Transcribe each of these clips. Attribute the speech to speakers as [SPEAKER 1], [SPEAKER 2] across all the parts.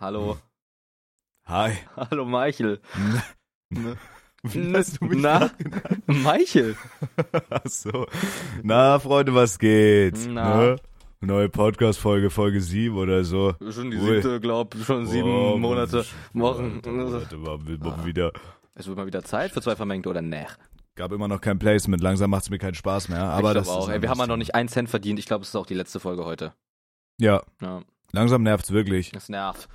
[SPEAKER 1] Hallo.
[SPEAKER 2] Hi.
[SPEAKER 1] Hallo Michael. Ne?
[SPEAKER 2] Wie hast du mich
[SPEAKER 1] Na?
[SPEAKER 2] grad genannt?
[SPEAKER 1] Michael.
[SPEAKER 2] Ach so. Na, Freunde, was geht?
[SPEAKER 1] Na.
[SPEAKER 2] Ne? Neue Podcast-Folge, Folge 7 oder so.
[SPEAKER 1] Schon die
[SPEAKER 2] Ui.
[SPEAKER 1] siebte, glaub, schon sieben
[SPEAKER 2] Oh,
[SPEAKER 1] Monate, Wochen.
[SPEAKER 2] Monate, Monate, war- wird mal wieder.
[SPEAKER 1] Es wird mal wieder Zeit für zwei vermengte oder ne?
[SPEAKER 2] Gab immer noch kein Placement. Langsam macht's mir keinen Spaß mehr. Aber
[SPEAKER 1] ich
[SPEAKER 2] das
[SPEAKER 1] glaube auch.
[SPEAKER 2] ist
[SPEAKER 1] Ey, wir
[SPEAKER 2] anders.
[SPEAKER 1] haben ja noch nicht einen Cent verdient. Ich glaube, es ist auch die letzte Folge heute.
[SPEAKER 2] Ja,
[SPEAKER 1] Ja,
[SPEAKER 2] langsam nervt's wirklich.
[SPEAKER 1] es nervt.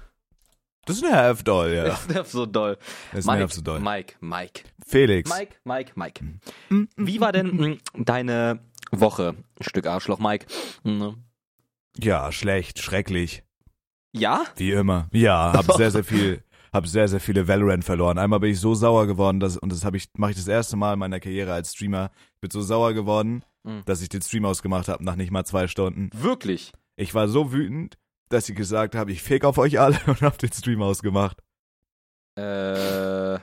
[SPEAKER 2] Das nervt doll, ja.
[SPEAKER 1] Es nervt so doll.
[SPEAKER 2] Das
[SPEAKER 1] Mike,
[SPEAKER 2] nervt so doll.
[SPEAKER 1] Mike, Mike,
[SPEAKER 2] Felix.
[SPEAKER 1] Mike, Mike, Mike.
[SPEAKER 2] Mhm.
[SPEAKER 1] Wie war denn mm, deine Woche? Stück Arschloch, Mike. Ne?
[SPEAKER 2] Ja, schlecht, schrecklich.
[SPEAKER 1] Ja?
[SPEAKER 2] Wie immer. Ja, hab sehr, sehr viel, hab sehr, sehr viele Valorant verloren. Einmal bin ich so sauer geworden, dass, und das habe ich, mache ich das erste Mal in meiner Karriere als Streamer, bin so sauer geworden,
[SPEAKER 1] Mhm.
[SPEAKER 2] dass ich den Stream ausgemacht habe nach nicht mal zwei Stunden.
[SPEAKER 1] Wirklich?
[SPEAKER 2] Ich war so wütend, dass ich gesagt habe, ich feg auf euch alle und hab den Stream ausgemacht.
[SPEAKER 1] Äh.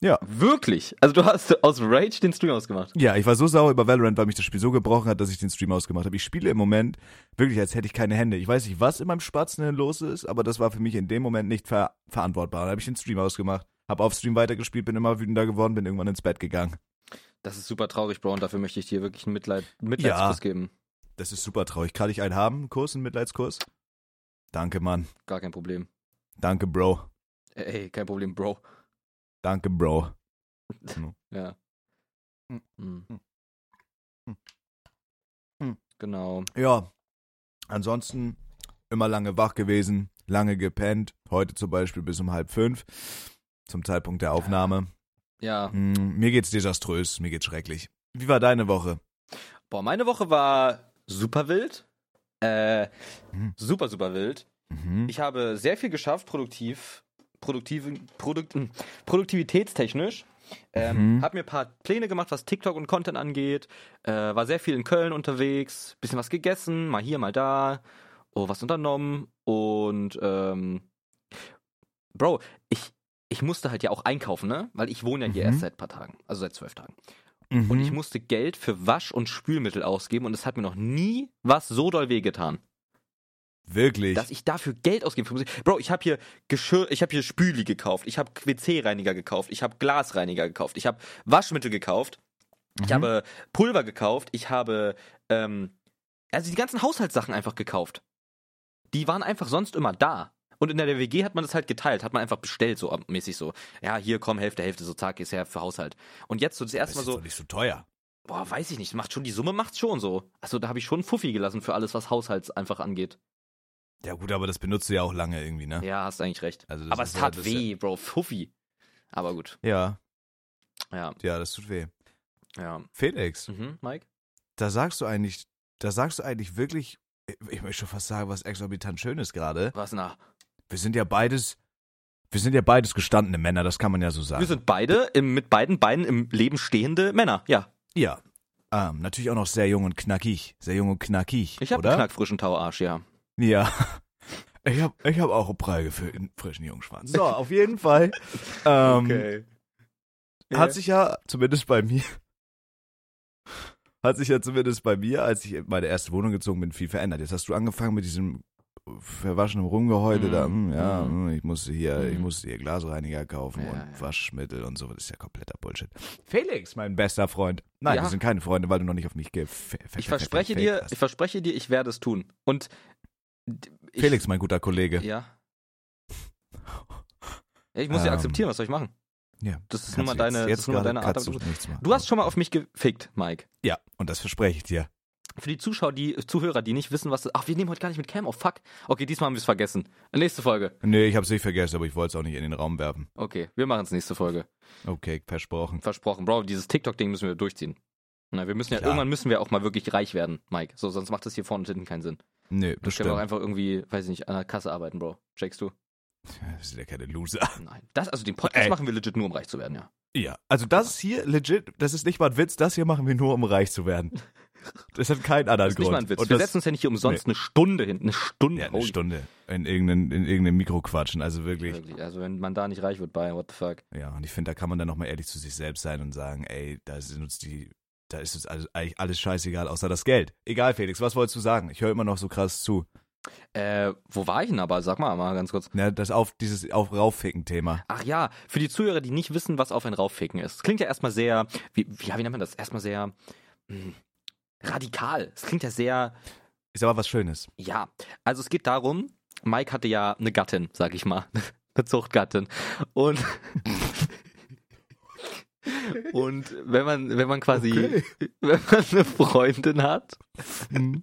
[SPEAKER 2] Ja.
[SPEAKER 1] Wirklich? Also du hast aus Rage den Stream ausgemacht.
[SPEAKER 2] Ja, ich war so sauer über Valorant, weil mich das Spiel so gebrochen hat, dass ich den Stream ausgemacht habe. Ich spiele im Moment wirklich, als hätte ich keine Hände. Ich weiß nicht, was in meinem Spatzen los ist, aber das war für mich in dem Moment nicht ver verantwortbar. Da habe ich den Stream ausgemacht, hab auf Stream weitergespielt, bin immer wütender geworden, bin irgendwann ins Bett gegangen.
[SPEAKER 1] Das ist super traurig, Bro, und dafür möchte ich dir wirklich einen Mitleid, Mitleidskuss
[SPEAKER 2] Ja.
[SPEAKER 1] geben.
[SPEAKER 2] Das ist super traurig. Kann ich einen haben? Einen Kurs, einen Mitleidskurs? Danke, Mann.
[SPEAKER 1] Gar kein Problem.
[SPEAKER 2] Danke, Bro.
[SPEAKER 1] Ey, kein Problem, Bro.
[SPEAKER 2] Danke, Bro.
[SPEAKER 1] Ja.
[SPEAKER 2] Hm.
[SPEAKER 1] Hm.
[SPEAKER 2] Hm. Hm.
[SPEAKER 1] Genau.
[SPEAKER 2] Ja. Ansonsten immer lange wach gewesen, lange gepennt. Heute zum Beispiel bis um halb fünf. Zum Zeitpunkt der Aufnahme.
[SPEAKER 1] Ja.
[SPEAKER 2] Hm, mir geht's desaströs, mir geht's schrecklich. Wie war deine Woche?
[SPEAKER 1] Boah, meine Woche war super wild. Äh,
[SPEAKER 2] Hm.
[SPEAKER 1] super, super wild.
[SPEAKER 2] Mhm.
[SPEAKER 1] Ich habe sehr viel geschafft, produktiv, produktiv produkt, mh, produktivitätstechnisch. Ähm,
[SPEAKER 2] Mhm.
[SPEAKER 1] Hab mir ein paar Pläne gemacht, was TikTok und Content angeht. Äh, war sehr viel in Köln unterwegs, bisschen was gegessen, mal hier, mal da, oh, was unternommen. Und ähm, Bro, ich, ich musste halt ja auch einkaufen, ne? Weil ich wohne ja hier
[SPEAKER 2] Mhm.
[SPEAKER 1] erst seit ein paar Tagen, also seit zwölf Tagen.
[SPEAKER 2] Mhm.
[SPEAKER 1] Und ich musste Geld für Wasch- und Spülmittel ausgeben und es hat mir noch nie was so doll wehgetan
[SPEAKER 2] Wirklich?
[SPEAKER 1] dass ich dafür Geld ausgeben für Musik. Bro, ich habe hier Geschirr, ich habe hier Spüli gekauft, ich habe WC-Reiniger gekauft, ich habe Glasreiniger gekauft, ich habe Waschmittel gekauft, ich
[SPEAKER 2] Mhm.
[SPEAKER 1] habe Pulver gekauft, ich habe ähm, also die ganzen Haushaltssachen einfach gekauft. Die waren einfach sonst immer da. Und in der WG hat man das halt geteilt, hat man einfach bestellt, so ab- mäßig so. Ja, hier komm, Hälfte, Hälfte, so zack, ist her für Haushalt. Und jetzt so das
[SPEAKER 2] das
[SPEAKER 1] erste
[SPEAKER 2] ist
[SPEAKER 1] Mal
[SPEAKER 2] jetzt
[SPEAKER 1] so,
[SPEAKER 2] doch nicht so teuer.
[SPEAKER 1] boah, weiß ich nicht, macht schon, die Summe macht's schon so. Also da habe ich schon Fuffi gelassen für alles, was Haushalts einfach angeht.
[SPEAKER 2] Ja gut, aber das benutzt du ja auch lange irgendwie, ne?
[SPEAKER 1] Ja, hast eigentlich recht.
[SPEAKER 2] Also das
[SPEAKER 1] Aber
[SPEAKER 2] ist
[SPEAKER 1] es
[SPEAKER 2] ja-
[SPEAKER 1] tat
[SPEAKER 2] das ist ja-
[SPEAKER 1] weh, Bro. Fuffi. Aber gut.
[SPEAKER 2] Ja,
[SPEAKER 1] Ja,
[SPEAKER 2] ja, das tut weh.
[SPEAKER 1] ja.
[SPEAKER 2] Felix,
[SPEAKER 1] Mhm, Mike?
[SPEAKER 2] da sagst du eigentlich, da sagst du eigentlich wirklich, ich möchte schon fast sagen, was exorbitant Schönes gerade.
[SPEAKER 1] Was na?
[SPEAKER 2] Wir sind ja beides, wir sind ja beides gestandene Männer, das kann man ja so sagen.
[SPEAKER 1] Wir sind beide im, mit beiden Beinen im Leben stehende Männer. Ja.
[SPEAKER 2] ja. Ähm, natürlich auch noch sehr jung und knackig. Sehr jung und knackig.
[SPEAKER 1] Ich habe
[SPEAKER 2] oder? Ähm,
[SPEAKER 1] einen knackfrischen Tauarsch, ja.
[SPEAKER 2] Ja. Ich hab, ich hab auch einen Prall gefüllten frischen Jungschwanz. So, auf jeden Fall. Ähm, Hat sich ja, zumindest bei mir, hat sich ja zumindest bei mir, als ich in meine erste Wohnung gezogen bin, viel verändert. Jetzt hast du angefangen mit diesem verwaschenen Rumgeheule
[SPEAKER 1] Mhm.
[SPEAKER 2] da, hm, ja,
[SPEAKER 1] Mhm.
[SPEAKER 2] hm, ich musste hier, ich
[SPEAKER 1] Mhm.
[SPEAKER 2] musste hier Glasreiniger kaufen
[SPEAKER 1] Ja,
[SPEAKER 2] und
[SPEAKER 1] ja.
[SPEAKER 2] Waschmittel und so, das ist ja kompletter Bullshit. Felix, mein bester Freund. Nein,
[SPEAKER 1] Ja.
[SPEAKER 2] wir sind keine Freunde, weil du noch nicht auf mich ge
[SPEAKER 1] ich verspreche dir, ich verspreche dir, ich werde es tun. Und d- ich,
[SPEAKER 2] Felix, mein guter Kollege.
[SPEAKER 1] Ja. Ja, Ich muss ja
[SPEAKER 2] Ähm,
[SPEAKER 1] akzeptieren, was soll ich machen?
[SPEAKER 2] Ja.
[SPEAKER 1] Das ist
[SPEAKER 2] Kannst
[SPEAKER 1] nur mal
[SPEAKER 2] du
[SPEAKER 1] deine, das
[SPEAKER 2] jetzt,
[SPEAKER 1] ist
[SPEAKER 2] jetzt
[SPEAKER 1] nur mal
[SPEAKER 2] gerade
[SPEAKER 1] deine Art.
[SPEAKER 2] kannst du nichts machen.
[SPEAKER 1] Du hast schon mal auf mich gefickt, Mike.
[SPEAKER 2] Ja, und das verspreche ich dir.
[SPEAKER 1] Für die Zuschauer, die Zuhörer, die nicht wissen, was das. Ach, wir nehmen heute gar nicht mit Cam auf. Fuck. Okay, diesmal haben wir es vergessen. Nächste Folge.
[SPEAKER 2] Nee, ich hab's nicht vergessen, aber ich wollte es auch nicht in den Raum werfen.
[SPEAKER 1] Okay, wir machen es nächste Folge.
[SPEAKER 2] Okay, versprochen.
[SPEAKER 1] Versprochen. Bro, dieses TikTok-Ding müssen wir durchziehen. Na, wir müssen ja,
[SPEAKER 2] Klar.
[SPEAKER 1] irgendwann müssen wir auch mal wirklich reich werden, Mike. So, sonst macht das hier vorne und hinten keinen Sinn.
[SPEAKER 2] Nee,
[SPEAKER 1] Dann
[SPEAKER 2] das
[SPEAKER 1] können wir auch
[SPEAKER 2] stimmt.
[SPEAKER 1] einfach irgendwie, weiß ich nicht, an der Kasse arbeiten, Bro. Checkst du?
[SPEAKER 2] Wir sind ja keine Loser.
[SPEAKER 1] Nein. Das, also den Podcast
[SPEAKER 2] Ey.
[SPEAKER 1] machen wir legit nur, um reich zu werden, ja.
[SPEAKER 2] Ja, also das hier, legit, das ist nicht mal ein Witz, das hier machen wir nur, um reich zu werden. Das hat keinen
[SPEAKER 1] Das
[SPEAKER 2] anderen
[SPEAKER 1] ist
[SPEAKER 2] Grund.
[SPEAKER 1] nicht mal ein Witz.
[SPEAKER 2] Und
[SPEAKER 1] wir
[SPEAKER 2] das-
[SPEAKER 1] setzen uns ja nicht hier umsonst eine Stunde hin. Eine Stunde.
[SPEAKER 2] ja, eine
[SPEAKER 1] Holy
[SPEAKER 2] Stunde in irgendeinem in irgendein Mikro quatschen, also wirklich.
[SPEAKER 1] Wirklich. Also wenn man da nicht reich wird, bei what the fuck.
[SPEAKER 2] Ja, und ich finde, da kann man dann nochmal ehrlich zu sich selbst sein und sagen, ey, da sind uns die, da ist uns alles, eigentlich alles scheißegal, außer das Geld. Egal, Felix, was wolltest du sagen? Ich höre immer noch so krass zu.
[SPEAKER 1] Äh, wo war ich denn aber? Sag mal mal ganz kurz.
[SPEAKER 2] Ne, das auf dieses auf raufficken Thema.
[SPEAKER 1] Ach ja, für die Zuhörer, die nicht wissen, was auf ein Raufficken ist. Klingt ja erstmal sehr, wie, wie, ja, wie nennt man das? Erstmal sehr mh, radikal. Es klingt ja sehr,
[SPEAKER 2] Ist aber was Schönes.
[SPEAKER 1] ja. Also es geht darum, Mike hatte ja eine Gattin, sag ich mal. Eine Zuchtgattin. Und. Und wenn man, wenn man quasi,
[SPEAKER 2] Okay.
[SPEAKER 1] wenn man eine Freundin hat, Hm.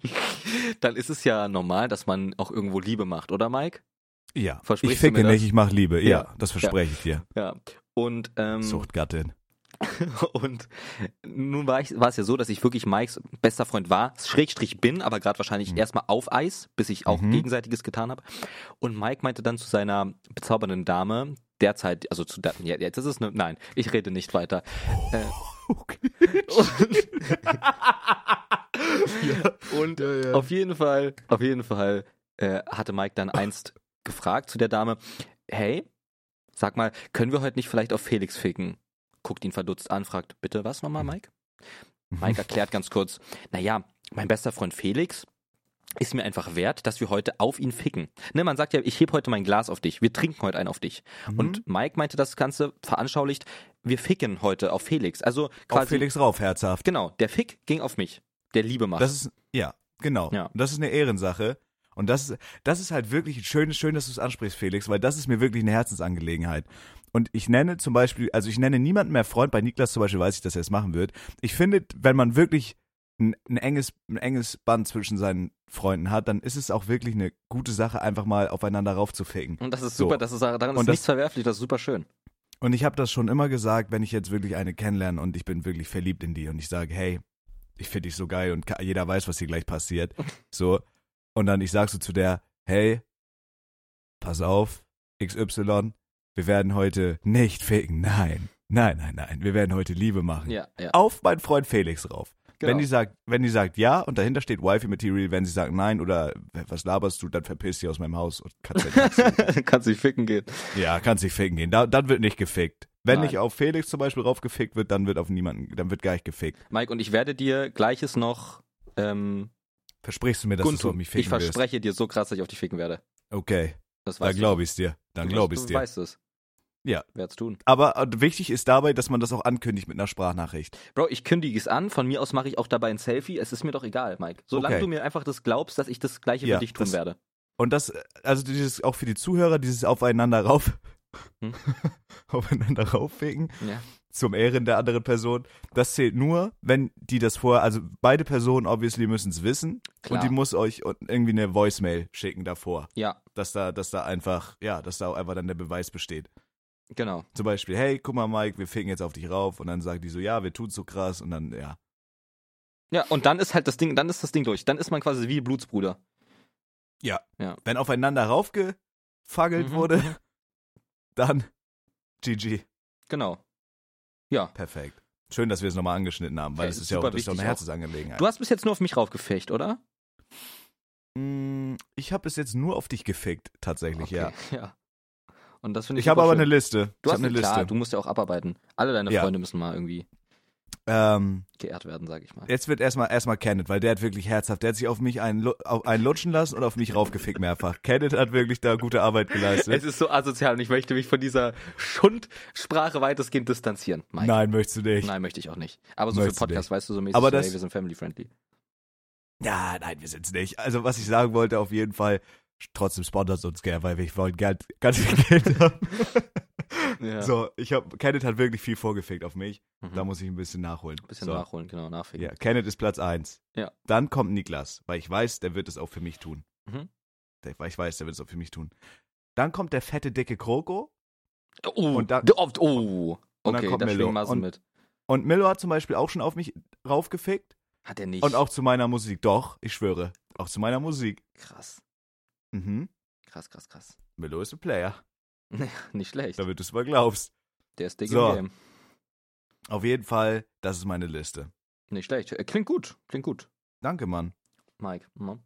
[SPEAKER 1] dann ist es ja normal, dass man auch irgendwo Liebe macht, oder Mike?
[SPEAKER 2] Ja.
[SPEAKER 1] Versprichst
[SPEAKER 2] ich
[SPEAKER 1] du mir
[SPEAKER 2] ficke
[SPEAKER 1] das?
[SPEAKER 2] nicht, ich mach Liebe. Ja,
[SPEAKER 1] Ja.
[SPEAKER 2] das verspreche ich dir.
[SPEAKER 1] Ja. Und ähm,
[SPEAKER 2] Suchtgattin.
[SPEAKER 1] Und nun war, ich, war es ja so, dass ich wirklich Mikes bester Freund war, Schrägstrich bin, aber gerade wahrscheinlich erstmal auf Eis, bis ich auch
[SPEAKER 2] Mhm.
[SPEAKER 1] Gegenseitiges getan habe. Und Mike meinte dann zu seiner bezaubernden Dame, derzeit, also zu der, ja, jetzt ist es eine, nein, ich rede nicht weiter.
[SPEAKER 2] Okay.
[SPEAKER 1] Und, und auf jeden Fall, auf jeden Fall äh, hatte Mike dann einst gefragt zu der Dame, hey, sag mal, können wir heute nicht vielleicht auf Felix ficken? Guckt ihn verdutzt an, fragt, bitte was nochmal,
[SPEAKER 2] Mhm.
[SPEAKER 1] Mike? Mike erklärt ganz kurz, naja, mein bester Freund Felix ist mir einfach wert, dass wir heute auf ihn ficken. Ne, man sagt ja, ich heb heute mein Glas auf dich, wir trinken heute einen auf dich.
[SPEAKER 2] Mhm.
[SPEAKER 1] Und Mike meinte das Ganze veranschaulicht, wir ficken heute auf Felix. Also quasi,
[SPEAKER 2] Auf Felix rauf, herzhaft.
[SPEAKER 1] genau, der Fick ging auf mich, der Liebe macht.
[SPEAKER 2] Das ist, ja, genau.
[SPEAKER 1] Ja.
[SPEAKER 2] Und Das ist eine Ehrensache. Und das ist, das ist halt wirklich schön, schön, dass du es ansprichst, Felix, weil das ist mir wirklich eine Herzensangelegenheit. Und ich nenne zum Beispiel, also ich nenne niemanden mehr Freund, bei Niklas zum Beispiel weiß ich, dass er es machen wird. Ich finde, wenn man wirklich ein, ein, enges, ein enges Band zwischen seinen Freunden hat, dann ist es auch wirklich eine gute Sache, einfach mal aufeinander raufzuficken.
[SPEAKER 1] und das ist
[SPEAKER 2] So.
[SPEAKER 1] super, das ist, daran
[SPEAKER 2] Und
[SPEAKER 1] ist
[SPEAKER 2] das-
[SPEAKER 1] nichts verwerflich, das ist super schön.
[SPEAKER 2] Und ich habe das schon immer gesagt, wenn ich jetzt wirklich eine kennenlerne und ich bin wirklich verliebt in die und ich sage, hey, ich finde dich so geil und ka- jeder weiß, was hier gleich passiert. So. Und dann ich sag so zu der, hey, pass auf, XY, wir werden heute nicht ficken. Nein, nein, nein, nein. Wir werden heute Liebe machen.
[SPEAKER 1] Ja, ja.
[SPEAKER 2] Auf meinen Freund Felix rauf.
[SPEAKER 1] Genau.
[SPEAKER 2] Wenn die sagt, wenn die sagt ja und dahinter steht Wifi Material, wenn sie sagt nein oder was laberst du, dann verpiss dich aus meinem Haus und kannst dein
[SPEAKER 1] Kannst dich ficken gehen.
[SPEAKER 2] ja, kannst dich ficken gehen. Da, dann wird nicht gefickt. Wenn
[SPEAKER 1] Nein.
[SPEAKER 2] nicht auf Felix zum Beispiel raufgefickt wird, dann wird auf niemanden, dann wird gar nicht gefickt.
[SPEAKER 1] Mike, und ich werde dir gleiches noch ähm,
[SPEAKER 2] Versprichst du mir, dass du
[SPEAKER 1] kundtun.
[SPEAKER 2] auf mich ficken
[SPEAKER 1] Ich verspreche dir so krass, dass ich auf dich ficken werde.
[SPEAKER 2] wirst? Okay,
[SPEAKER 1] Das
[SPEAKER 2] dann
[SPEAKER 1] weißt
[SPEAKER 2] glaube ich's dir. Dann
[SPEAKER 1] du.
[SPEAKER 2] glaube
[SPEAKER 1] du
[SPEAKER 2] ich's dir.
[SPEAKER 1] weißt es.
[SPEAKER 2] Ja.
[SPEAKER 1] Werd's tun.
[SPEAKER 2] Aber äh, wichtig ist dabei, dass man das auch ankündigt mit einer Sprachnachricht.
[SPEAKER 1] Bro, ich kündige es an. Von mir aus mache ich auch dabei ein Selfie. Es ist mir doch egal, Mike. Solange
[SPEAKER 2] Okay.
[SPEAKER 1] du mir einfach das glaubst, dass ich das Gleiche
[SPEAKER 2] Ja,
[SPEAKER 1] für dich tun
[SPEAKER 2] das-
[SPEAKER 1] werde.
[SPEAKER 2] Und das, äh, also dieses auch für die Zuhörer, dieses aufeinander rauf,
[SPEAKER 1] Hm?
[SPEAKER 2] aufeinander raufficken,
[SPEAKER 1] Ja.
[SPEAKER 2] zum Ehren der anderen Person. Das zählt nur, wenn die das vorher, also beide Personen obviously müssen es wissen
[SPEAKER 1] Klar.
[SPEAKER 2] und die muss euch irgendwie eine Voicemail schicken davor.
[SPEAKER 1] Ja,
[SPEAKER 2] dass da, dass da einfach, ja, dass da auch einfach dann der Beweis besteht.
[SPEAKER 1] genau.
[SPEAKER 2] Zum Beispiel, hey, guck mal, Mike, wir ficken jetzt auf dich rauf und dann sagen die so, ja, wir tun so krass und dann, ja.
[SPEAKER 1] Ja, und dann ist halt das Ding, dann ist das Ding durch. Dann ist man quasi wie Blutsbruder.
[SPEAKER 2] Wenn aufeinander raufgefaggelt
[SPEAKER 1] Mhm,
[SPEAKER 2] wurde, dann GG.
[SPEAKER 1] Genau. Ja.
[SPEAKER 2] Perfekt. Schön, dass wir es nochmal angeschnitten haben, weil
[SPEAKER 1] Ja,
[SPEAKER 2] das ist ja auch,
[SPEAKER 1] super
[SPEAKER 2] das ist doch eine
[SPEAKER 1] wichtig auch.
[SPEAKER 2] Herzensangelegenheit.
[SPEAKER 1] Du hast bis jetzt nur auf mich raufgefecht, oder?
[SPEAKER 2] Mm, ich habe bis jetzt nur auf dich gefickt, tatsächlich, ja.
[SPEAKER 1] ja. Und das finde ich
[SPEAKER 2] Ich habe aber
[SPEAKER 1] superschön.
[SPEAKER 2] eine Liste.
[SPEAKER 1] Du hast
[SPEAKER 2] ich habe eine
[SPEAKER 1] Klar,
[SPEAKER 2] Liste.
[SPEAKER 1] du musst ja auch abarbeiten. Alle deine
[SPEAKER 2] Ja.
[SPEAKER 1] Freunde müssen mal irgendwie
[SPEAKER 2] ähm,
[SPEAKER 1] geehrt werden, sag ich mal.
[SPEAKER 2] Jetzt wird erstmal erstmal Kenneth, weil der hat wirklich herzhaft, der hat sich auf mich einen, lu- auf einen lutschen lassen und auf mich raufgefickt mehrfach. Kenneth hat wirklich da gute Arbeit
[SPEAKER 1] Es
[SPEAKER 2] geleistet.
[SPEAKER 1] ist so asozial und ich möchte mich von dieser Schundsprache weitestgehend distanzieren. Mike.
[SPEAKER 2] Nein, möchtest du nicht.
[SPEAKER 1] Nein, möchte ich auch nicht. Aber so
[SPEAKER 2] Möchtest
[SPEAKER 1] für
[SPEAKER 2] du
[SPEAKER 1] Podcast, weißt du, so mäßig,
[SPEAKER 2] Aber
[SPEAKER 1] so,
[SPEAKER 2] das-
[SPEAKER 1] hey, wir sind family-friendly.
[SPEAKER 2] Ja, nein, wir sind's nicht. Also was ich sagen wollte, auf jeden Fall, trotzdem sponsert uns gerne, weil wir wollen ganz, ganz viel Geld haben.
[SPEAKER 1] Ja.
[SPEAKER 2] So, ich hab, Kenneth hat wirklich viel vorgefickt auf mich.
[SPEAKER 1] Mhm.
[SPEAKER 2] Da muss ich ein bisschen nachholen.
[SPEAKER 1] Bisschen
[SPEAKER 2] so.
[SPEAKER 1] nachholen, genau, nachficken.
[SPEAKER 2] Ja, Kenneth ist Platz 1.
[SPEAKER 1] Ja.
[SPEAKER 2] Dann kommt Niklas, weil ich weiß, der wird es auch für mich tun.
[SPEAKER 1] Mhm.
[SPEAKER 2] Der, weil ich weiß, der wird es auch für mich tun. Dann kommt der fette, dicke Kroko.
[SPEAKER 1] Oh,
[SPEAKER 2] Und da-
[SPEAKER 1] oh, oh.
[SPEAKER 2] und dann
[SPEAKER 1] Okay,
[SPEAKER 2] kommt
[SPEAKER 1] da
[SPEAKER 2] Melo.
[SPEAKER 1] schwingen Massen
[SPEAKER 2] Und-
[SPEAKER 1] mit.
[SPEAKER 2] Und Milo hat zum Beispiel auch schon auf mich raufgefickt.
[SPEAKER 1] Hat er nicht.
[SPEAKER 2] Und auch zu meiner Musik. Doch, ich schwöre. Auch zu meiner Musik.
[SPEAKER 1] krass,
[SPEAKER 2] Mhm.
[SPEAKER 1] krass, krass, krass.
[SPEAKER 2] Milo ist ein Player,
[SPEAKER 1] Nicht schlecht.
[SPEAKER 2] damit du es mal glaubst.
[SPEAKER 1] Der ist dick
[SPEAKER 2] So.
[SPEAKER 1] im Game.
[SPEAKER 2] Auf jeden Fall, das ist meine Liste.
[SPEAKER 1] Nicht schlecht. Äh, Klingt gut, klingt gut,
[SPEAKER 2] Danke, Mann.
[SPEAKER 1] Mike. Mhm.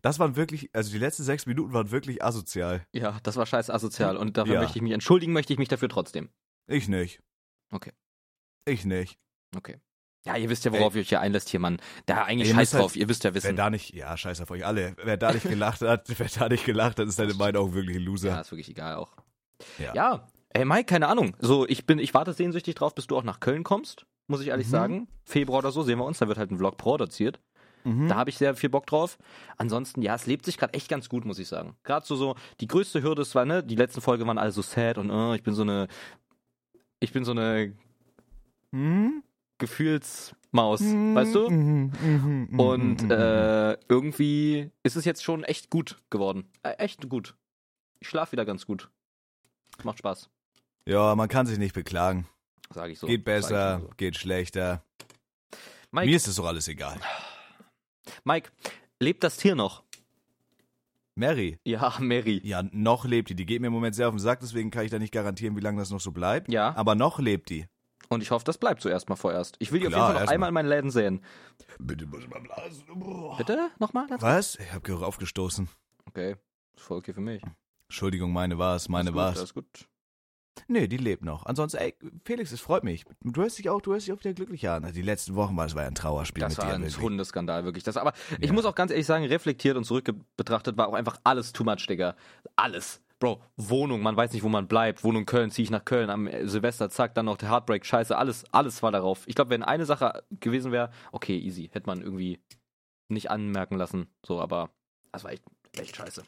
[SPEAKER 2] Das waren wirklich, also die letzten sechs Minuten waren wirklich asozial.
[SPEAKER 1] Ja, das war scheiß asozial und dafür
[SPEAKER 2] Ja.
[SPEAKER 1] möchte ich mich entschuldigen, möchte ich mich dafür trotzdem.
[SPEAKER 2] Ich nicht.
[SPEAKER 1] Okay.
[SPEAKER 2] Ich nicht.
[SPEAKER 1] Okay. Ja, ihr wisst ja, worauf ihr euch hier einlässt hier, Mann. Da eigentlich
[SPEAKER 2] Ey, ihr
[SPEAKER 1] scheiß
[SPEAKER 2] müsst halt-
[SPEAKER 1] drauf, ihr wisst ja
[SPEAKER 2] Wer
[SPEAKER 1] Wissen.
[SPEAKER 2] da nicht, ja, scheiß auf euch alle. Wer da nicht gelacht hat, wer da nicht gelacht hat, ist dann in meinen Augen wirklich ein
[SPEAKER 1] ja,
[SPEAKER 2] Loser.
[SPEAKER 1] ist wirklich egal auch.
[SPEAKER 2] Ja.
[SPEAKER 1] Ja. Ey, Mike, keine Ahnung. So, ich bin, ich warte sehnsüchtig drauf, bis du auch nach Köln kommst, muss ich ehrlich
[SPEAKER 2] Mhm.
[SPEAKER 1] sagen. Februar oder so sehen wir uns, da wird halt ein Vlog produziert.
[SPEAKER 2] Mhm.
[SPEAKER 1] Da habe ich sehr viel Bock drauf. Ansonsten, ja, es lebt sich gerade echt ganz gut, muss ich sagen. Gerade so, so, die größte Hürde ist, war, ne, die letzten Folgen waren alle so sad und äh, ich bin so eine, ich bin so eine
[SPEAKER 2] Mhm.
[SPEAKER 1] Gefühlsmaus, weißt du?
[SPEAKER 2] Mhm. Mhm. Mhm.
[SPEAKER 1] Und
[SPEAKER 2] Mhm.
[SPEAKER 1] äh, irgendwie ist es jetzt schon echt gut geworden. Äh, echt gut. Ich schlafe wieder ganz gut. Macht Spaß,
[SPEAKER 2] ja, man kann sich nicht beklagen.
[SPEAKER 1] sage ich so. Sag
[SPEAKER 2] geht
[SPEAKER 1] ich
[SPEAKER 2] besser,
[SPEAKER 1] schon so.
[SPEAKER 2] geht schlechter.
[SPEAKER 1] Mike.
[SPEAKER 2] Mir ist das doch alles egal.
[SPEAKER 1] Mike, lebt das Tier noch?
[SPEAKER 2] Mary,
[SPEAKER 1] Ja, Mary.
[SPEAKER 2] ja, noch lebt die. Die geht mir im Moment sehr auf den Sack, deswegen kann ich da nicht garantieren, wie lange das noch so bleibt.
[SPEAKER 1] Ja.
[SPEAKER 2] Aber noch lebt die.
[SPEAKER 1] Und ich hoffe, das bleibt so erstmal vorerst. Ich will die
[SPEAKER 2] Klar,
[SPEAKER 1] auf jeden Fall noch
[SPEAKER 2] erstmal.
[SPEAKER 1] einmal in meinen Läden sehen.
[SPEAKER 2] Bitte muss ich mal blasen. Boah.
[SPEAKER 1] Bitte? Nochmal? ganz-
[SPEAKER 2] Was? Ich hab Gehör aufgestoßen.
[SPEAKER 1] Okay. Ist voll okay für mich.
[SPEAKER 2] Entschuldigung, meine war es, meine
[SPEAKER 1] Alles
[SPEAKER 2] war
[SPEAKER 1] gut,
[SPEAKER 2] es.
[SPEAKER 1] Alles gut.
[SPEAKER 2] Nee, die lebt noch. Ansonsten, ey, Felix, es freut mich. Du hörst dich auch, du hörst dich auch wieder glücklicher an. Die letzten Wochen war es war ja ein Trauerspiel
[SPEAKER 1] Das
[SPEAKER 2] mit
[SPEAKER 1] war
[SPEAKER 2] dir.
[SPEAKER 1] ein
[SPEAKER 2] wirklich.
[SPEAKER 1] Hundeskandal, wirklich. Das, aber ich
[SPEAKER 2] Ja.
[SPEAKER 1] muss auch ganz ehrlich sagen, reflektiert und zurückbetrachtet war auch einfach alles too much, Digga. Alles. Bro, Wohnung, man weiß nicht, wo man bleibt. Wohnung Köln, ziehe ich nach Köln am äh, Silvester, zack, dann noch der Heartbreak, scheiße, alles, alles war darauf. Ich glaube, wenn eine Sache gewesen wäre, okay, easy, hätte man irgendwie nicht anmerken lassen. So, aber das war echt, echt scheiße.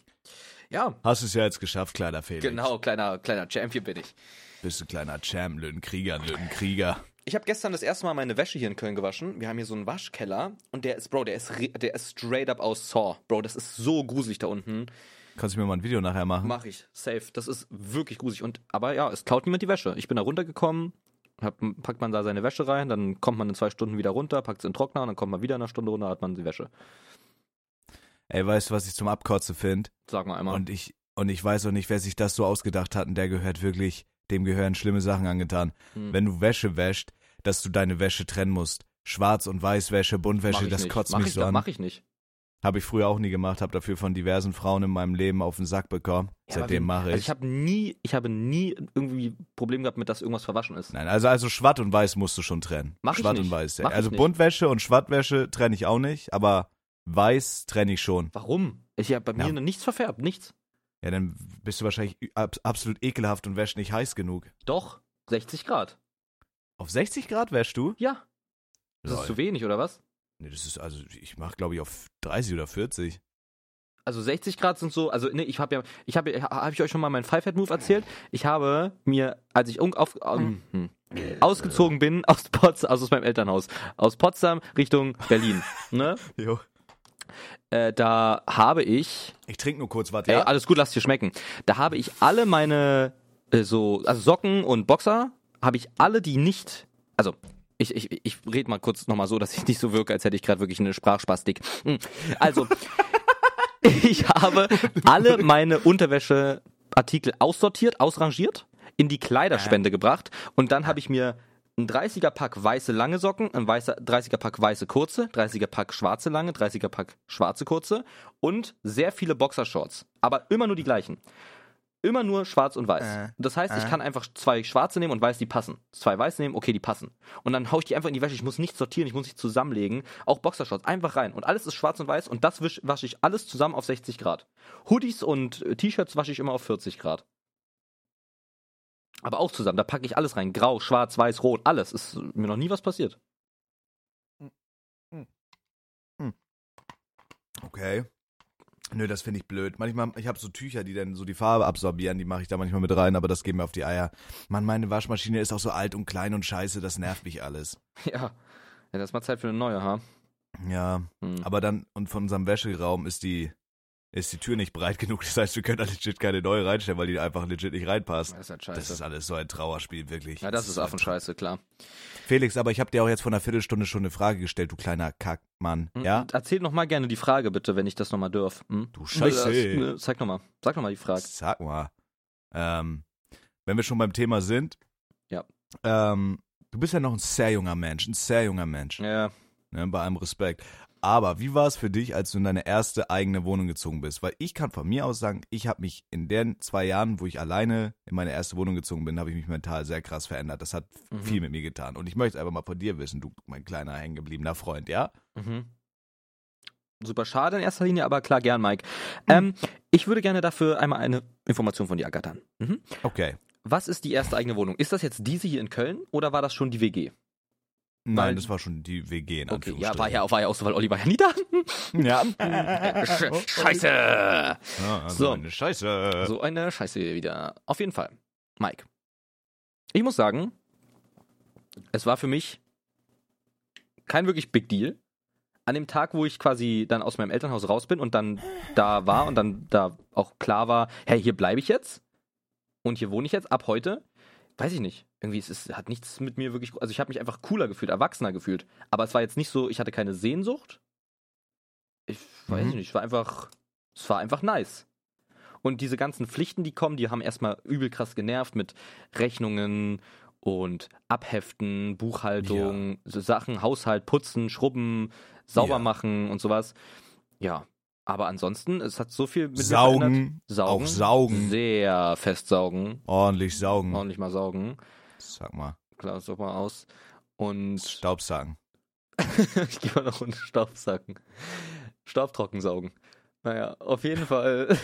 [SPEAKER 1] Ja,
[SPEAKER 2] Hast es ja jetzt geschafft, kleiner Felix.
[SPEAKER 1] genau, kleiner, kleiner Champion bin ich.
[SPEAKER 2] Bist du kleiner Champ, Löwenkrieger, Löwenkrieger.
[SPEAKER 1] Ich habe gestern das erste Mal meine Wäsche hier in Köln gewaschen. Wir haben hier so einen Waschkeller und der ist, Bro, der ist, ri- der ist straight up aus Saw. Bro, das ist so gruselig da unten.
[SPEAKER 2] Kannst du mir mal ein Video nachher machen?
[SPEAKER 1] Mach ich. Safe. Das ist wirklich gruselig. Und, aber ja, es klaut niemand die Wäsche. Ich bin da runtergekommen, hab, packt man da seine Wäsche rein, dann kommt man in zwei Stunden wieder runter, packt es in den Trockner und dann kommt man wieder in einer Stunde runter, hat man die Wäsche.
[SPEAKER 2] Ey, weißt du, was ich zum Abkotzen finde?
[SPEAKER 1] Sag mal einmal.
[SPEAKER 2] Und ich, und ich weiß auch nicht, wer sich das so ausgedacht hat und der gehört wirklich, dem gehören schlimme Sachen angetan.
[SPEAKER 1] Hm.
[SPEAKER 2] Wenn du Wäsche wäscht, dass du deine Wäsche trennen musst. Schwarz- und Weißwäsche,
[SPEAKER 1] Mach
[SPEAKER 2] Buntwäsche,
[SPEAKER 1] ich
[SPEAKER 2] das
[SPEAKER 1] nicht.
[SPEAKER 2] kotzt
[SPEAKER 1] mach
[SPEAKER 2] mich
[SPEAKER 1] ich
[SPEAKER 2] so
[SPEAKER 1] doch-
[SPEAKER 2] an.
[SPEAKER 1] Mach ich nicht.
[SPEAKER 2] Habe ich früher auch nie gemacht, habe dafür von diversen Frauen in meinem Leben auf den Sack bekommen.
[SPEAKER 1] Ja, aber
[SPEAKER 2] Seitdem
[SPEAKER 1] wenn-
[SPEAKER 2] mache ich.
[SPEAKER 1] Also ich habe nie, ich habe nie irgendwie Problem gehabt mit, dass irgendwas verwaschen ist.
[SPEAKER 2] Nein, also, also Schwatt und Weiß musst du schon trennen.
[SPEAKER 1] Mach ich
[SPEAKER 2] Schwatt
[SPEAKER 1] nicht.
[SPEAKER 2] und Weiß. Ja.
[SPEAKER 1] Mach ich
[SPEAKER 2] Also
[SPEAKER 1] nicht.
[SPEAKER 2] Buntwäsche und Schwattwäsche trenne ich auch nicht, aber Weiß trenne ich schon.
[SPEAKER 1] Warum? Ich habe bei
[SPEAKER 2] Ja.
[SPEAKER 1] mir noch nichts verfärbt, nichts.
[SPEAKER 2] Ja, dann bist du wahrscheinlich ab, absolut ekelhaft und wäschst nicht heiß genug.
[SPEAKER 1] Doch, 60 Grad.
[SPEAKER 2] Auf 60 Grad wäschst du?
[SPEAKER 1] Ja, das
[SPEAKER 2] Lol.
[SPEAKER 1] ist zu wenig, oder was?
[SPEAKER 2] Nee, das ist also, ich mache glaube ich auf 30 oder 40.
[SPEAKER 1] Also 60 Grad sind so, also ne, ich habe ja, ich habe, ja- habe ich euch schon mal meinen Five Head Move erzählt? Ich habe mir, als ich un- auf, ähm, hm,
[SPEAKER 2] Äh.
[SPEAKER 1] ausgezogen bin aus Potsdam, also aus meinem Elternhaus, aus Potsdam Richtung Berlin, ne?
[SPEAKER 2] Jo.
[SPEAKER 1] Äh, da habe ich,
[SPEAKER 2] Ich trinke nur kurz, warte.
[SPEAKER 1] ey,
[SPEAKER 2] Ja?
[SPEAKER 1] alles gut, lass dir schmecken. Da habe ich alle meine äh, so, also Socken und Boxer, habe ich alle, die nicht, also ich, ich, ich rede mal kurz nochmal so, dass ich nicht so wirke, als hätte ich gerade wirklich eine Sprachspastik. Hm. Also, ich habe alle meine Unterwäscheartikel aussortiert, ausrangiert, in die Kleiderspende gebracht und dann habe ich mir ein 30er Pack weiße lange Socken, ein weißer 30er Pack weiße kurze, 30er Pack schwarze lange, 30er Pack schwarze kurze und sehr viele Boxershorts, aber immer nur die gleichen. Immer nur schwarz und weiß.
[SPEAKER 2] Äh,
[SPEAKER 1] Das heißt, ich
[SPEAKER 2] äh.
[SPEAKER 1] kann einfach zwei schwarze nehmen und weiß, die passen. Zwei weiß nehmen, okay, die passen. Und dann hau ich die einfach in die Wäsche. Ich muss nicht sortieren, ich muss nicht zusammenlegen. Auch Boxershorts, einfach rein. Und alles ist schwarz und weiß und das wisch- wasche ich alles zusammen auf 60 Grad. Hoodies und äh, T-Shirts wasche ich immer auf 40 Grad. Aber auch zusammen, da packe ich alles rein. Grau, schwarz, weiß, rot, alles. Ist mir noch nie was passiert.
[SPEAKER 2] Okay. Nö, das finde ich blöd. Manchmal, ich habe so Tücher, die dann so die Farbe absorbieren, die mache ich da manchmal mit rein, aber das geht mir auf die Eier. Mann, meine Waschmaschine ist auch so alt und klein und scheiße, das nervt mich alles.
[SPEAKER 1] Ja. ja das ist mal Zeit für eine neue, ha?
[SPEAKER 2] Ja,
[SPEAKER 1] Hm.
[SPEAKER 2] Aber dann, und von unserem Wäscheraum ist die, ist die Tür nicht breit genug. Das heißt, wir können da legit keine neue reinstellen, weil die einfach legit nicht reinpasst.
[SPEAKER 1] das ist halt
[SPEAKER 2] Das ist
[SPEAKER 1] scheiße.
[SPEAKER 2] alles so ein Trauerspiel, wirklich.
[SPEAKER 1] Ja, das ist
[SPEAKER 2] so ein
[SPEAKER 1] Affenscheiße, klar.
[SPEAKER 2] Tra- Felix, aber ich habe dir auch jetzt vor einer Viertelstunde schon eine Frage gestellt, du kleiner Kackmann.
[SPEAKER 1] Hm,
[SPEAKER 2] Ja?
[SPEAKER 1] Erzähl noch mal gerne die Frage, bitte, wenn ich das noch mal dürf. Hm?
[SPEAKER 2] Du Scheiße.
[SPEAKER 1] Äh, ne, Zeig noch mal. Sag noch mal die Frage.
[SPEAKER 2] Sag mal. Ähm, wenn wir schon beim Thema sind.
[SPEAKER 1] Ja.
[SPEAKER 2] Ähm, du bist ja noch ein sehr junger Mensch, ein sehr junger Mensch.
[SPEAKER 1] Ja,
[SPEAKER 2] Ne, bei allem Respekt. Aber wie war es für dich, als du in deine erste eigene Wohnung gezogen bist? Weil ich kann von mir aus sagen, ich habe mich in den zwei Jahren, wo ich alleine in meine erste Wohnung gezogen bin, habe ich mich mental sehr krass verändert. Das hat
[SPEAKER 1] Mhm.
[SPEAKER 2] viel mit mir getan. Und ich möchte einfach mal von dir wissen, du mein kleiner hängengebliebener Freund, ja?
[SPEAKER 1] Mhm. Super schade in erster Linie, aber klar, gern, Mike.
[SPEAKER 2] Mhm.
[SPEAKER 1] Ähm, ich würde gerne dafür einmal eine Information von dir ergattern. Mhm.
[SPEAKER 2] Okay.
[SPEAKER 1] Was ist die erste eigene Wohnung? Ist das jetzt diese hier in Köln oder war das schon die WG?
[SPEAKER 2] Nein,
[SPEAKER 1] Weil-
[SPEAKER 2] das war schon die WG
[SPEAKER 1] Okay,
[SPEAKER 2] in
[SPEAKER 1] ja,
[SPEAKER 2] Anführungsstrichen.
[SPEAKER 1] war ja, war ja auch so, weil Olli war ja nie da.
[SPEAKER 2] Ja. Oh,
[SPEAKER 1] Sch Scheiße!
[SPEAKER 2] Ja, also
[SPEAKER 1] So.
[SPEAKER 2] eine Scheiße.
[SPEAKER 1] So eine Scheiße wieder. Auf jeden Fall. Mike. Ich muss sagen, es war für mich kein wirklich Big Deal. An dem Tag, wo ich quasi dann aus meinem Elternhaus raus bin und dann da war und dann da auch klar war, hey, hier bleibe ich jetzt und hier wohne ich jetzt ab heute, weiß ich nicht. Irgendwie es ist, hat nichts mit mir wirklich, also ich habe mich einfach cooler gefühlt, erwachsener gefühlt. Aber es war jetzt nicht so, ich hatte keine Sehnsucht. Ich weiß
[SPEAKER 2] Mhm.
[SPEAKER 1] nicht, es war einfach, es war einfach nice. Und diese ganzen Pflichten, die kommen, die haben erstmal übel krass genervt mit Rechnungen und Abheften, Buchhaltung, so Sachen, Haushalt, Putzen, Schrubben, sauber
[SPEAKER 2] Ja.
[SPEAKER 1] machen und sowas. Ja, aber ansonsten, es hat so viel mit mir verändert. Saugen. Mhm.
[SPEAKER 2] Saugen, Auch saugen. Mhm.
[SPEAKER 1] Sehr fest saugen.
[SPEAKER 2] Ordentlich saugen.
[SPEAKER 1] Ordentlich mal saugen.
[SPEAKER 2] Sag mal.
[SPEAKER 1] Klar, das doch mal aus. Und
[SPEAKER 2] Staubsaugen.
[SPEAKER 1] ich gehe mal noch unter Staubsacken. Staubtrocken saugen. Naja, auf jeden Fall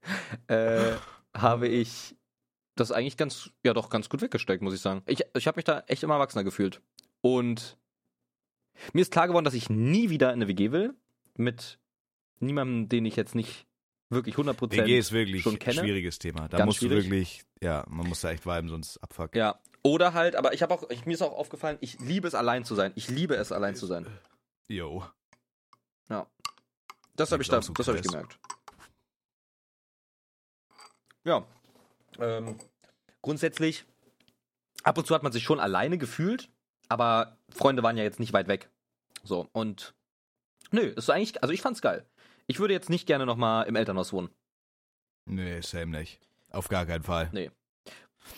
[SPEAKER 1] äh, habe ich das eigentlich ganz, ja doch, ganz gut weggesteckt, muss ich sagen. Ich, ich habe mich da echt immer erwachsener gefühlt. Und mir ist klar geworden, dass ich nie wieder in eine WG will. Mit niemandem, den ich jetzt nicht wirklich 100%
[SPEAKER 2] WG ist wirklich
[SPEAKER 1] schon
[SPEAKER 2] ein
[SPEAKER 1] kenne.
[SPEAKER 2] schwieriges Thema. Da
[SPEAKER 1] Ganz
[SPEAKER 2] musst
[SPEAKER 1] schwierig.
[SPEAKER 2] du wirklich, ja, man muss da echt viben, sonst abfuck.
[SPEAKER 1] Ja. Oder halt, aber ich habe auch, ich, mir ist auch aufgefallen, ich liebe es allein zu sein. Ich liebe es allein zu sein.
[SPEAKER 2] Yo.
[SPEAKER 1] Das habe ich,
[SPEAKER 2] Klingt
[SPEAKER 1] da,
[SPEAKER 2] auch so
[SPEAKER 1] das hab ich
[SPEAKER 2] krass.
[SPEAKER 1] gemerkt. Ja. Ähm, grundsätzlich, ab und zu hat man sich schon alleine gefühlt, aber Freunde waren ja jetzt nicht weit weg. So, und nö, ist eigentlich, also ich fand's geil. Ich würde jetzt nicht gerne nochmal im Elternhaus wohnen.
[SPEAKER 2] Nee, same nicht. Auf gar keinen Fall.
[SPEAKER 1] Nee.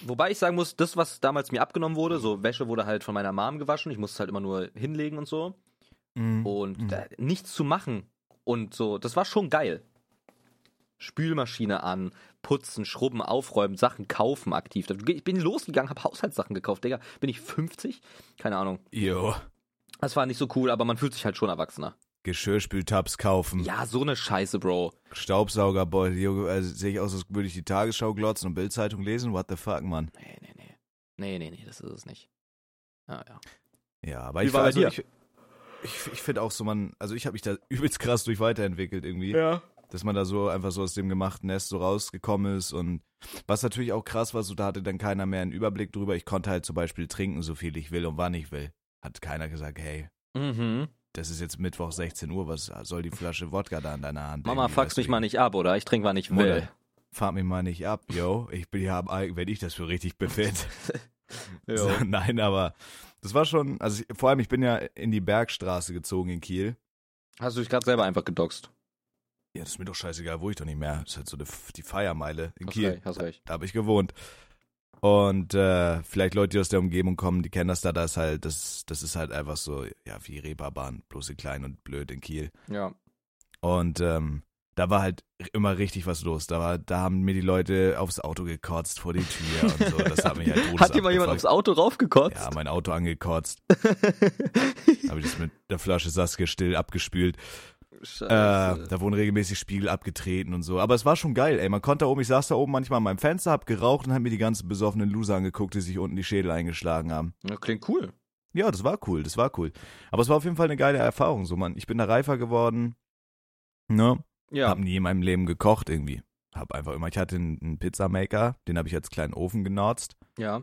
[SPEAKER 1] Wobei ich sagen muss, das, was damals mir abgenommen wurde, so Wäsche wurde halt von meiner Mom gewaschen, ich musste es halt immer nur hinlegen und so.
[SPEAKER 2] Mhm.
[SPEAKER 1] und
[SPEAKER 2] Mhm.
[SPEAKER 1] da, nichts zu machen und so, das war schon geil. Spülmaschine an, putzen, schrubben, aufräumen, Sachen kaufen aktiv. Ich bin losgegangen, habe Haushaltssachen gekauft, Digga. Bin ich 50? Keine Ahnung.
[SPEAKER 2] Yo.
[SPEAKER 1] Das war nicht so cool, aber man fühlt sich halt schon erwachsener.
[SPEAKER 2] Geschirrspültabs kaufen.
[SPEAKER 1] Ja, so eine Scheiße, Bro.
[SPEAKER 2] Staubsaugerbeutel. Yo, also, sehe ich aus, als würde ich die Tagesschau glotzen und Bildzeitung lesen? What the fuck, Mann?
[SPEAKER 1] Nee, nee, nee. Nee, nee, nee, das ist es nicht. Ah, ja.
[SPEAKER 2] Ja, aber
[SPEAKER 1] Wie
[SPEAKER 2] ich
[SPEAKER 1] war bei
[SPEAKER 2] also,
[SPEAKER 1] dir?
[SPEAKER 2] Ich, ich, ich finde auch so, man, also ich habe mich da übelst krass durch weiterentwickelt irgendwie.
[SPEAKER 1] Ja.
[SPEAKER 2] dass man da so einfach so aus dem gemachten Nest so rausgekommen ist und was natürlich auch krass war, so da hatte dann keiner mehr einen Überblick drüber. Ich konnte halt zum Beispiel trinken, so viel ich will und wann ich will. Hat keiner gesagt, hey,
[SPEAKER 1] Mhm.
[SPEAKER 2] das ist jetzt Mittwoch 16 Uhr, was soll die Flasche Wodka da in deiner Hand?
[SPEAKER 1] Mama,
[SPEAKER 2] irgendwie,
[SPEAKER 1] fucks
[SPEAKER 2] weißt du?
[SPEAKER 1] mich mal nicht ab, oder? Ich trinke, wann ich
[SPEAKER 2] Mutter,
[SPEAKER 1] will.
[SPEAKER 2] Fahr mich mal nicht ab, yo. Ich bin ja am Eigen, wenn ich das für richtig befinde. So,
[SPEAKER 1] Ja.
[SPEAKER 2] nein, aber das war schon, also ich, vor allem, ich bin ja in die Bergstraße gezogen in Kiel.
[SPEAKER 1] Hast du dich gerade selber einfach gedoxt?
[SPEAKER 2] Ja, das ist mir doch scheißegal, wo ich doch nicht mehr. Das ist halt so eine, F- die Feiermeile in
[SPEAKER 1] Hast
[SPEAKER 2] Kiel.
[SPEAKER 1] recht, hast recht.
[SPEAKER 2] da habe ich gewohnt. Und äh, vielleicht Leute, die aus der Umgebung kommen, die kennen das da, das ist halt, das, das ist halt einfach so, ja, wie Reeperbahn, bloß in klein und blöd in Kiel.
[SPEAKER 1] Ja.
[SPEAKER 2] Und ähm, da war halt immer richtig was los. Da war, da haben mir die Leute aufs Auto gekotzt vor die Tür und so. Das hat mich halt todes
[SPEAKER 1] Hat dir mal jemand aufs
[SPEAKER 2] abgefuckt.
[SPEAKER 1] Auto raufgekotzt?
[SPEAKER 2] Ja, mein Auto angekotzt. habe ich das mit der Flasche Saskia still abgespült. Äh,
[SPEAKER 1] Scheiße.
[SPEAKER 2] da wurden regelmäßig Spiegel abgetreten und so. Aber es war schon geil, ey. Man konnte da oben, ich saß da oben manchmal an meinem Fenster, hab geraucht und hab mir die ganzen besoffenen Loser angeguckt, die sich unten die Schädel eingeschlagen haben.
[SPEAKER 1] Äh, Ja, klingt cool.
[SPEAKER 2] Ja, das war cool, das war cool. Aber es war auf jeden Fall eine geile Erfahrung, so, Mann. Ich bin da reifer geworden. Ne?
[SPEAKER 1] Ja.
[SPEAKER 2] Hab nie in meinem Leben gekocht irgendwie. Hab einfach immer, ich hatte einen, einen Pizzamaker, den habe ich als kleinen Ofen genotzt.
[SPEAKER 1] Ja.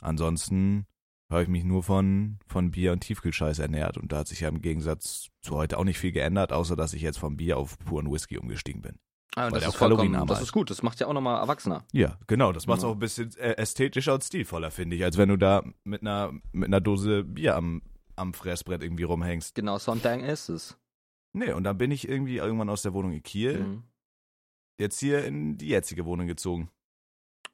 [SPEAKER 2] Ansonsten habe ich mich nur von, von Bier und Tiefkühlscheiß ernährt und da hat sich ja im Gegensatz zu heute auch nicht viel geändert, außer dass ich jetzt vom Bier auf puren Whisky umgestiegen bin.
[SPEAKER 1] Ah, und
[SPEAKER 2] Weil
[SPEAKER 1] das
[SPEAKER 2] der
[SPEAKER 1] ist
[SPEAKER 2] auch
[SPEAKER 1] vollkommen,
[SPEAKER 2] kalorienarm
[SPEAKER 1] das
[SPEAKER 2] ist.
[SPEAKER 1] ist gut. Das macht ja auch nochmal Erwachsener.
[SPEAKER 2] Ja, genau. Das macht es
[SPEAKER 1] Ja.
[SPEAKER 2] auch ein bisschen äh, ästhetischer und stilvoller, finde ich, als wenn du da mit einer, mit einer Dose Bier am, am Fressbrett irgendwie rumhängst.
[SPEAKER 1] Genau, Sondang ist es.
[SPEAKER 2] Nee, und dann bin ich irgendwie irgendwann aus der Wohnung in Kiel
[SPEAKER 1] Mhm.
[SPEAKER 2] jetzt hier in die jetzige Wohnung gezogen.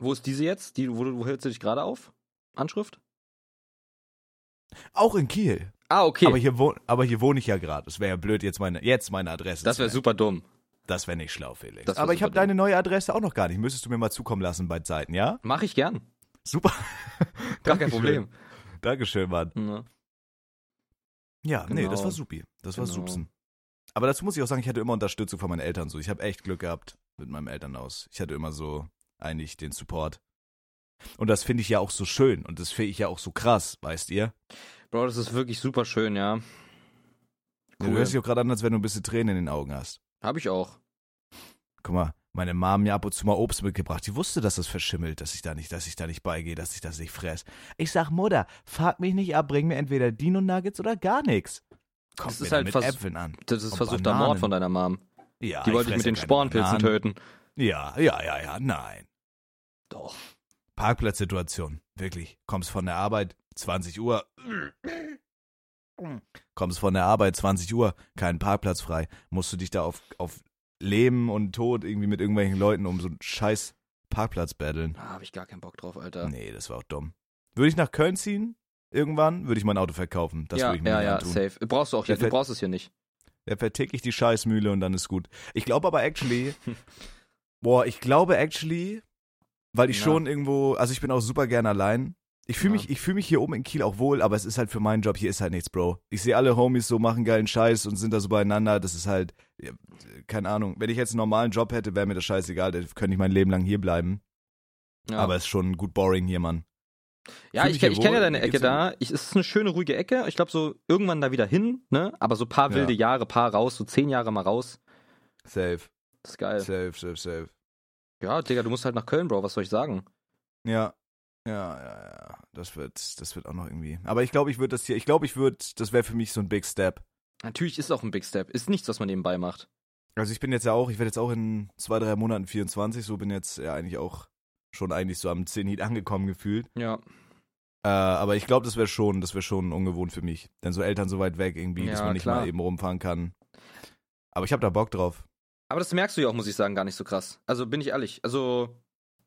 [SPEAKER 1] Wo ist diese jetzt? Die, wo, du- wo hältst du dich gerade auf? Anschrift?
[SPEAKER 2] Auch in Kiel.
[SPEAKER 1] Ah, okay.
[SPEAKER 2] Aber, hier wohn, aber hier wohne ich ja gerade. Es wäre ja blöd, jetzt meine, jetzt meine Adresse
[SPEAKER 1] das
[SPEAKER 2] zu
[SPEAKER 1] wäre
[SPEAKER 2] nennen.
[SPEAKER 1] super dumm.
[SPEAKER 2] Das wäre nicht schlau, Felix.
[SPEAKER 1] Das wär
[SPEAKER 2] aber ich
[SPEAKER 1] super
[SPEAKER 2] habe deine neue Adresse auch noch gar nicht. Müsstest du mir mal zukommen lassen bei Zeiten, ja?
[SPEAKER 1] Mache ich gern.
[SPEAKER 2] Super.
[SPEAKER 1] Gar
[SPEAKER 2] Dankeschön.
[SPEAKER 1] kein Problem. Ne?
[SPEAKER 2] Dankeschön, Mann.
[SPEAKER 1] Ja.
[SPEAKER 2] Ja, nee,
[SPEAKER 1] Genau.
[SPEAKER 2] das war supi. Das war
[SPEAKER 1] Genau.
[SPEAKER 2] Supsen. Aber dazu muss ich auch sagen, ich hatte immer Unterstützung von meinen Eltern so. Ich habe echt Glück gehabt mit meinem Elternhaus. Ich hatte immer so eigentlich den Support. Und das finde ich ja auch so schön und das finde ich ja auch so krass, weißt ihr?
[SPEAKER 1] Bro, das ist wirklich super schön, ja.
[SPEAKER 2] Du
[SPEAKER 1] Cool.
[SPEAKER 2] hörst dich auch gerade an, als wenn du ein bisschen Tränen in den Augen hast.
[SPEAKER 1] Hab ich auch.
[SPEAKER 2] Guck mal, meine Mom hat mir ab und zu mal Obst mitgebracht. Die wusste, dass das verschimmelt, dass ich da nicht, dass ich da nicht beigehe, dass ich das nicht fress. Ich sag, Mutter, frag mich nicht ab, bring mir entweder Dino Nuggets oder gar nichts. Kommt
[SPEAKER 1] Das
[SPEAKER 2] mir
[SPEAKER 1] ist
[SPEAKER 2] dann
[SPEAKER 1] halt
[SPEAKER 2] mit
[SPEAKER 1] vers-
[SPEAKER 2] Äpfeln an.
[SPEAKER 1] Das ist
[SPEAKER 2] Und
[SPEAKER 1] versuchter
[SPEAKER 2] Bananen.
[SPEAKER 1] Mord von deiner Mom.
[SPEAKER 2] Ja,
[SPEAKER 1] Die wollte ich
[SPEAKER 2] ich
[SPEAKER 1] mit
[SPEAKER 2] fress ja
[SPEAKER 1] den
[SPEAKER 2] keine
[SPEAKER 1] Spornpilzen
[SPEAKER 2] Bananen.
[SPEAKER 1] töten.
[SPEAKER 2] Ja, ja, ja, ja, nein.
[SPEAKER 1] Doch.
[SPEAKER 2] Parkplatzsituation, wirklich. Kommst von der Arbeit, 20 Uhr. Kommst von der Arbeit, 20 Uhr, kein Parkplatz frei. Musst du dich da auf, auf Leben und Tod irgendwie mit irgendwelchen Leuten um so einen scheiß Parkplatz battlen.
[SPEAKER 1] Da hab ich gar keinen Bock drauf, Alter.
[SPEAKER 2] Nee, das war auch dumm. Würde ich nach Köln ziehen, irgendwann, würde ich mein Auto verkaufen. Das
[SPEAKER 1] ja,
[SPEAKER 2] würde ich mir
[SPEAKER 1] ja,
[SPEAKER 2] nicht
[SPEAKER 1] ja,
[SPEAKER 2] antun.
[SPEAKER 1] safe. Brauchst du auch
[SPEAKER 2] Der
[SPEAKER 1] hier, du
[SPEAKER 2] fährt-
[SPEAKER 1] brauchst es hier nicht.
[SPEAKER 2] Da vertick ich die Scheißmühle und dann ist gut. Ich glaube aber actually, boah, ich glaube actually, weil ich
[SPEAKER 1] Ja.
[SPEAKER 2] schon irgendwo, also ich bin auch super gern allein. Ich fühle
[SPEAKER 1] Ja.
[SPEAKER 2] mich, ich fühle mich hier oben in Kiel auch wohl, aber es ist halt für meinen Job hier ist halt nichts, Bro. Ich sehe alle Homies so machen geilen Scheiß und sind da so beieinander. Das ist halt, ja, keine Ahnung. Wenn ich jetzt einen normalen Job hätte, wäre mir das scheißegal. Dann könnte ich mein Leben lang hier bleiben.
[SPEAKER 1] Ja,
[SPEAKER 2] Aber es ist schon gut boring hier, Mann.
[SPEAKER 1] ja
[SPEAKER 2] fühl
[SPEAKER 1] ich, kenn-
[SPEAKER 2] mich hier
[SPEAKER 1] ich kenne
[SPEAKER 2] wohl,
[SPEAKER 1] ja deine
[SPEAKER 2] mir
[SPEAKER 1] Ecke
[SPEAKER 2] geht's
[SPEAKER 1] da. Ich, es ist eine schöne, ruhige Ecke. Ich glaube, so irgendwann da wieder hin, ne? Aber so paar
[SPEAKER 2] Ja.
[SPEAKER 1] wilde Jahre, paar raus, so zehn Jahre mal raus.
[SPEAKER 2] Safe,
[SPEAKER 1] Das ist geil.
[SPEAKER 2] safe, safe, safe.
[SPEAKER 1] Ja, Digga, du musst halt nach Köln, Bro, was soll ich sagen?
[SPEAKER 2] Ja. Ja, ja, ja. Das wird, das wird auch noch irgendwie. Aber ich glaube, ich würde das hier, ich glaube, ich würde, das wäre für mich so ein Big Step.
[SPEAKER 1] Natürlich ist auch ein Big Step. Ist nichts, was man nebenbei macht.
[SPEAKER 2] Also ich bin jetzt ja auch, ich werde jetzt auch in zwei, drei Monaten 24, so bin jetzt ja eigentlich auch schon eigentlich so am Zenit angekommen gefühlt.
[SPEAKER 1] Ja,
[SPEAKER 2] Äh, aber ich glaube, das wäre schon, das wäre schon ungewohnt für mich. Denn so Eltern so weit weg irgendwie, dass
[SPEAKER 1] Ja,
[SPEAKER 2] man nicht
[SPEAKER 1] klar.
[SPEAKER 2] mal eben rumfahren kann. Aber ich habe da Bock drauf.
[SPEAKER 1] Aber das merkst du ja auch, muss ich sagen, gar nicht so krass. Also bin ich ehrlich. Also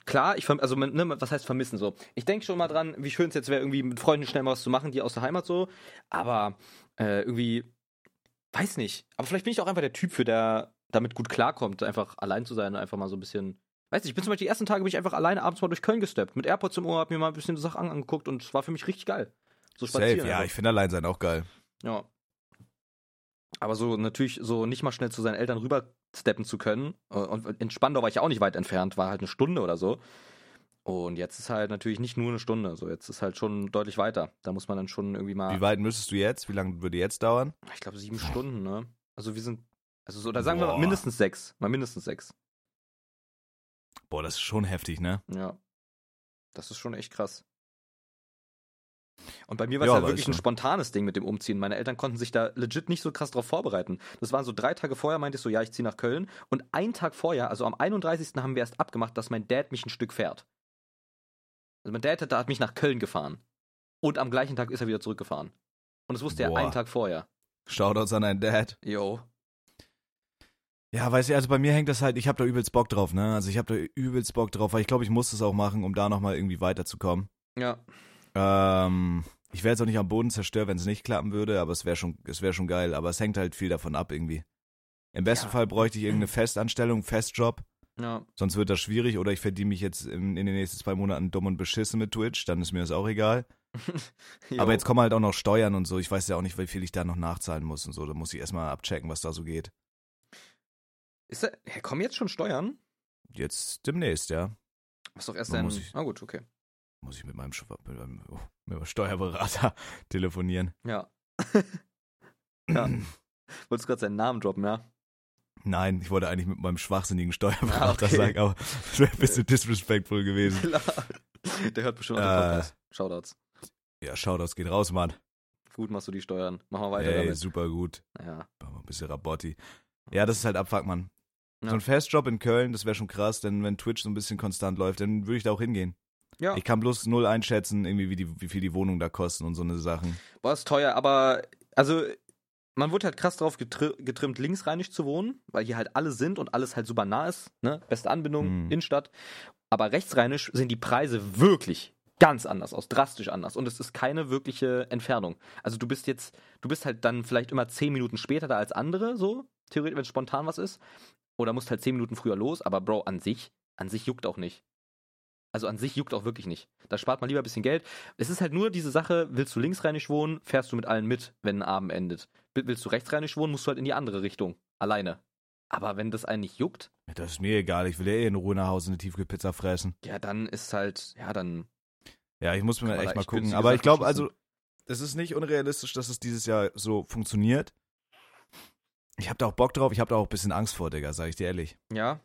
[SPEAKER 1] klar, ich verm- also ne, was heißt vermissen so? Ich denke schon mal dran, wie schön es jetzt wäre, irgendwie mit Freunden schnell mal was zu machen, die aus der Heimat so. Aber äh, irgendwie weiß nicht. Aber vielleicht bin ich auch einfach der Typ, für der damit gut klarkommt, einfach allein zu sein und einfach mal so ein bisschen. Weiß nicht, ich bin zum Beispiel die ersten Tage bin ich einfach alleine abends mal durch Köln gesteppt. Mit AirPods im Ohr, hab mir mal ein bisschen die Sachen angeguckt und es war für mich richtig geil. So spazieren. also.
[SPEAKER 2] Safe, ja,
[SPEAKER 1] einfach.
[SPEAKER 2] ich finde allein sein auch geil.
[SPEAKER 1] Ja. Aber so natürlich so nicht mal schnell zu seinen Eltern rübersteppen zu können. äh, Und in Spandau war ich ja auch nicht weit entfernt, war halt eine Stunde oder so. Und jetzt ist halt natürlich nicht nur eine Stunde, so jetzt ist halt schon deutlich weiter. Da muss man dann schon irgendwie mal,
[SPEAKER 2] Wie weit müsstest du jetzt? Wie lange würde jetzt dauern?
[SPEAKER 1] ich glaube sieben Stunden, ne? Also wir sind, also so, oder sagen wir mal
[SPEAKER 2] Boah.
[SPEAKER 1] mindestens sechs, mal mindestens sechs.
[SPEAKER 2] Boah, das ist schon heftig, ne?
[SPEAKER 1] Ja. Das ist schon echt krass. Und bei mir war
[SPEAKER 2] Ja,
[SPEAKER 1] es halt
[SPEAKER 2] aber
[SPEAKER 1] wirklich
[SPEAKER 2] ist
[SPEAKER 1] ein
[SPEAKER 2] so.
[SPEAKER 1] spontanes Ding mit dem Umziehen. Meine Eltern konnten sich da legit nicht so krass drauf vorbereiten. Das waren so drei Tage vorher, meinte ich so, ja, ich ziehe nach Köln. Und einen Tag vorher, also am 31. haben wir erst abgemacht, dass mein Dad mich ein Stück fährt. Also mein Dad hat, hat mich nach Köln gefahren. Und am gleichen Tag ist er wieder zurückgefahren. Und das wusste
[SPEAKER 2] Boah.
[SPEAKER 1] er einen Tag vorher.
[SPEAKER 2] Shoutouts an deinen Dad.
[SPEAKER 1] Yo.
[SPEAKER 2] Ja, weiß ich, also bei mir hängt das halt, ich habe da übelst Bock drauf, ne? Also ich habe da übelst Bock drauf, weil ich glaube, ich muss das auch machen, um da nochmal irgendwie weiterzukommen.
[SPEAKER 1] Ja.
[SPEAKER 2] Ähm, ich wäre jetzt auch nicht am Boden zerstört, wenn es nicht klappen würde, aber es wäre schon, es wäre schon geil, aber es hängt halt viel davon ab irgendwie. Im besten
[SPEAKER 1] Ja.
[SPEAKER 2] Fall bräuchte ich irgendeine Festanstellung, Festjob,
[SPEAKER 1] Ja.
[SPEAKER 2] sonst wird das schwierig oder ich verdiene mich jetzt in, in den nächsten zwei Monaten dumm und beschissen mit Twitch, dann ist mir das auch egal.
[SPEAKER 1] Yo.
[SPEAKER 2] Aber jetzt kommen halt auch noch Steuern und so, ich weiß ja auch nicht, wie viel ich da noch nachzahlen muss und so, da muss ich erstmal abchecken, was da so geht.
[SPEAKER 1] Ist er, hä, kommen jetzt schon Steuern?
[SPEAKER 2] Jetzt demnächst, ja.
[SPEAKER 1] Was doch erst
[SPEAKER 2] Man
[SPEAKER 1] dann.
[SPEAKER 2] muss sich-
[SPEAKER 1] Ah, gut, okay.
[SPEAKER 2] muss ich mit meinem, Schw- mit meinem, oh, mit meinem Steuerberater telefonieren.
[SPEAKER 1] Ja. ja. Wolltest gerade seinen Namen droppen, ja?
[SPEAKER 2] Nein, ich wollte eigentlich mit meinem schwachsinnigen Steuerberater
[SPEAKER 1] Ah, okay.
[SPEAKER 2] sagen, aber das wäre ein bisschen disrespectful gewesen.
[SPEAKER 1] Der hört bestimmt auch den
[SPEAKER 2] Äh.
[SPEAKER 1] Podcast. Shoutouts.
[SPEAKER 2] Ja, Shoutouts geht raus, Mann.
[SPEAKER 1] Gut machst du die Steuern. Mach mal weiter
[SPEAKER 2] Ey,
[SPEAKER 1] damit.
[SPEAKER 2] super gut.
[SPEAKER 1] Ja.
[SPEAKER 2] Machen wir ein bisschen Rabotti. Ja, das ist halt Abfuck, Mann. So
[SPEAKER 1] Ja.
[SPEAKER 2] ein Festjob in Köln, das wäre schon krass, denn wenn Twitch so ein bisschen konstant läuft, dann würde ich da auch hingehen.
[SPEAKER 1] Ja.
[SPEAKER 2] Ich kann bloß null einschätzen, irgendwie wie, die, wie viel die Wohnung da kosten und so eine Sachen.
[SPEAKER 1] Boah, ist teuer, aber also man wurde halt krass drauf getri getrimmt, linksrheinisch zu wohnen, weil hier halt alle sind und alles halt super nah ist. Ne? Beste Anbindung,
[SPEAKER 2] Hm.
[SPEAKER 1] Innenstadt. Aber rechtsrheinisch sind die Preise wirklich, ganz anders aus, drastisch anders. Und es ist keine wirkliche Entfernung. Also du bist jetzt, du bist halt dann vielleicht immer zehn Minuten später da als andere, so, theoretisch, wenn spontan was ist. Oder musst halt zehn Minuten früher los, aber Bro, an sich, an sich juckt auch nicht. Also an sich juckt auch wirklich nicht. Da spart man lieber ein bisschen Geld. Es ist halt nur diese Sache, willst du linksrheinisch wohnen, fährst du mit allen mit, wenn ein Abend endet. Will- Willst du rechtsrheinisch wohnen, musst du halt in die andere Richtung. Alleine. Aber wenn das einen nicht juckt,
[SPEAKER 2] Das ist mir egal, ich will ja eh in Ruhe nach Hause eine Tiefkühlpizza fressen.
[SPEAKER 1] ja, dann ist halt, ja, dann.
[SPEAKER 2] Ja, ich muss
[SPEAKER 1] Kann
[SPEAKER 2] mir
[SPEAKER 1] man
[SPEAKER 2] echt
[SPEAKER 1] da
[SPEAKER 2] mal
[SPEAKER 1] echt
[SPEAKER 2] gucken.
[SPEAKER 1] günstige
[SPEAKER 2] Aber ich
[SPEAKER 1] Sachen
[SPEAKER 2] glaube,
[SPEAKER 1] schießen.
[SPEAKER 2] also, es ist nicht unrealistisch, dass es dieses Jahr so funktioniert. Ich habe da auch Bock drauf, ich habe da auch ein bisschen Angst vor, Digga, sag ich dir ehrlich.
[SPEAKER 1] Ja. Ja,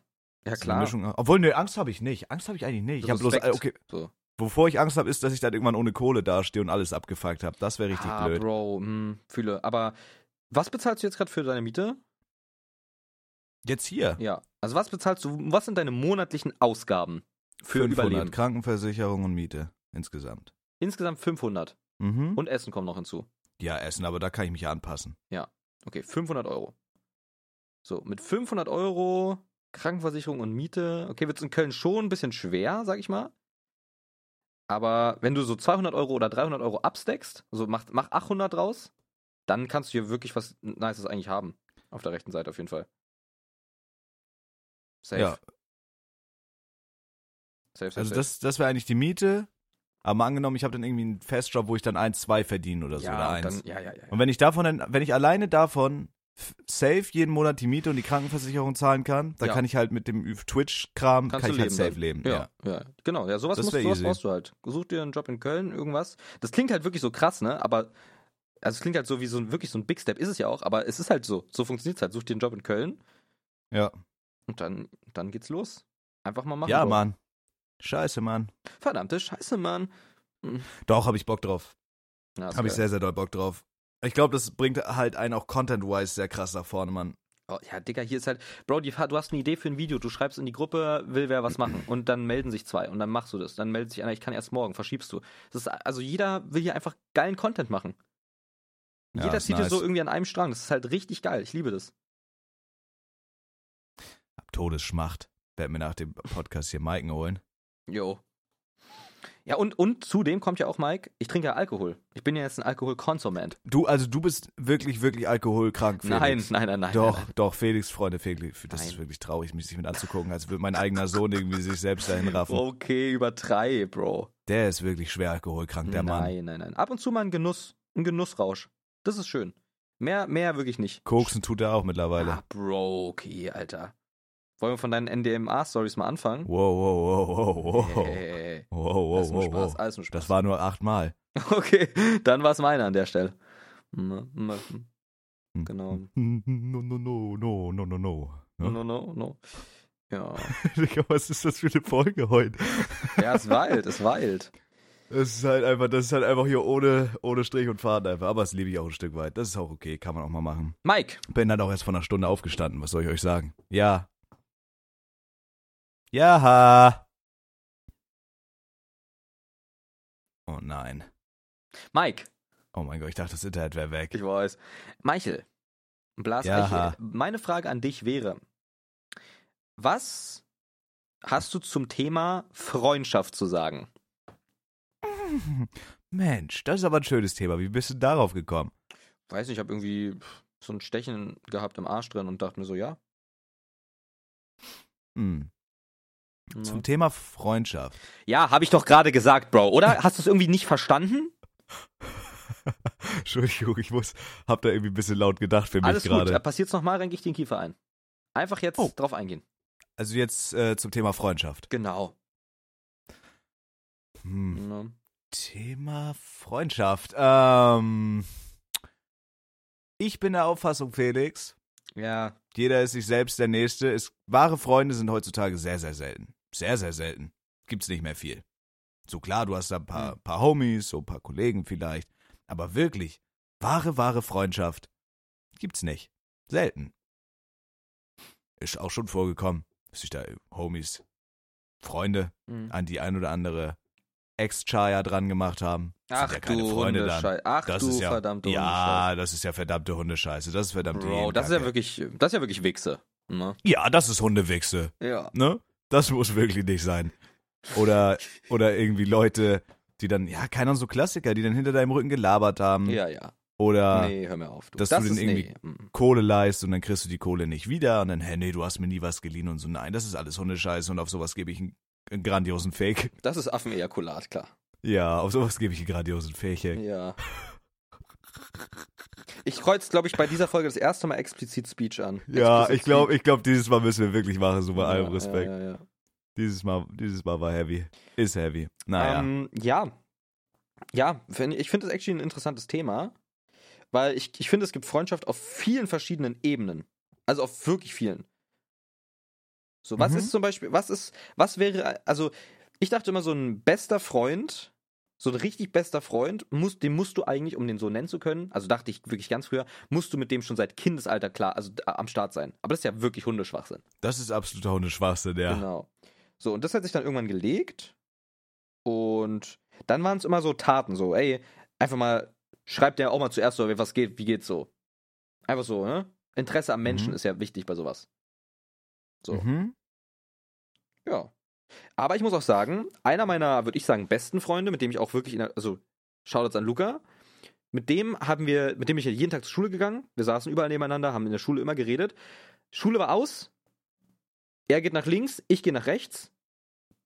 [SPEAKER 2] So eine
[SPEAKER 1] klar.
[SPEAKER 2] Mischung, obwohl, ne, Angst habe ich nicht. Angst habe ich eigentlich nicht. Ich habe bloß, äh,
[SPEAKER 1] Respekt.
[SPEAKER 2] okay,
[SPEAKER 1] So.
[SPEAKER 2] wovor ich Angst habe, ist, dass ich dann irgendwann ohne Kohle dastehe und alles abgefuckt habe. Das wäre richtig
[SPEAKER 1] ah,
[SPEAKER 2] blöd.
[SPEAKER 1] Bro, hm, fühle. Aber was bezahlst du jetzt gerade für deine Miete?
[SPEAKER 2] Jetzt hier.
[SPEAKER 1] Ja. Also was bezahlst du, was sind deine monatlichen Ausgaben für
[SPEAKER 2] 500,
[SPEAKER 1] Überleben?
[SPEAKER 2] Krankenversicherung und Miete insgesamt.
[SPEAKER 1] Insgesamt 500.
[SPEAKER 2] Mhm.
[SPEAKER 1] Und Essen kommt noch hinzu.
[SPEAKER 2] ja, Essen, aber da kann ich mich ja anpassen.
[SPEAKER 1] Okay, 500 Euro. So, mit 500 Euro Krankenversicherung und Miete. Okay, wird es in Köln schon ein bisschen schwer, sag ich mal. Aber wenn du so 200 Euro oder 300 Euro absteckst, also mach, mach 800 draus, dann kannst du hier wirklich was Nices eigentlich haben. Auf der rechten Seite auf jeden Fall. Safe.
[SPEAKER 2] Ja.
[SPEAKER 1] Safe, safe,
[SPEAKER 2] Also
[SPEAKER 1] safe.
[SPEAKER 2] das, das wäre eigentlich die Miete. Aber mal angenommen, ich habe dann irgendwie einen Festjob, wo ich dann 1, 2 verdiene oder so. oder
[SPEAKER 1] ja, und
[SPEAKER 2] eins.
[SPEAKER 1] dann, ja, ja, ja.
[SPEAKER 2] Und wenn ich davon, dann, wenn ich alleine davon f- safe jeden Monat die Miete und die Krankenversicherung zahlen kann, dann
[SPEAKER 1] Ja.
[SPEAKER 2] kann ich halt mit dem Twitch-Kram kann
[SPEAKER 1] Kannst
[SPEAKER 2] ich
[SPEAKER 1] du
[SPEAKER 2] halt
[SPEAKER 1] leben
[SPEAKER 2] safe
[SPEAKER 1] dann.
[SPEAKER 2] leben.
[SPEAKER 1] Ja, ja, genau. Ja, sowas,
[SPEAKER 2] Das
[SPEAKER 1] musst,
[SPEAKER 2] wär
[SPEAKER 1] sowas
[SPEAKER 2] easy.
[SPEAKER 1] brauchst du halt. Such dir einen Job in Köln, irgendwas. Das klingt halt wirklich so krass, ne? Aber, also es klingt halt so wie so ein, wirklich so ein Big Step, ist es ja auch, aber es ist halt so. So funktioniert's halt. Such dir einen Job in Köln
[SPEAKER 2] Ja,
[SPEAKER 1] und dann, dann geht's los. Einfach mal machen.
[SPEAKER 2] ja
[SPEAKER 1] Bro.
[SPEAKER 2] Mann. Scheiße, Mann.
[SPEAKER 1] Verdammte Scheiße, Mann.
[SPEAKER 2] Doch, habe ich Bock drauf.
[SPEAKER 1] Na, ist
[SPEAKER 2] Habe ich
[SPEAKER 1] geil.
[SPEAKER 2] sehr, sehr doll Bock drauf. Ich glaube, das bringt halt einen auch content-wise sehr krass nach vorne, Mann.
[SPEAKER 1] oh, ja, Digga, hier ist halt, Bro, die, du hast eine Idee für ein Video, du schreibst in die Gruppe, will wer was machen und dann melden sich zwei und dann machst du das. Dann meldet sich einer, ich kann erst morgen, verschiebst du. Das ist, also jeder will hier einfach geilen Content machen.
[SPEAKER 2] Ja,
[SPEAKER 1] jeder
[SPEAKER 2] ist
[SPEAKER 1] zieht
[SPEAKER 2] nice.
[SPEAKER 1] hier so irgendwie an einem Strang. Das ist halt richtig geil. Ich liebe das.
[SPEAKER 2] Ab Todesschmacht. Werden wir nach dem Podcast hier Maiken holen.
[SPEAKER 1] Jo. Ja, und, und zudem kommt ja auch Mike, ich trinke ja Alkohol. Ich bin ja jetzt ein Alkoholkonsument.
[SPEAKER 2] Du, also du bist wirklich, wirklich alkoholkrank, Felix.
[SPEAKER 1] Nein, nein, nein, nein.
[SPEAKER 2] Doch,
[SPEAKER 1] nein.
[SPEAKER 2] doch, Felix, Freunde, Felix, das
[SPEAKER 1] Nein.
[SPEAKER 2] ist wirklich traurig, mich sich mit anzugucken, als würde mein eigener Sohn irgendwie sich selbst dahin raffen.
[SPEAKER 1] Okay, übertreib, Bro.
[SPEAKER 2] Der ist wirklich schwer alkoholkrank, der Mann.
[SPEAKER 1] nein, nein, nein. Ab und zu mal ein Genuss, ein Genussrausch. Das ist schön. Mehr, mehr wirklich nicht.
[SPEAKER 2] Koksen tut er auch mittlerweile.
[SPEAKER 1] Ah, Bro, okay, Alter. Wollen wir von deinen NDMA-Stories mal anfangen?
[SPEAKER 2] Wow, wow, wow, wow, wow.
[SPEAKER 1] Hey,
[SPEAKER 2] Wow,
[SPEAKER 1] alles
[SPEAKER 2] wow,
[SPEAKER 1] nur
[SPEAKER 2] wow,
[SPEAKER 1] Spaß,
[SPEAKER 2] wow.
[SPEAKER 1] alles nur Spaß.
[SPEAKER 2] Das war nur achtmal.
[SPEAKER 1] Okay, dann war es meine an der Stelle. Hm, hm, hm.
[SPEAKER 2] Hm.
[SPEAKER 1] Genau.
[SPEAKER 2] No, no, no, no, no, no, no. Ja.
[SPEAKER 1] No, no, no. Ja.
[SPEAKER 2] Digga, was ist das für eine Folge heute?
[SPEAKER 1] Ja, es ist wild, es ist wild.
[SPEAKER 2] Das ist halt einfach, das ist halt einfach hier ohne, ohne Strich und Faden einfach. Aber das liebe ich auch ein Stück weit. Das ist auch okay, kann man auch mal machen.
[SPEAKER 1] Mike,
[SPEAKER 2] Bin dann auch erst vor einer Stunde aufgestanden, was soll ich euch sagen? Ja. Ja. Oh nein.
[SPEAKER 1] Mike,
[SPEAKER 2] Oh mein Gott, ich dachte, das Internet wäre weg.
[SPEAKER 1] ich weiß. Michael, Blas
[SPEAKER 2] Ja.
[SPEAKER 1] Eichel, meine Frage an dich wäre, was hast du zum Thema Freundschaft zu sagen?
[SPEAKER 2] Mensch, das ist aber ein schönes Thema. Wie bist du darauf gekommen?
[SPEAKER 1] Weiß nicht, ich habe irgendwie pff, so ein Stechen gehabt im Arsch drin und dachte mir so, ja.
[SPEAKER 2] Hm.
[SPEAKER 1] ja.
[SPEAKER 2] Zum Thema Freundschaft.
[SPEAKER 1] Ja, habe ich doch gerade gesagt, Bro, oder? Hast du es irgendwie nicht verstanden?
[SPEAKER 2] Entschuldigung, ich muss, hab da irgendwie ein bisschen laut gedacht für mich
[SPEAKER 1] Alles gut, äh,
[SPEAKER 2] gerade.
[SPEAKER 1] passiert's nochmal, renke ich den Kiefer ein. Einfach jetzt
[SPEAKER 2] Oh.
[SPEAKER 1] drauf eingehen.
[SPEAKER 2] Also jetzt äh, zum Thema Freundschaft.
[SPEAKER 1] Genau.
[SPEAKER 2] Hm.
[SPEAKER 1] Ne?
[SPEAKER 2] Thema Freundschaft. Ähm, ich bin der Auffassung, Felix,
[SPEAKER 1] Ja,
[SPEAKER 2] jeder ist sich selbst der Nächste. Es, wahre Freunde sind heutzutage sehr, sehr selten. Sehr, sehr selten. Gibt's nicht mehr viel. So klar, du hast da ein paar,
[SPEAKER 1] Hm.
[SPEAKER 2] paar Homies, so ein paar Kollegen vielleicht. Aber wirklich, wahre, wahre Freundschaft gibt's nicht. Selten. Ist auch schon vorgekommen, dass sich da Homies, Freunde
[SPEAKER 1] Mhm.
[SPEAKER 2] an die ein oder andere Ex-Chaya dran gemacht haben. Das
[SPEAKER 1] Ach
[SPEAKER 2] sind ja keine
[SPEAKER 1] du
[SPEAKER 2] Freunde dann.
[SPEAKER 1] Hundescheiße. Ach
[SPEAKER 2] Das
[SPEAKER 1] du
[SPEAKER 2] ist ja,
[SPEAKER 1] verdammte
[SPEAKER 2] ja, das ist ja verdammte Hundescheiße. Das ist verdammte
[SPEAKER 1] Hundescheiße. Bro, das ist
[SPEAKER 2] Kacke.
[SPEAKER 1] ja wirklich, das ist ja wirklich Wichse. Ne?
[SPEAKER 2] Ja, das ist Hundewichse,
[SPEAKER 1] Ja.
[SPEAKER 2] ne? Das muss wirklich nicht sein. Oder, oder irgendwie Leute, Die dann, ja, keine Ahnung, so Klassiker, die dann hinter deinem Rücken gelabert haben.
[SPEAKER 1] Ja, ja.
[SPEAKER 2] Oder
[SPEAKER 1] Nee, hör mir auf. Du.
[SPEAKER 2] dass du den irgendwie-
[SPEAKER 1] mm.
[SPEAKER 2] Kohle leist und dann kriegst du die Kohle nicht wieder und dann, hey, nee, du hast mir nie was geliehen und so. Nein, das ist alles Hundescheiße und auf sowas gebe ich einen, einen grandiosen Fake.
[SPEAKER 1] Das ist Affenejakulat, klar.
[SPEAKER 2] Ja, auf sowas gebe ich einen grandiosen Fake.
[SPEAKER 1] Ja. Ich kreuz, glaube ich, bei dieser Folge das erste Mal explizit Speech an.
[SPEAKER 2] Ja,
[SPEAKER 1] Explicit
[SPEAKER 2] ich glaube,
[SPEAKER 1] Speech.
[SPEAKER 2] ich glaube, dieses Mal müssen wir wirklich machen, so bei
[SPEAKER 1] Ja,
[SPEAKER 2] allem Respekt.
[SPEAKER 1] Ja, ja, ja.
[SPEAKER 2] Dieses Mal, dieses Mal war heavy. Ist heavy. Naja.
[SPEAKER 1] Ähm, ja. Ja, find, ich finde das actually ein interessantes Thema, weil ich, ich finde, es gibt Freundschaft auf vielen verschiedenen Ebenen. Also auf wirklich vielen. So, was
[SPEAKER 2] Mhm.
[SPEAKER 1] ist zum Beispiel, was ist, was wäre, also ich dachte immer, so ein bester Freund, so ein richtig bester Freund, muss, den musst du eigentlich, um den so nennen zu können, also dachte ich wirklich ganz früher, musst du mit dem schon seit Kindesalter klar, also d- am Start sein. Aber das ist ja wirklich Hundeschwachsinn.
[SPEAKER 2] das ist absoluter Hundeschwachsinn, ja.
[SPEAKER 1] Genau. So, und das hat sich dann irgendwann gelegt. Und dann waren es immer so Taten, so, ey, einfach mal, schreibt der auch mal zuerst so, was geht, wie geht's so. Einfach so, ne? Interesse am Menschen
[SPEAKER 2] Mhm.
[SPEAKER 1] ist ja wichtig bei sowas. So,
[SPEAKER 2] Mhm.
[SPEAKER 1] ja. Aber ich muss auch sagen, einer meiner, würde ich sagen, besten Freunde, mit dem ich auch wirklich, in der, also, Shoutouts an Luca, mit dem haben wir, mit dem bin ich ja jeden Tag zur Schule gegangen. Wir saßen überall nebeneinander, haben in der Schule immer geredet. Schule war aus. Er geht nach links, ich gehe nach rechts.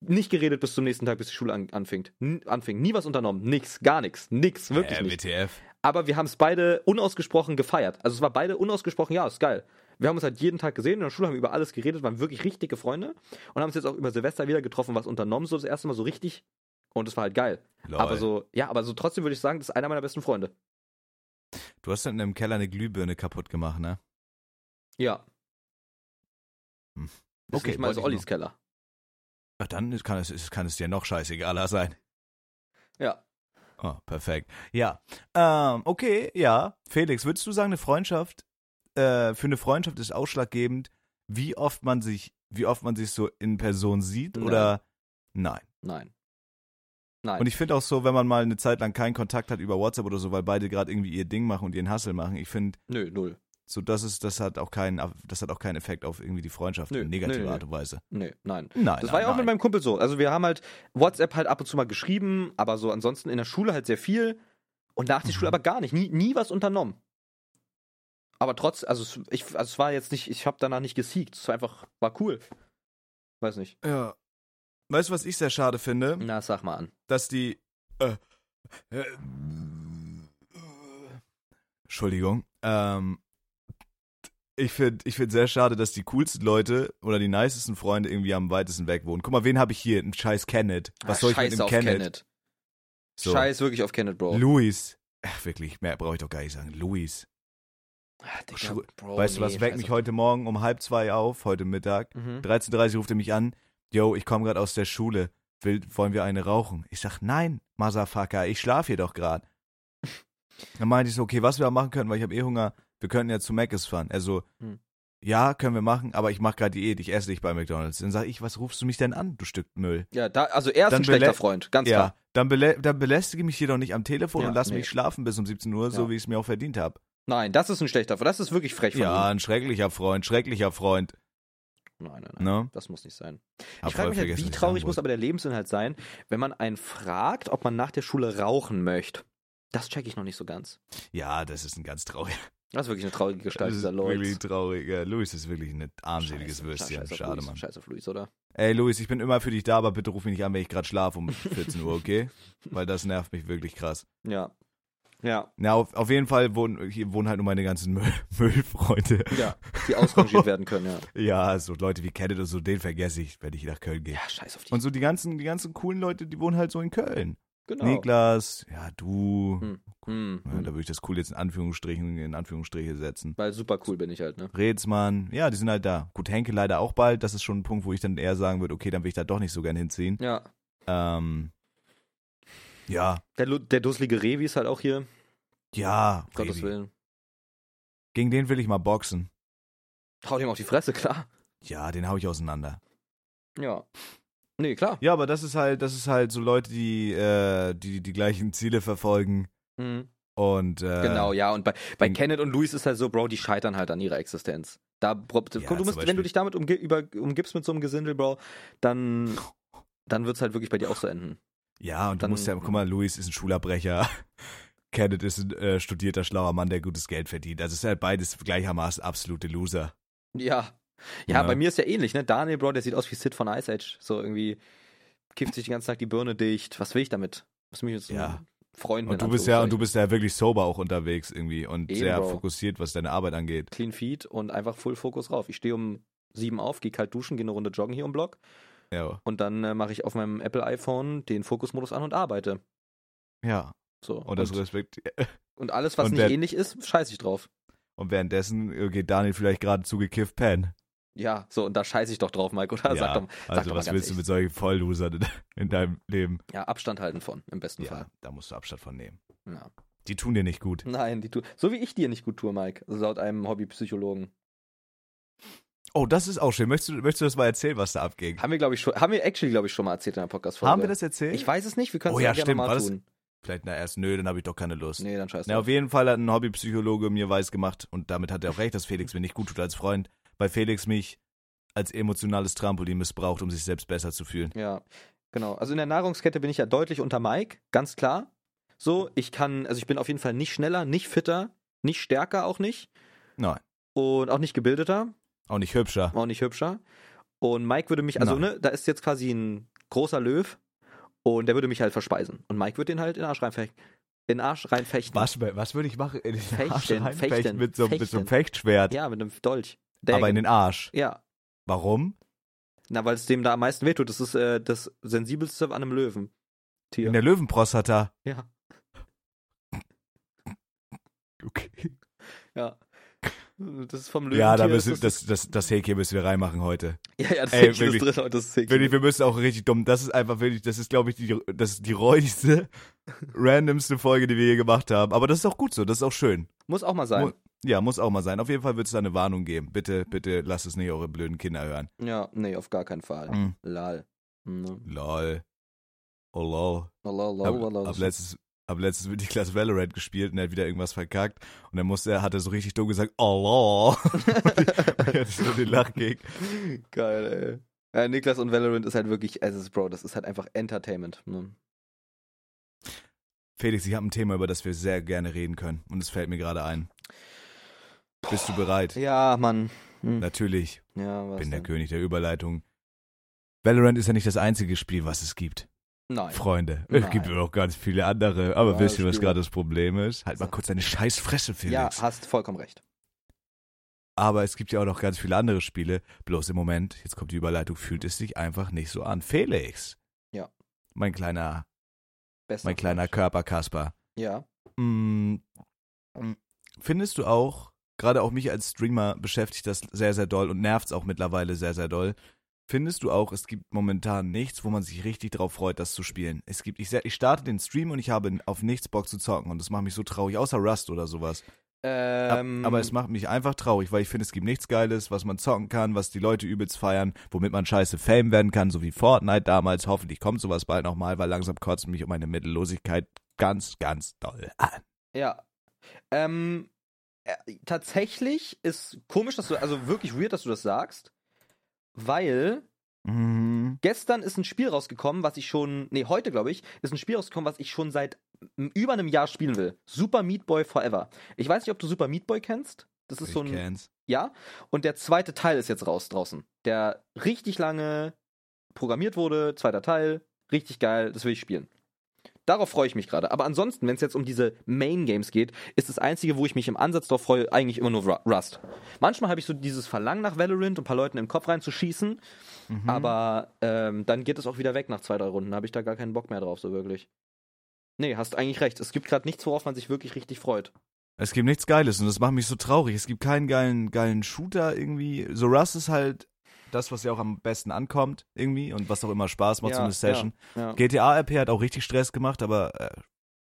[SPEAKER 1] Nicht geredet bis zum nächsten Tag, bis die Schule an, anfängt. N anfing. Nie was unternommen. Nix, gar nichts. Nix, wirklich
[SPEAKER 2] äh,
[SPEAKER 1] nicht.
[SPEAKER 2] WTF.
[SPEAKER 1] Aber wir haben es beide unausgesprochen gefeiert. Also es war beide unausgesprochen, ja, ist geil. Wir haben uns halt jeden Tag gesehen, in der Schule haben wir über alles geredet, waren wirklich richtige Freunde und haben uns jetzt auch über Silvester wieder getroffen, was unternommen, so das erste Mal so richtig. Und es war halt geil.
[SPEAKER 2] Lol.
[SPEAKER 1] Aber so, ja, aber so trotzdem würde ich sagen, das ist einer meiner besten Freunde.
[SPEAKER 2] Du hast dann in einem Keller eine Glühbirne kaputt gemacht, ne?
[SPEAKER 1] Ja.
[SPEAKER 2] Hm.
[SPEAKER 1] Ist
[SPEAKER 2] Okay,
[SPEAKER 1] okay, nicht mal
[SPEAKER 2] wollte
[SPEAKER 1] so
[SPEAKER 2] ich
[SPEAKER 1] Ollis Keller.
[SPEAKER 2] Ach, dann kann es, es- kann es dir noch scheißegaler sein.
[SPEAKER 1] Ja.
[SPEAKER 2] Oh, perfekt. Ja. Ähm, okay, ja. Felix, würdest du sagen, eine Freundschaft, äh, für eine Freundschaft ist ausschlaggebend, wie oft man sich, wie oft man sich so in Person sieht
[SPEAKER 1] Nein.
[SPEAKER 2] oder nein?
[SPEAKER 1] Nein. Nein.
[SPEAKER 2] Und ich finde auch so, wenn man mal eine Zeit lang keinen Kontakt hat über WhatsApp oder so, weil beide gerade irgendwie ihr Ding machen und ihren Hassel machen, ich finde,
[SPEAKER 1] Nö, null.
[SPEAKER 2] so das ist, das hat auch keinen, das hat auch keinen Effekt auf irgendwie die Freundschaft
[SPEAKER 1] Nö,
[SPEAKER 2] in negativer
[SPEAKER 1] nö, nö.
[SPEAKER 2] Art und Weise.
[SPEAKER 1] Nö, nein.
[SPEAKER 2] Nein.
[SPEAKER 1] Das
[SPEAKER 2] nein,
[SPEAKER 1] war ja auch
[SPEAKER 2] nein.
[SPEAKER 1] mit meinem Kumpel so. Also wir haben halt WhatsApp halt ab und zu mal geschrieben, aber so ansonsten in der Schule halt sehr viel und nach der
[SPEAKER 2] Mhm.
[SPEAKER 1] Schule aber gar nicht. Nie, nie was unternommen. Aber trotz, also es, ich, also es war jetzt nicht, ich habe danach nicht gesiegt. Es war einfach, war cool. Weiß nicht.
[SPEAKER 2] Ja. Weißt du, was ich sehr schade finde?
[SPEAKER 1] Na, sag mal an.
[SPEAKER 2] Dass die. Äh, äh, Entschuldigung. Ähm, ich finde ich find sehr schade, dass die coolsten Leute oder die nicesten Freunde irgendwie am weitesten weg wohnen. Guck mal, wen habe ich hier? Ein scheiß Kenneth. Was
[SPEAKER 1] Ah,
[SPEAKER 2] soll ich
[SPEAKER 1] Scheiß
[SPEAKER 2] mit dem
[SPEAKER 1] auf
[SPEAKER 2] Kenneth? So.
[SPEAKER 1] Scheiß wirklich auf Kenneth, Bro.
[SPEAKER 2] Luis. Ach, wirklich, mehr brauche ich doch gar nicht sagen. Luis.
[SPEAKER 1] Ah, Digga,
[SPEAKER 2] Schu-
[SPEAKER 1] Bro,
[SPEAKER 2] weißt du
[SPEAKER 1] nee,
[SPEAKER 2] was, weck
[SPEAKER 1] scheiß
[SPEAKER 2] mich
[SPEAKER 1] auf-
[SPEAKER 2] heute Morgen um halb zwei auf, heute Mittag.
[SPEAKER 1] Mhm.
[SPEAKER 2] 13.30 ruft er mich an. Yo, ich komme gerade aus der Schule. Will, wollen wir eine rauchen? Ich sag, nein, Motherfucker, ich schlaf hier doch gerade. Dann meinte ich so, okay, was wir machen können, weil ich habe eh Hunger. Wir könnten ja zu Mc's fahren. Also,
[SPEAKER 1] Hm.
[SPEAKER 2] ja, können wir machen, aber ich mache gerade Diät. Ich esse nicht bei McDonalds. Dann sag ich, was rufst du mich denn an, du Stück Müll?
[SPEAKER 1] Ja, da, also er ist
[SPEAKER 2] Dann
[SPEAKER 1] ein schlechter
[SPEAKER 2] belä-
[SPEAKER 1] Freund, ganz
[SPEAKER 2] Ja,
[SPEAKER 1] klar.
[SPEAKER 2] dann, belä dann belästige mich jedoch nicht am Telefon
[SPEAKER 1] Ja,
[SPEAKER 2] und lass
[SPEAKER 1] nee.
[SPEAKER 2] mich schlafen bis um 17 Uhr,
[SPEAKER 1] Ja.
[SPEAKER 2] so wie ich es mir auch verdient habe.
[SPEAKER 1] Nein, das ist ein schlechter Freund. Das ist wirklich frech von
[SPEAKER 2] Ja,
[SPEAKER 1] ihm.
[SPEAKER 2] ein schrecklicher Freund, schrecklicher Freund.
[SPEAKER 1] Nein, nein, nein.
[SPEAKER 2] Ne?
[SPEAKER 1] Das muss nicht sein.
[SPEAKER 2] Hab
[SPEAKER 1] ich frage
[SPEAKER 2] voll
[SPEAKER 1] mich halt,
[SPEAKER 2] vergessen,
[SPEAKER 1] wie
[SPEAKER 2] was ich
[SPEAKER 1] traurig
[SPEAKER 2] sagen
[SPEAKER 1] muss
[SPEAKER 2] wollte.
[SPEAKER 1] aber der Lebensinhalt sein, wenn man einen fragt, ob man nach der Schule rauchen möchte. Das checke ich noch nicht so ganz.
[SPEAKER 2] Ja, das ist ein ganz trauriger.
[SPEAKER 1] Das ist wirklich eine traurige Gestalt
[SPEAKER 2] Das
[SPEAKER 1] dieser
[SPEAKER 2] ist
[SPEAKER 1] Leute.
[SPEAKER 2] Wirklich traurig. Ja, Luis ist wirklich ein armseliges Würstchen.
[SPEAKER 1] Scheiß auf
[SPEAKER 2] Schade,
[SPEAKER 1] Luis,
[SPEAKER 2] Mann.
[SPEAKER 1] Scheiß auf Luis, oder?
[SPEAKER 2] Ey, Luis, ich bin immer für dich da, aber bitte ruf mich nicht an, wenn ich gerade schlafe um 14 Uhr, okay? Weil das nervt mich wirklich krass.
[SPEAKER 1] Ja. Ja,
[SPEAKER 2] Na, auf, auf jeden Fall wohnen, hier wohnen halt nur meine ganzen Müll, Müllfreunde.
[SPEAKER 1] ja. Die ausrangiert werden können, ja.
[SPEAKER 2] Ja, so Leute wie Kenneth und so, den vergesse ich, wenn ich nach Köln gehe.
[SPEAKER 1] Ja, scheiß auf die.
[SPEAKER 2] Und so die ganzen, die ganzen coolen Leute, die wohnen halt so in Köln.
[SPEAKER 1] genau.
[SPEAKER 2] Niklas, ja, du.
[SPEAKER 1] Hm. Hm,
[SPEAKER 2] Ja, da
[SPEAKER 1] hm.
[SPEAKER 2] würde ich das cool jetzt in Anführungsstrichen, in Anführungsstriche setzen.
[SPEAKER 1] Weil super cool bin ich halt, ne?
[SPEAKER 2] Redsmann, ja, die sind halt da. Gut, Henke leider auch bald. Das ist schon ein Punkt, wo ich dann eher sagen würde, okay, dann will ich da doch nicht so gern hinziehen.
[SPEAKER 1] Ja.
[SPEAKER 2] Ähm, ja,
[SPEAKER 1] Der, Lu- der dusselige Revi ist halt auch hier,
[SPEAKER 2] ja,
[SPEAKER 1] Gottes
[SPEAKER 2] Revi.
[SPEAKER 1] Willen.
[SPEAKER 2] gegen den will ich mal boxen.
[SPEAKER 1] Haut ihm auf die Fresse, klar.
[SPEAKER 2] Ja, den hau ich auseinander.
[SPEAKER 1] Ja. Nee, klar.
[SPEAKER 2] Ja, aber das ist halt, das ist halt so Leute, die äh, die, die gleichen Ziele verfolgen
[SPEAKER 1] Mhm.
[SPEAKER 2] und äh,
[SPEAKER 1] Genau, ja. Und bei, bei
[SPEAKER 2] den-
[SPEAKER 1] Kenneth und Luis ist halt so, Bro, die scheitern halt an ihrer Existenz. Da, Bro, komm,
[SPEAKER 2] Ja,
[SPEAKER 1] du
[SPEAKER 2] zum
[SPEAKER 1] musst, wenn
[SPEAKER 2] Beispiel.
[SPEAKER 1] du dich damit umge über, umgibst mit so einem Gesindel, Bro, dann, dann wird es halt wirklich bei dir auch so enden.
[SPEAKER 2] Ja, und
[SPEAKER 1] Dann-
[SPEAKER 2] du musst ja, guck mal, Luis ist ein Schulabbrecher. Kenneth ist ein äh, studierter, schlauer Mann, der gutes Geld verdient. Also es ist halt beides gleichermaßen absolute Loser.
[SPEAKER 1] Ja. Ja,
[SPEAKER 2] Ja.
[SPEAKER 1] bei mir ist ja ähnlich, ne? Daniel, Bro, der sieht aus wie Sid von Ice Age. So irgendwie kifft sich den ganzen Tag die Birne dicht. Was will ich damit? Was mich jetzt
[SPEAKER 2] Ja.
[SPEAKER 1] Freunden
[SPEAKER 2] Und
[SPEAKER 1] in
[SPEAKER 2] du bist ja, und du
[SPEAKER 1] Anführungszeichen.
[SPEAKER 2] bist ja wirklich sober auch unterwegs irgendwie und
[SPEAKER 1] Eben,
[SPEAKER 2] sehr
[SPEAKER 1] Bro.
[SPEAKER 2] fokussiert, was deine Arbeit angeht.
[SPEAKER 1] Clean Feed und einfach Full Fokus rauf. Ich stehe um sieben auf, gehe kalt duschen, gehe eine Runde joggen hier im Block
[SPEAKER 2] Ja.
[SPEAKER 1] und dann äh, mache ich auf meinem Apple iPhone den Fokusmodus an und arbeite.
[SPEAKER 2] Ja.
[SPEAKER 1] So.
[SPEAKER 2] Und Oh, das
[SPEAKER 1] und,
[SPEAKER 2] Respekt.
[SPEAKER 1] und alles, was
[SPEAKER 2] und
[SPEAKER 1] nicht
[SPEAKER 2] wer-
[SPEAKER 1] ähnlich ist, scheiße ich drauf.
[SPEAKER 2] Und währenddessen äh, geht Daniel vielleicht gerade zugekifft pennen.
[SPEAKER 1] Ja, so, und da scheiße ich doch drauf, Mike, oder? Sag
[SPEAKER 2] Ja,
[SPEAKER 1] doch, sag
[SPEAKER 2] Also
[SPEAKER 1] doch
[SPEAKER 2] was
[SPEAKER 1] mal
[SPEAKER 2] willst
[SPEAKER 1] ganz
[SPEAKER 2] du
[SPEAKER 1] ehrlich.
[SPEAKER 2] mit solchen Volllosern in, in deinem Leben?
[SPEAKER 1] Ja, Abstand halten von, im besten
[SPEAKER 2] Ja,
[SPEAKER 1] Fall.
[SPEAKER 2] da musst du Abstand von nehmen.
[SPEAKER 1] Ja.
[SPEAKER 2] Die tun dir nicht gut.
[SPEAKER 1] Nein, die tu so wie ich dir nicht gut tue, Mike. Also laut einem Hobbypsychologen.
[SPEAKER 2] Oh, das ist auch schön. Möchtest du, möchtest du das mal erzählen, was da abging?
[SPEAKER 1] Haben wir, glaube ich, schon, haben wir actually, glaube ich, schon mal erzählt in der Podcast-Folge.
[SPEAKER 2] Haben wir das erzählt?
[SPEAKER 1] Ich weiß es nicht, wir können es
[SPEAKER 2] Oh
[SPEAKER 1] ja,
[SPEAKER 2] ja,
[SPEAKER 1] gerne
[SPEAKER 2] stimmt,
[SPEAKER 1] mal
[SPEAKER 2] war das-
[SPEAKER 1] tun.
[SPEAKER 2] Vielleicht na erst, nö, dann habe ich doch keine Lust.
[SPEAKER 1] Nee, dann scheiß
[SPEAKER 2] Na,
[SPEAKER 1] drauf.
[SPEAKER 2] auf jeden Fall hat ein Hobbypsychologe mir weiß gemacht und damit hat er auch recht, dass Felix mir nicht gut tut als Freund, weil Felix mich als emotionales Trampolin missbraucht, um sich selbst besser zu fühlen.
[SPEAKER 1] Ja, genau. Also in der Nahrungskette bin ich ja deutlich unter Mike, ganz klar. So, ich kann, also ich bin auf jeden Fall nicht schneller, nicht fitter, nicht stärker auch nicht.
[SPEAKER 2] Nein.
[SPEAKER 1] Und auch nicht gebildeter,
[SPEAKER 2] Auch nicht hübscher.
[SPEAKER 1] auch nicht hübscher. Und Mike würde mich, also
[SPEAKER 2] Nein.
[SPEAKER 1] ne, da ist jetzt quasi ein großer Löw und der würde mich halt verspeisen. Und Mike würde den halt in den Arsch reinfechten. In den Arsch reinfechten.
[SPEAKER 2] Was, was würde ich machen? In den
[SPEAKER 1] Fechten,
[SPEAKER 2] Arsch reinfechten
[SPEAKER 1] fechten,
[SPEAKER 2] mit, so, mit so
[SPEAKER 1] fechten.
[SPEAKER 2] einem Fechtschwert.
[SPEAKER 1] Ja, mit einem Dolch.
[SPEAKER 2] aber in den Arsch.
[SPEAKER 1] ja,
[SPEAKER 2] Warum?
[SPEAKER 1] na, weil es dem da am meisten wehtut. Das ist äh, das Sensibelste an einem Löwen. Tier.
[SPEAKER 2] In der Löwenprostata.
[SPEAKER 1] Ja,
[SPEAKER 2] Okay.
[SPEAKER 1] ja. Das ist vom Löwen.
[SPEAKER 2] Ja, da müssen, das, das, das Häkchen müssen wir reinmachen heute.
[SPEAKER 1] Ja, ja, das
[SPEAKER 2] Ey,
[SPEAKER 1] Häkchen ist
[SPEAKER 2] wirklich.
[SPEAKER 1] drin, aber das ist Häkchen.
[SPEAKER 2] Wirklich, wir müssen auch richtig dumm. Das ist einfach wirklich, das ist, glaube ich, die, das ist die räudigste, randomste Folge, die wir je gemacht haben. Aber das ist auch gut so, das ist auch schön.
[SPEAKER 1] Muss auch mal sein.
[SPEAKER 2] Mu- Ja, muss auch mal sein. Auf jeden Fall wird es da eine Warnung geben. Bitte, bitte lasst es nicht eure blöden Kinder hören.
[SPEAKER 1] Ja, nee, auf gar keinen Fall.
[SPEAKER 2] Mhm.
[SPEAKER 1] Lal. Ne.
[SPEAKER 2] Lol. Oh lol.
[SPEAKER 1] Lal, lal, lal,
[SPEAKER 2] Hab,
[SPEAKER 1] lal.
[SPEAKER 2] hab letztes, hab letztes mit Niklas Valorant gespielt und er hat wieder irgendwas verkackt. Und dann musste er, hat er so richtig dumm gesagt, oh lol. und ich hatte nur den Lachkick.
[SPEAKER 1] Geil, ey. Ja, Niklas und Valorant ist halt wirklich, also es ist, Bro, das ist halt einfach Entertainment. Ne?
[SPEAKER 2] Felix, ich habe ein Thema, über das wir sehr gerne reden können. Und es fällt mir gerade ein. Bist du bereit?
[SPEAKER 1] Ja, Mann.
[SPEAKER 2] Natürlich.
[SPEAKER 1] Ja, was
[SPEAKER 2] bin der
[SPEAKER 1] denn?
[SPEAKER 2] König der Überleitung. Valorant ist ja nicht das einzige Spiel, was es gibt.
[SPEAKER 1] Nein.
[SPEAKER 2] Freunde.
[SPEAKER 1] Nein.
[SPEAKER 2] Es gibt ja noch ganz viele andere. Aber
[SPEAKER 1] Ja,
[SPEAKER 2] wisst ihr,
[SPEAKER 1] das
[SPEAKER 2] was
[SPEAKER 1] stimmt.
[SPEAKER 2] gerade das Problem ist? Halt mal
[SPEAKER 1] So.
[SPEAKER 2] kurz deine scheiß Fresse,
[SPEAKER 1] Ja,
[SPEAKER 2] Felix.
[SPEAKER 1] hast vollkommen recht.
[SPEAKER 2] Aber es gibt ja auch noch ganz viele andere Spiele. Bloß im Moment, jetzt kommt die Überleitung, fühlt es sich einfach nicht so an. Felix.
[SPEAKER 1] Ja.
[SPEAKER 2] Mein kleiner,
[SPEAKER 1] Besser.
[SPEAKER 2] mein kleiner Körper, Kasper.
[SPEAKER 1] Ja.
[SPEAKER 2] Mm, mm, Findest du auch, gerade auch mich als Streamer beschäftigt das sehr, sehr doll und nervt es auch mittlerweile sehr, sehr doll. Findest du auch, es gibt momentan nichts, wo man sich richtig drauf freut, das zu spielen? Es gibt, ich, se- ich starte den Stream und ich habe auf nichts Bock zu zocken und das macht mich so traurig, außer Rust oder sowas. Ab-
[SPEAKER 1] Ähm,
[SPEAKER 2] Aber es macht mich einfach traurig, weil ich finde, es gibt nichts Geiles, was man zocken kann, was die Leute übelst feiern, womit man scheiße Fame werden kann, so wie Fortnite damals. Hoffentlich kommt sowas bald nochmal, weil langsam kotzt mich um meine Mittellosigkeit ganz, ganz doll an.
[SPEAKER 1] Ja. Ähm, äh, tatsächlich ist komisch, dass du, also wirklich weird, dass du das sagst, weil
[SPEAKER 2] Mhm.
[SPEAKER 1] gestern ist ein Spiel rausgekommen, was ich schon, nee, heute glaube ich, ist ein Spiel rausgekommen, was ich schon seit m- über einem Jahr spielen will. Super Meat Boy Forever. Ich weiß nicht, ob du Super Meat Boy kennst. Das ist so ein, ja. Und der zweite Teil ist jetzt raus draußen. Der richtig lange programmiert wurde, zweiter Teil, richtig geil, das will ich spielen. Darauf freue ich mich gerade. Aber ansonsten, wenn es jetzt um diese Main Games geht, ist das einzige, wo ich mich im Ansatz darauf freue, eigentlich immer nur Ru- Rust. Manchmal habe ich so dieses Verlangen nach Valorant und ein paar Leuten im Kopf reinzuschießen, Mhm.
[SPEAKER 2] Mhm.
[SPEAKER 1] aber ähm, dann geht es auch wieder weg nach zwei, drei Runden. Da habe ich da gar keinen Bock mehr drauf, so wirklich. Nee, hast eigentlich recht. Es gibt gerade nichts, worauf man sich wirklich richtig freut.
[SPEAKER 2] Es gibt nichts Geiles und das macht mich so traurig. Es gibt keinen geilen, geilen Shooter irgendwie. So Rust ist halt das, was ja auch am besten ankommt irgendwie und was auch immer Spaß macht, so
[SPEAKER 1] Ja,
[SPEAKER 2] eine Session.
[SPEAKER 1] Ja.
[SPEAKER 2] GTA-RP hat auch richtig Stress gemacht, aber äh,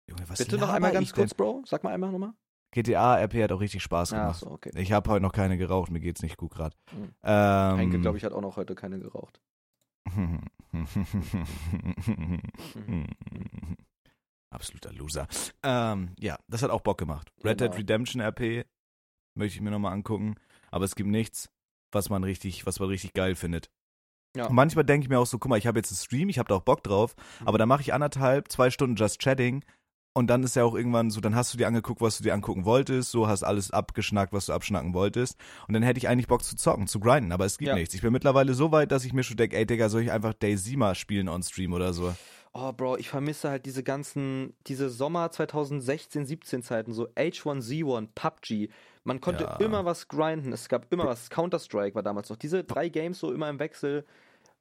[SPEAKER 2] Junge, was
[SPEAKER 1] Bitte noch
[SPEAKER 2] laber
[SPEAKER 1] einmal
[SPEAKER 2] ich
[SPEAKER 1] ganz kurz, Bro. Sag mal einmal nochmal.
[SPEAKER 2] Denn? GTA-RP hat auch richtig Spaß
[SPEAKER 1] Ah,
[SPEAKER 2] gemacht.
[SPEAKER 1] so, okay.
[SPEAKER 2] Ich habe heute noch keine geraucht, mir geht's nicht gut gerade.
[SPEAKER 1] Mhm.
[SPEAKER 2] Ähm,
[SPEAKER 1] Henke, glaube ich, hat auch noch heute keine geraucht.
[SPEAKER 2] Absoluter Loser. Ähm, ja, das hat auch Bock gemacht. Red
[SPEAKER 1] Genau.
[SPEAKER 2] Dead Redemption RP möchte ich mir nochmal angucken. Aber es gibt nichts, was man richtig, was man richtig geil findet.
[SPEAKER 1] Ja. Mhm.
[SPEAKER 2] Und manchmal denke ich mir auch so, guck mal, ich habe jetzt einen Stream, ich habe da auch Bock drauf, aber dann mache ich anderthalb, zwei Stunden Just Chatting und dann ist ja auch irgendwann so, dann hast du dir angeguckt, was du dir angucken wolltest, so hast alles abgeschnackt, was du abschnacken wolltest und dann hätte ich eigentlich Bock zu zocken, zu grinden, aber es gibt
[SPEAKER 1] Ja.
[SPEAKER 2] nichts. Ich bin mittlerweile so weit, dass ich mir schon denke, ey Digga, soll ich einfach Daisy mal spielen on Stream oder so.
[SPEAKER 1] Oh, Bro, ich vermisse halt diese ganzen, diese Sommer 2016, 17 Zeiten, so H1Z1, PUBG. Man konnte
[SPEAKER 2] Ja.
[SPEAKER 1] immer was grinden. Es gab immer was. Counter-Strike war damals noch. Diese drei Games so immer im Wechsel.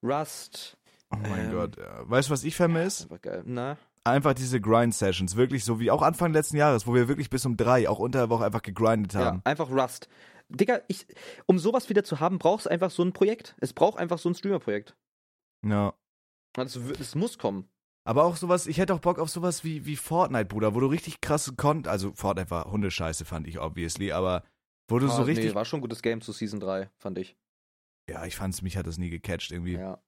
[SPEAKER 1] Rust.
[SPEAKER 2] Oh mein
[SPEAKER 1] Ähm.
[SPEAKER 2] Gott. Ja. Weißt du, was ich vermisse?
[SPEAKER 1] Einfach geil. ne? Na?
[SPEAKER 2] Einfach diese Grind-Sessions, wirklich so wie auch Anfang letzten Jahres, wo wir wirklich bis um drei, auch unter der Woche einfach gegrindet
[SPEAKER 1] Ja,
[SPEAKER 2] haben.
[SPEAKER 1] einfach Rust. Digga, ich, um sowas wieder zu haben, brauchst du einfach so ein Projekt. Es braucht einfach so ein Streamer-Projekt.
[SPEAKER 2] ja.
[SPEAKER 1] Das, w- das muss kommen.
[SPEAKER 2] Aber auch sowas, ich hätte auch Bock auf sowas wie, wie Fortnite, Bruder, wo du richtig krasse Content, also Fortnite war Hundescheiße, fand ich obviously, aber wo du so
[SPEAKER 1] Ah,
[SPEAKER 2] richtig,
[SPEAKER 1] Nee, war schon ein gutes Game zu Season 3, fand ich.
[SPEAKER 2] ja, ich fand's, mich hat das nie gecatcht irgendwie.
[SPEAKER 1] Ja.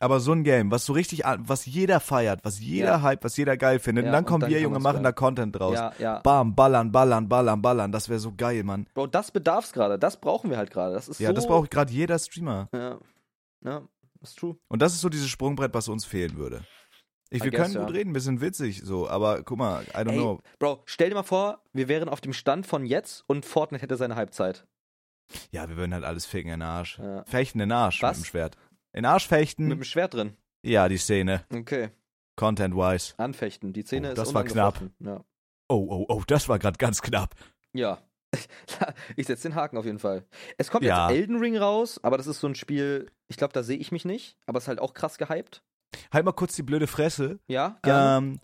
[SPEAKER 2] Aber so ein Game, was so richtig, an- was jeder feiert, was jeder
[SPEAKER 1] Ja.
[SPEAKER 2] hype, was jeder geil findet,
[SPEAKER 1] Ja,
[SPEAKER 2] und dann
[SPEAKER 1] und
[SPEAKER 2] kommen
[SPEAKER 1] dann
[SPEAKER 2] wir,
[SPEAKER 1] kann
[SPEAKER 2] Junge,
[SPEAKER 1] man's
[SPEAKER 2] machen da
[SPEAKER 1] bleiben.
[SPEAKER 2] Content draus.
[SPEAKER 1] Ja, ja.
[SPEAKER 2] Bam, ballern, ballern, ballern, ballern, das wäre so geil, Mann.
[SPEAKER 1] Bro, das bedarf's gerade. Das brauchen wir halt gerade. Das ist
[SPEAKER 2] Ja,
[SPEAKER 1] so.
[SPEAKER 2] das braucht gerade jeder Streamer.
[SPEAKER 1] Ja. Ja, ist true.
[SPEAKER 2] Und das ist so dieses Sprungbrett, was uns fehlen würde. Ich,
[SPEAKER 1] I
[SPEAKER 2] wir
[SPEAKER 1] guess,
[SPEAKER 2] können
[SPEAKER 1] ja.
[SPEAKER 2] gut reden, wir sind witzig, so, aber guck mal, I don't
[SPEAKER 1] Ey,
[SPEAKER 2] know.
[SPEAKER 1] Bro, stell dir mal vor, wir wären auf dem Stand von jetzt und Fortnite hätte seine Halbzeit.
[SPEAKER 2] Ja, wir würden halt alles ficken in den Arsch.
[SPEAKER 1] Ja.
[SPEAKER 2] Fechten in den Arsch
[SPEAKER 1] Was?
[SPEAKER 2] mit dem Schwert. In den Arsch fechten.
[SPEAKER 1] Mit dem Schwert drin.
[SPEAKER 2] ja, die Szene.
[SPEAKER 1] Okay.
[SPEAKER 2] Content-wise.
[SPEAKER 1] Anfechten. Die Szene
[SPEAKER 2] Oh,
[SPEAKER 1] ist
[SPEAKER 2] das war
[SPEAKER 1] unangefochten. Ja.
[SPEAKER 2] Oh, oh, oh, das war gerade ganz knapp.
[SPEAKER 1] ja. Ich setze den Haken auf jeden Fall. Es kommt
[SPEAKER 2] Ja.
[SPEAKER 1] jetzt Elden Ring raus, aber das ist so ein Spiel, ich glaube, da sehe ich mich nicht, aber es ist halt auch krass gehypt.
[SPEAKER 2] Halt mal kurz die blöde Fresse.
[SPEAKER 1] Ja, gerne.
[SPEAKER 2] Ähm,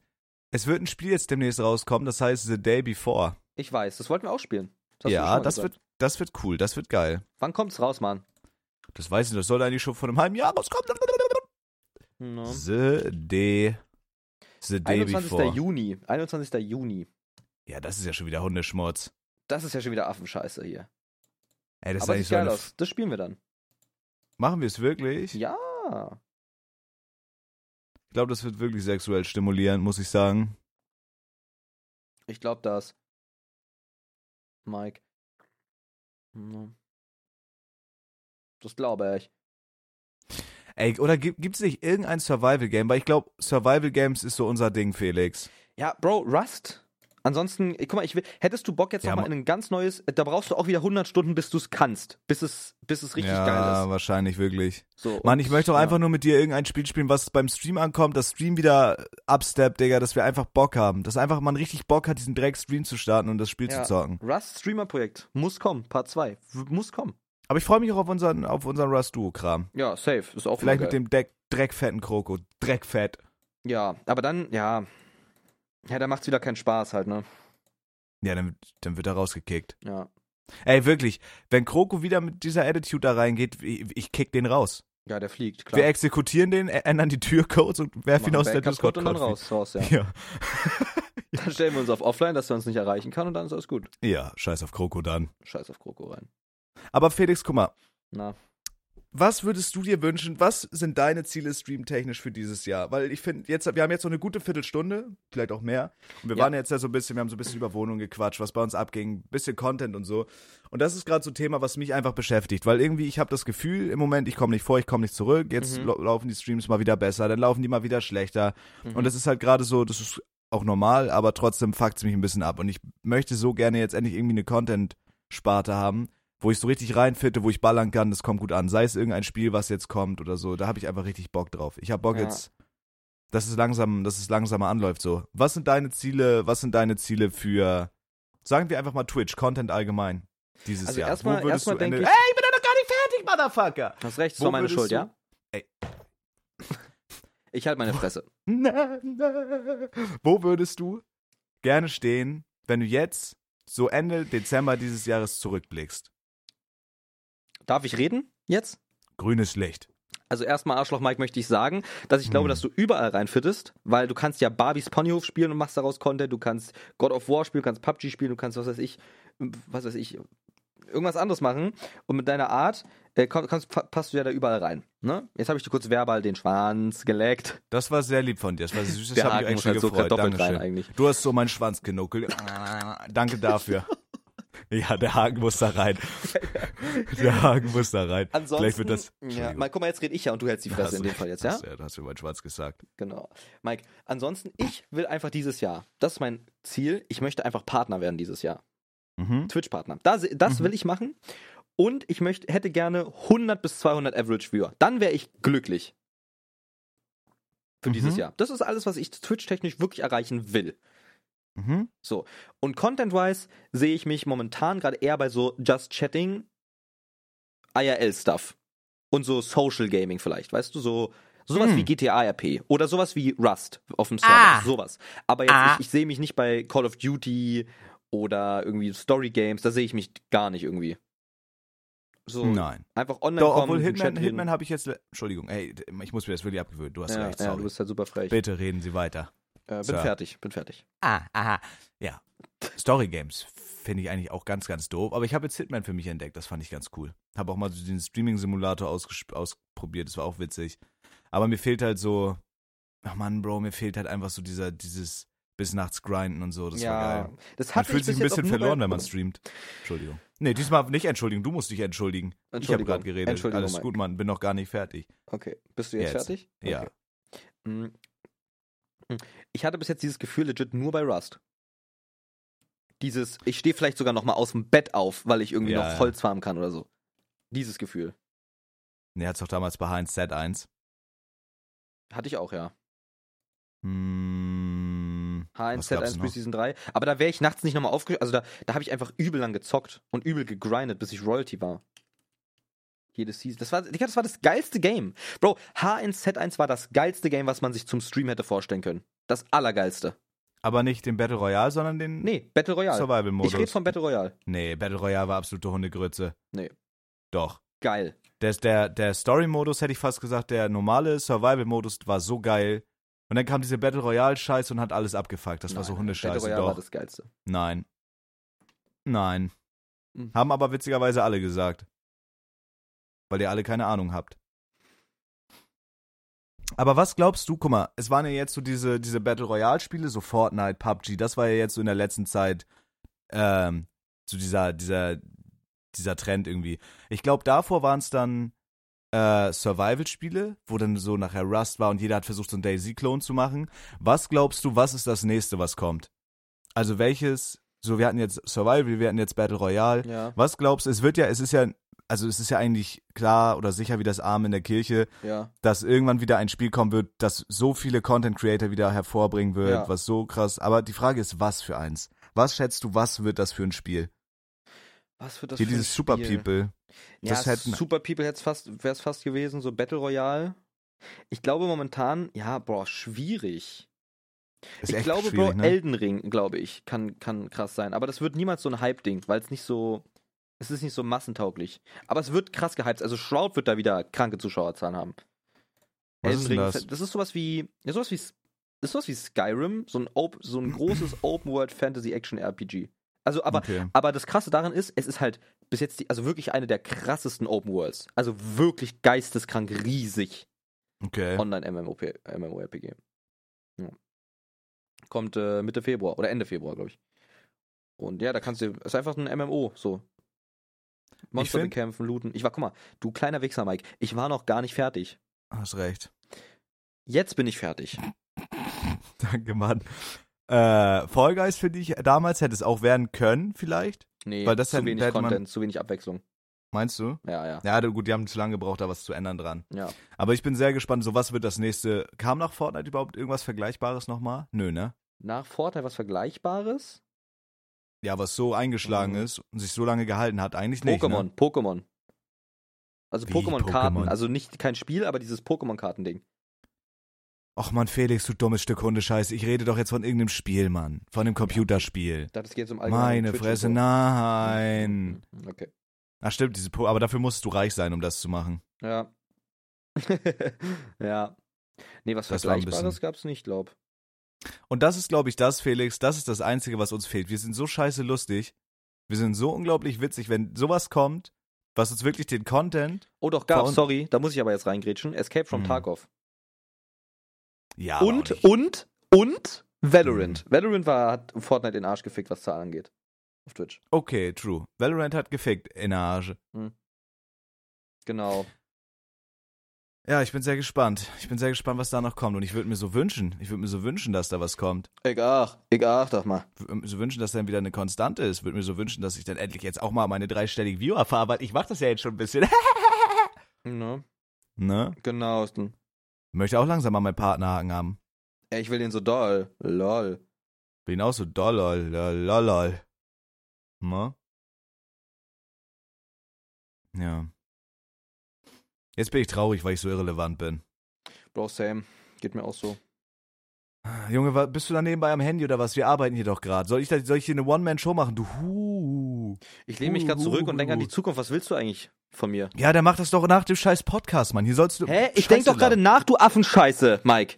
[SPEAKER 2] es wird ein Spiel jetzt demnächst rauskommen, das heißt The Day Before.
[SPEAKER 1] ich weiß, das wollten wir auch spielen. hast du schon
[SPEAKER 2] ja,
[SPEAKER 1] mal
[SPEAKER 2] das
[SPEAKER 1] gesagt.
[SPEAKER 2] wird, das wird cool, das wird geil.
[SPEAKER 1] Wann kommt's raus, Mann?
[SPEAKER 2] Das weiß ich nicht, das sollte eigentlich schon vor einem halben Jahr rauskommen.
[SPEAKER 1] No.
[SPEAKER 2] The Day. The Day
[SPEAKER 1] 21.
[SPEAKER 2] Before.
[SPEAKER 1] Juni. 21. Juni.
[SPEAKER 2] Ja, das ist ja schon wieder Hundeschmutz.
[SPEAKER 1] Das ist ja schon wieder Affenscheiße hier.
[SPEAKER 2] Ey, das ist
[SPEAKER 1] aber sieht
[SPEAKER 2] eigentlich so
[SPEAKER 1] geil
[SPEAKER 2] eine
[SPEAKER 1] aus. Das spielen wir dann.
[SPEAKER 2] Machen wir es wirklich?
[SPEAKER 1] Ja.
[SPEAKER 2] Ich glaube, das wird wirklich sexuell stimulierend, muss ich sagen.
[SPEAKER 1] Ich glaube das. Mike. Ja. Das glaube ich.
[SPEAKER 2] Ey, oder gibt es nicht irgendein Survival-Game? Weil ich glaube, Survival-Games ist so unser Ding, Felix.
[SPEAKER 1] Ja, Bro, Rust. Ansonsten, ey, guck mal, ich will, hättest du Bock jetzt
[SPEAKER 2] Ja,
[SPEAKER 1] nochmal
[SPEAKER 2] ma-
[SPEAKER 1] in ein ganz neues, da brauchst du auch wieder 100 Stunden, bis du es kannst, bis es, bis es richtig
[SPEAKER 2] ja,
[SPEAKER 1] geil ist.
[SPEAKER 2] wahrscheinlich wirklich.
[SPEAKER 1] So,
[SPEAKER 2] Mann,
[SPEAKER 1] und-
[SPEAKER 2] ich möchte auch
[SPEAKER 1] ja.
[SPEAKER 2] einfach nur mit dir irgendein Spiel spielen, was beim Stream ankommt, das Stream wieder upstep, Digga, dass wir einfach Bock haben. Dass einfach man richtig Bock hat, diesen Dreck-Stream zu starten und das Spiel
[SPEAKER 1] Ja.
[SPEAKER 2] zu zocken.
[SPEAKER 1] Rust Streamer Projekt muss kommen, Part 2, muss kommen.
[SPEAKER 2] Aber ich freue mich auch auf unseren, auf unseren Rust-Duo-Kram.
[SPEAKER 1] Ja, safe, ist auch
[SPEAKER 2] Vielleicht
[SPEAKER 1] immer
[SPEAKER 2] mit
[SPEAKER 1] geil.
[SPEAKER 2] dem Deck, dreckfetten Kroko. Dreckfett.
[SPEAKER 1] Ja, aber dann, ja. Ja, da macht's wieder keinen Spaß halt, ne?
[SPEAKER 2] Ja, dann, dann wird er rausgekickt.
[SPEAKER 1] Ja.
[SPEAKER 2] Ey, wirklich, wenn Kroko wieder mit dieser Attitude da reingeht, ich, ich kick den raus.
[SPEAKER 1] Ja, der fliegt,
[SPEAKER 2] Wir
[SPEAKER 1] klar.
[SPEAKER 2] exekutieren den, ä- ändern die Türcodes und werfen ihn
[SPEAKER 1] Machen
[SPEAKER 2] aus der
[SPEAKER 1] Backup kaputt
[SPEAKER 2] discord
[SPEAKER 1] und dann raus, raus, ja.
[SPEAKER 2] Ja.
[SPEAKER 1] Dann stellen wir uns auf Offline, dass er uns nicht erreichen kann und dann ist alles gut.
[SPEAKER 2] ja, scheiß auf Kroko dann.
[SPEAKER 1] Scheiß auf Kroko rein.
[SPEAKER 2] Aber Felix, guck mal,
[SPEAKER 1] Na.
[SPEAKER 2] was würdest du dir wünschen, was sind deine Ziele streamtechnisch für dieses Jahr? Weil ich finde, jetzt, wir haben jetzt so eine gute Viertelstunde, vielleicht auch mehr. Und wir
[SPEAKER 1] Ja.
[SPEAKER 2] waren jetzt ja so ein bisschen, wir haben so ein bisschen über Wohnung gequatscht, was bei uns abging, bisschen Content und so. Und das ist gerade so ein Thema, was mich einfach beschäftigt, weil irgendwie ich habe das Gefühl im Moment, ich komme nicht vor, ich komme nicht zurück. Jetzt
[SPEAKER 1] Mhm.
[SPEAKER 2] lau- laufen die Streams mal wieder besser, dann laufen die mal wieder schlechter. Und das ist halt gerade so, das ist auch normal, aber trotzdem fuckt es mich ein bisschen ab. Und ich möchte so gerne jetzt endlich irgendwie eine Content-Sparte haben, wo ich so richtig reinfitte, wo ich ballern kann, das kommt gut an. Sei es irgendein Spiel, was jetzt kommt oder so, da habe ich einfach richtig Bock drauf. Ich habe Bock
[SPEAKER 1] Ja.
[SPEAKER 2] jetzt, dass es langsam, dass es langsamer anläuft so. Was sind deine Ziele, was sind deine Ziele für, sagen wir einfach mal Twitch, Content allgemein dieses
[SPEAKER 1] Also
[SPEAKER 2] Jahr?
[SPEAKER 1] erstmal- erstmal
[SPEAKER 2] Ende-
[SPEAKER 1] denk ich-
[SPEAKER 2] Ey, ich bin doch noch gar nicht fertig, Motherfucker!
[SPEAKER 1] Hast recht, das
[SPEAKER 2] Wo
[SPEAKER 1] war meine
[SPEAKER 2] würdest
[SPEAKER 1] Schuld,
[SPEAKER 2] du-
[SPEAKER 1] ja?
[SPEAKER 2] Ey.
[SPEAKER 1] Ich halt meine Fresse.
[SPEAKER 2] Na, na. Wo würdest du gerne stehen, wenn du jetzt so Ende Dezember dieses Jahres zurückblickst?
[SPEAKER 1] Darf ich reden? Jetzt?
[SPEAKER 2] Grünes Licht.
[SPEAKER 1] Also erstmal, Arschloch Mike, möchte ich sagen, dass ich glaube,
[SPEAKER 2] Hm.
[SPEAKER 1] dass du überall reinfittest, weil du kannst ja Barbies Ponyhof spielen und machst daraus Content, du kannst God of War spielen, du kannst PUBG spielen, du kannst was weiß ich, was weiß ich, irgendwas anderes machen und mit deiner Art äh, komm- kommst, fa- passt du ja da überall rein. Ne? Jetzt habe ich dir kurz verbal den Schwanz geleckt.
[SPEAKER 2] Das war sehr lieb von dir. Das war süß. Das
[SPEAKER 1] Der
[SPEAKER 2] hat mich
[SPEAKER 1] Haken muss
[SPEAKER 2] actually
[SPEAKER 1] halt so
[SPEAKER 2] gefreut.
[SPEAKER 1] doppelt rein
[SPEAKER 2] Dankeschön.
[SPEAKER 1] eigentlich.
[SPEAKER 2] Du hast so meinen Schwanz genuckelt. Danke dafür. Ja, der Haken muss da rein. Der Haken muss da rein.
[SPEAKER 1] Ansonsten,
[SPEAKER 2] Vielleicht wird das.
[SPEAKER 1] ja,
[SPEAKER 2] Entschuldigung.
[SPEAKER 1] Mike, guck mal, jetzt rede ich ja und du hältst die
[SPEAKER 2] Da
[SPEAKER 1] Fresse
[SPEAKER 2] hast
[SPEAKER 1] in
[SPEAKER 2] du
[SPEAKER 1] dem
[SPEAKER 2] recht.
[SPEAKER 1] Fall jetzt, ja?
[SPEAKER 2] Das, äh, Da hast du mal schwarz gesagt.
[SPEAKER 1] Genau. Mike, ansonsten, ich will einfach dieses Jahr, das ist mein Ziel, ich möchte einfach Partner werden dieses Jahr.
[SPEAKER 2] Mhm.
[SPEAKER 1] Twitch-Partner. Das, das
[SPEAKER 2] Mhm.
[SPEAKER 1] will ich machen. Und ich möchte, hätte gerne 100 bis 200 Average Viewer. Dann wäre ich glücklich. Für dieses
[SPEAKER 2] Mhm.
[SPEAKER 1] Jahr. Das ist alles, was ich Twitch-technisch wirklich erreichen will.
[SPEAKER 2] Mhm.
[SPEAKER 1] Und Content-wise sehe ich mich momentan gerade eher bei so Just Chatting, IRL-Stuff. Und so Social Gaming vielleicht, weißt du, so sowas
[SPEAKER 2] Hm.
[SPEAKER 1] wie GTA RP oder sowas wie Rust auf dem Server,
[SPEAKER 3] Ah.
[SPEAKER 1] sowas. Aber jetzt,
[SPEAKER 3] Ah.
[SPEAKER 1] ich, ich sehe mich nicht bei Call of Duty oder irgendwie Story Games, da sehe ich mich gar nicht irgendwie. So,
[SPEAKER 2] Nein.
[SPEAKER 1] einfach online
[SPEAKER 2] Doch,
[SPEAKER 1] kommen,
[SPEAKER 2] obwohl
[SPEAKER 1] im
[SPEAKER 2] Hitman,
[SPEAKER 1] Chat reden.
[SPEAKER 2] Hitman habe ich jetzt. le- Entschuldigung, ey, ich muss mir das wirklich abgewöhnen. Du hast
[SPEAKER 1] ja,
[SPEAKER 2] recht,
[SPEAKER 1] ja,
[SPEAKER 2] sorry.
[SPEAKER 1] du bist halt super frech. Äh,
[SPEAKER 2] Bitte reden Sie weiter.
[SPEAKER 1] bin
[SPEAKER 2] Sir.
[SPEAKER 1] fertig, bin fertig.
[SPEAKER 3] Ah, aha.
[SPEAKER 2] Story Games finde ich eigentlich auch ganz, ganz doof. Aber ich habe jetzt Hitman für mich entdeckt. Das fand ich ganz cool. Habe auch mal so den Streaming-Simulator ausgesp- ausprobiert. Das war auch witzig. Aber mir fehlt halt so. Ach Mann, Bro, mir fehlt halt einfach so dieser, dieses bis nachts grinden und so. Das war geil.
[SPEAKER 1] Das
[SPEAKER 2] Man
[SPEAKER 1] hatte ich
[SPEAKER 2] fühlt sich
[SPEAKER 1] bis
[SPEAKER 2] ein
[SPEAKER 1] jetzt auch
[SPEAKER 2] bisschen
[SPEAKER 1] nur bei-
[SPEAKER 2] verloren, wenn man streamt. Entschuldigung. Nee, diesmal nicht entschuldigen. Du musst dich entschuldigen. Ich habe
[SPEAKER 1] Entschuldigung,
[SPEAKER 2] gerade geredet.
[SPEAKER 1] Entschuldigung,
[SPEAKER 2] Alles
[SPEAKER 1] Mike.
[SPEAKER 2] gut, Mann. Bin noch gar nicht fertig.
[SPEAKER 1] Okay, bist du jetzt,
[SPEAKER 2] Jetzt.
[SPEAKER 1] fertig?
[SPEAKER 2] Ja.
[SPEAKER 1] Okay. Mm. Mm. Ich hatte bis jetzt dieses Gefühl legit nur bei Rust. Dieses, ich stehe vielleicht sogar noch mal aus dem Bett auf, weil ich irgendwie
[SPEAKER 2] Ja, ja.
[SPEAKER 1] noch Holz farmen kann oder so. Dieses Gefühl
[SPEAKER 2] Nee, hat's doch damals bei Heinz Z1.
[SPEAKER 1] hatte ich auch, ja.
[SPEAKER 2] Hm,
[SPEAKER 1] H1,
[SPEAKER 2] Was gab's
[SPEAKER 1] Z1,
[SPEAKER 2] noch?
[SPEAKER 1] Preseason 3. Aber da wäre ich nachts nicht nochmal aufgeschlafen. Also da, da habe ich einfach übel lang gezockt und übel gegrindet, bis ich Royalty war. Jede Season. Das war, Digga, das war das geilste Game. Bro, H1Z1 war das geilste Game, was man sich zum Stream hätte vorstellen können. Das allergeilste.
[SPEAKER 2] aber nicht den Battle Royale, sondern den
[SPEAKER 1] Nee, Battle Royale. Ich rede
[SPEAKER 2] Survival-Modus.
[SPEAKER 1] von Battle Royale.
[SPEAKER 2] Nee, Battle Royale war absolute Hundegrütze.
[SPEAKER 1] Nee.
[SPEAKER 2] Doch.
[SPEAKER 1] Geil.
[SPEAKER 2] Der, der, der Story-Modus, hätte ich fast gesagt, der normale Survival-Modus war so geil. Und dann kam diese Battle Royale-Scheiße und hat alles abgefuckt. Das war so Hundescheiße,
[SPEAKER 1] Battle Royale war
[SPEAKER 2] doch.
[SPEAKER 1] das Geilste.
[SPEAKER 2] Nein. Nein.
[SPEAKER 1] Mhm.
[SPEAKER 2] Haben aber witzigerweise alle gesagt. Weil ihr alle keine Ahnung habt. Aber was glaubst du, guck mal, es waren ja jetzt so diese, diese Battle Royale-Spiele, so Fortnite, PUBG, das war ja jetzt so in der letzten Zeit ähm, so dieser, dieser, dieser Trend irgendwie. Ich glaube, davor waren es dann äh, Survival-Spiele, wo dann so nachher Rust war und jeder hat versucht, so einen Daisy-Klon zu machen. Was glaubst du, was ist das nächste, was kommt? Also welches, so wir hatten jetzt Survival, wir hatten jetzt Battle Royale.
[SPEAKER 1] Ja,
[SPEAKER 2] Was glaubst du, es wird ja, es ist ja, also es ist ja eigentlich klar oder sicher wie das Arm in der Kirche,
[SPEAKER 1] ja.
[SPEAKER 2] dass irgendwann wieder ein Spiel kommen wird, das so viele Content Creator wieder hervorbringen wird,
[SPEAKER 1] Ja.
[SPEAKER 2] was so krass. Aber die Frage ist, was für eins? Was schätzt du, was wird das für ein Spiel?
[SPEAKER 1] Was für das
[SPEAKER 2] Hier
[SPEAKER 1] für ein
[SPEAKER 2] dieses Super
[SPEAKER 1] Spiel?
[SPEAKER 2] People.
[SPEAKER 1] Ja,
[SPEAKER 2] das halt hätten-
[SPEAKER 1] Super People hätte fast, wäre es fast gewesen, so Battle Royale. Ich glaube momentan, ja, boah, schwierig.
[SPEAKER 2] Ist
[SPEAKER 1] ich
[SPEAKER 2] echt
[SPEAKER 1] glaube, Bro,
[SPEAKER 2] schwierig, ne?
[SPEAKER 1] Elden Ring, glaube ich, kann, kann krass sein. Aber das wird niemals so ein Hype-Ding, weil es nicht so, es ist nicht so massentauglich. Aber es wird krass gehypt. Also Shroud wird da wieder kranke Zuschauerzahlen haben.
[SPEAKER 2] Was
[SPEAKER 1] Elden
[SPEAKER 2] ist denn
[SPEAKER 1] Ring,
[SPEAKER 2] das?
[SPEAKER 1] halt, ist sowas wie, ja, sowas wie, S- ist sowas wie Skyrim, so ein, Op so ein großes Open-World-Fantasy-Action-RPG. Also, aber,
[SPEAKER 2] okay.
[SPEAKER 1] aber das Krasse daran ist, es ist halt bis jetzt, die, also wirklich eine der krassesten Open Worlds. Also wirklich geisteskrank riesig
[SPEAKER 2] okay.
[SPEAKER 1] Online-MMORPG. Ja. Kommt äh, Mitte Februar oder Ende Februar, glaube ich. Und ja, da kannst du, es ist einfach ein MMO, so. Monster
[SPEAKER 2] find-
[SPEAKER 1] bekämpfen, looten. Ich war, guck mal, du kleiner Wichser, Mike, ich war noch gar nicht fertig.
[SPEAKER 2] Hast recht.
[SPEAKER 1] Jetzt bin ich fertig.
[SPEAKER 2] Danke, Mann. Äh, Fall Guys finde ich damals hätte es auch werden können, vielleicht.
[SPEAKER 1] Nee,
[SPEAKER 2] Weil das
[SPEAKER 1] zu
[SPEAKER 2] dann-
[SPEAKER 1] wenig
[SPEAKER 2] da hätte man-
[SPEAKER 1] Content, zu wenig Abwechslung.
[SPEAKER 2] Meinst du?
[SPEAKER 1] Ja, ja,
[SPEAKER 2] Ja, gut, die haben zu lange gebraucht, da was zu ändern dran.
[SPEAKER 1] ja.
[SPEAKER 2] Aber ich bin sehr gespannt, so was wird das nächste. Kam nach Fortnite überhaupt irgendwas Vergleichbares nochmal? Nö, ne?
[SPEAKER 1] Nach Fortnite was Vergleichbares?
[SPEAKER 2] Ja, was so eingeschlagen
[SPEAKER 1] Mhm.
[SPEAKER 2] ist und sich so lange gehalten hat, eigentlich nicht.
[SPEAKER 1] Pokémon,
[SPEAKER 2] Ne?
[SPEAKER 1] Pokémon. Also
[SPEAKER 2] Wie
[SPEAKER 1] Pokémon-Karten,
[SPEAKER 2] Pokémon?
[SPEAKER 1] also nicht kein Spiel, aber dieses Pokémon-Kartending.
[SPEAKER 2] Och man, Felix, du dummes Stück Hundescheiß. Ich rede doch jetzt von irgendeinem Spiel, Mann. Von einem Computerspiel.
[SPEAKER 1] Das geht um
[SPEAKER 2] Meine Fresse,
[SPEAKER 1] nein. Mhm.
[SPEAKER 2] nein.
[SPEAKER 1] Hm, Okay.
[SPEAKER 2] Ach stimmt, diese po aber dafür musstest du reich sein, um das zu machen.
[SPEAKER 1] Ja. ja. Nee, was
[SPEAKER 2] Das war ein
[SPEAKER 1] Vergleichbares
[SPEAKER 2] bisschen-
[SPEAKER 1] gab's nicht, glaub.
[SPEAKER 2] Und das ist, glaube ich, das, Felix, das ist das Einzige, was uns fehlt. Wir sind so scheiße lustig. Wir sind so unglaublich witzig, wenn sowas kommt, was uns wirklich den Content.
[SPEAKER 1] Oh doch, gab's,
[SPEAKER 2] Von-
[SPEAKER 1] sorry, da muss ich aber jetzt reingrätschen. Escape from
[SPEAKER 2] Mhm.
[SPEAKER 1] Tarkov.
[SPEAKER 2] Ja. aber
[SPEAKER 1] Und,
[SPEAKER 2] auch nicht. Hm.
[SPEAKER 1] und, und Valorant. Valorant war, hat Fortnite den Arsch gefickt, was Zahlen angeht. auf Twitch.
[SPEAKER 2] Okay, true. Valorant hat gefickt, Enage.
[SPEAKER 1] Genau.
[SPEAKER 2] Ja, ich bin sehr gespannt. Ich bin sehr gespannt, was da noch kommt. Und ich würde mir so wünschen, ich würde mir so wünschen, dass da was kommt.
[SPEAKER 1] Ich ach, ich ach doch mal.
[SPEAKER 2] Würde mir so wünschen, dass dann wieder eine Konstante ist. Würde mir so wünschen, dass ich dann endlich jetzt auch mal meine dreistellige Viewer fahre, weil ich mache das ja jetzt schon ein bisschen.
[SPEAKER 1] Ne? Genau,
[SPEAKER 2] ne?
[SPEAKER 1] Genauesten.
[SPEAKER 2] Möchte auch langsam mal meinen Partnerhaken haben.
[SPEAKER 1] Ey, ich will den so doll. Lol.
[SPEAKER 2] Bin auch so dollol, lololol. Ne? Ja. Jetzt bin ich traurig, weil ich so irrelevant bin.
[SPEAKER 1] Bro, same. Geht mir auch so.
[SPEAKER 2] Junge, wa- bist du da nebenbei am Handy oder was? Wir arbeiten hier doch gerade. Soll ich, da, soll ich hier eine One-Man-Show machen? Du Hu.
[SPEAKER 1] Ich lehne
[SPEAKER 2] Uh,
[SPEAKER 1] mich gerade zurück und denke an die Zukunft. Was willst du eigentlich von mir?
[SPEAKER 2] Ja, dann mach das doch nach dem scheiß Podcast, Mann. Hier sollst du.
[SPEAKER 1] Hä? Ich
[SPEAKER 2] Scheiße
[SPEAKER 1] denk doch gerade
[SPEAKER 2] labern.
[SPEAKER 1] nach, du Affenscheiße, Mike.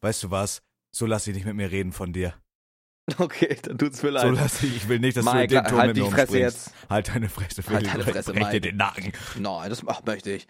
[SPEAKER 2] Weißt du was? So lass dich nicht mit mir reden von dir.
[SPEAKER 1] Okay, dann tut's mir leid.
[SPEAKER 2] So lass dich. Ich will nicht, dass
[SPEAKER 1] Mike,
[SPEAKER 2] du in den Ton
[SPEAKER 1] halt
[SPEAKER 2] mit
[SPEAKER 1] die
[SPEAKER 2] mir
[SPEAKER 1] Fresse
[SPEAKER 2] umspringst. Halt deine Fresse.
[SPEAKER 1] Halt
[SPEAKER 2] wirklich,
[SPEAKER 1] deine
[SPEAKER 2] weil
[SPEAKER 1] Fresse,
[SPEAKER 2] ich brech dir
[SPEAKER 1] Mike.
[SPEAKER 2] den Nacken.
[SPEAKER 1] Nein, das mach- möchte ich.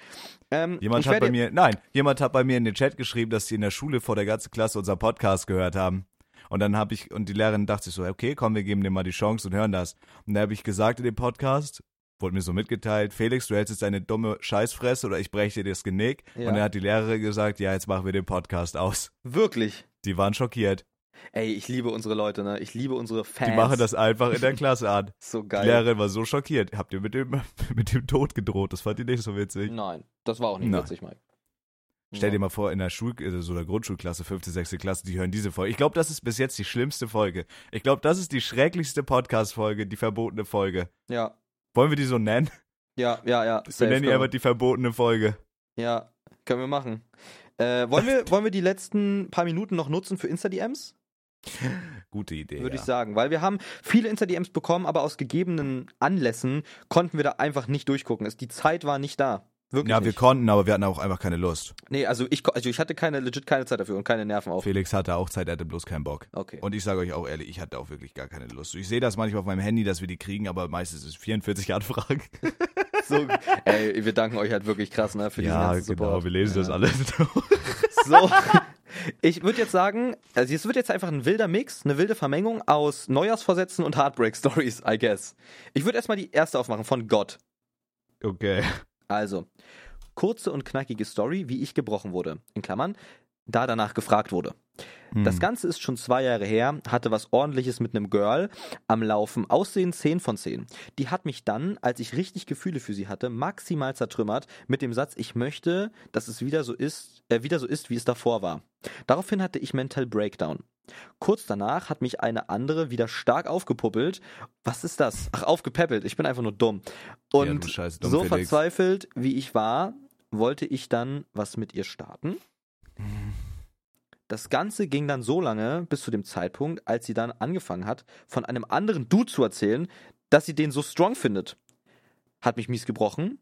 [SPEAKER 1] Ähm,
[SPEAKER 2] Jemand
[SPEAKER 1] ich
[SPEAKER 2] hat
[SPEAKER 1] werd
[SPEAKER 2] bei
[SPEAKER 1] dir-
[SPEAKER 2] mir, nein, jemand hat bei mir in den Chat geschrieben, dass sie in der Schule vor der ganzen Klasse unser Podcast gehört haben. Und dann habe ich, und die Lehrerin dachte sich so, okay, komm, wir geben dem mal die Chance und hören das. Und da habe ich gesagt in dem Podcast, wurde mir so mitgeteilt, Felix, du hältst jetzt eine dumme Scheißfresse oder ich breche dir das Genick.
[SPEAKER 1] Ja.
[SPEAKER 2] Und dann hat die Lehrerin gesagt, ja, jetzt machen wir den Podcast aus.
[SPEAKER 1] Wirklich.
[SPEAKER 2] Die waren schockiert.
[SPEAKER 1] Ey, ich liebe unsere Leute, ne? Ich liebe unsere Fans.
[SPEAKER 2] Die machen das einfach in der Klasse an.
[SPEAKER 1] so
[SPEAKER 2] Die
[SPEAKER 1] geil.
[SPEAKER 2] Lehrerin war so schockiert. Habt ihr mit dem, mit dem Tod gedroht? Das fand die nicht so witzig.
[SPEAKER 1] Nein, das war auch nicht
[SPEAKER 2] Nein.
[SPEAKER 1] witzig, Mike.
[SPEAKER 2] Stell dir mal vor, in der Schul also so einer Grundschulklasse, fünfte, sechste Klasse, die hören diese Folge. Ich glaube, das ist bis jetzt die schlimmste Folge. Ich glaube, das ist die schrecklichste Podcast-Folge, die verbotene Folge.
[SPEAKER 1] Ja,
[SPEAKER 2] Wollen wir die so nennen?
[SPEAKER 1] ja, ja, ja.
[SPEAKER 2] wir
[SPEAKER 1] safe,
[SPEAKER 2] nennen die
[SPEAKER 1] können
[SPEAKER 2] einfach die verbotene Folge.
[SPEAKER 1] wir- ja, können wir machen. Äh, wollen, wir, wollen wir die letzten paar Minuten noch nutzen für Insta-DMs?
[SPEAKER 2] Gute Idee.
[SPEAKER 1] würde
[SPEAKER 2] ja.
[SPEAKER 1] ich sagen. Weil wir haben viele Insta-DMs bekommen, aber aus gegebenen Anlässen konnten wir da einfach nicht durchgucken. Es, die Zeit war nicht da. Wirklich
[SPEAKER 2] Ja, wir
[SPEAKER 1] nicht.
[SPEAKER 2] konnten, aber wir hatten auch einfach keine Lust.
[SPEAKER 1] Nee, also ich, ko- also ich hatte keine, legit keine Zeit dafür und keine Nerven auf.
[SPEAKER 2] Felix hatte auch Zeit, er hatte bloß keinen Bock.
[SPEAKER 1] Okay.
[SPEAKER 2] Und ich sage euch auch ehrlich, ich hatte auch wirklich gar keine Lust. Ich sehe das manchmal auf meinem Handy, dass wir die kriegen, aber meistens ist es 44 Anfragen.
[SPEAKER 1] So, ey, wir danken euch halt wirklich krass, ne, für diesen ganzen Support.
[SPEAKER 2] genau, wir lesen das
[SPEAKER 1] Ja.
[SPEAKER 2] alles.
[SPEAKER 1] So. Ich würde jetzt sagen, also es wird jetzt einfach ein wilder Mix, eine wilde Vermengung aus Neujahrsvorsätzen und Heartbreak-Stories, I guess. Ich würde erstmal die erste aufmachen von Gott.
[SPEAKER 2] okay.
[SPEAKER 1] Also, kurze und knackige Story, wie ich gebrochen wurde. In Klammern, da danach gefragt wurde.
[SPEAKER 2] Hm.
[SPEAKER 1] Das Ganze ist schon zwei Jahre her, hatte was ordentliches mit einem Girl am Laufen, Aussehen 10 von 10. Die hat mich dann, als ich richtig Gefühle für sie hatte, maximal zertrümmert mit dem Satz, ich möchte, dass es wieder so ist, äh, wieder so ist, wie es davor war. Daraufhin hatte ich Mental Breakdown. Kurz danach hat mich eine andere wieder stark aufgepuppelt. Was ist das? Ach, aufgepäppelt. Ich bin einfach nur dumm. Und
[SPEAKER 2] ja, du Scheiße, dumm
[SPEAKER 1] so
[SPEAKER 2] Felix.
[SPEAKER 1] verzweifelt, wie ich war, wollte ich dann was mit ihr starten. Das Ganze ging dann so lange bis zu dem Zeitpunkt, als sie dann angefangen hat, von einem anderen Dude zu erzählen, dass sie den so strong findet. Hat mich mies gebrochen,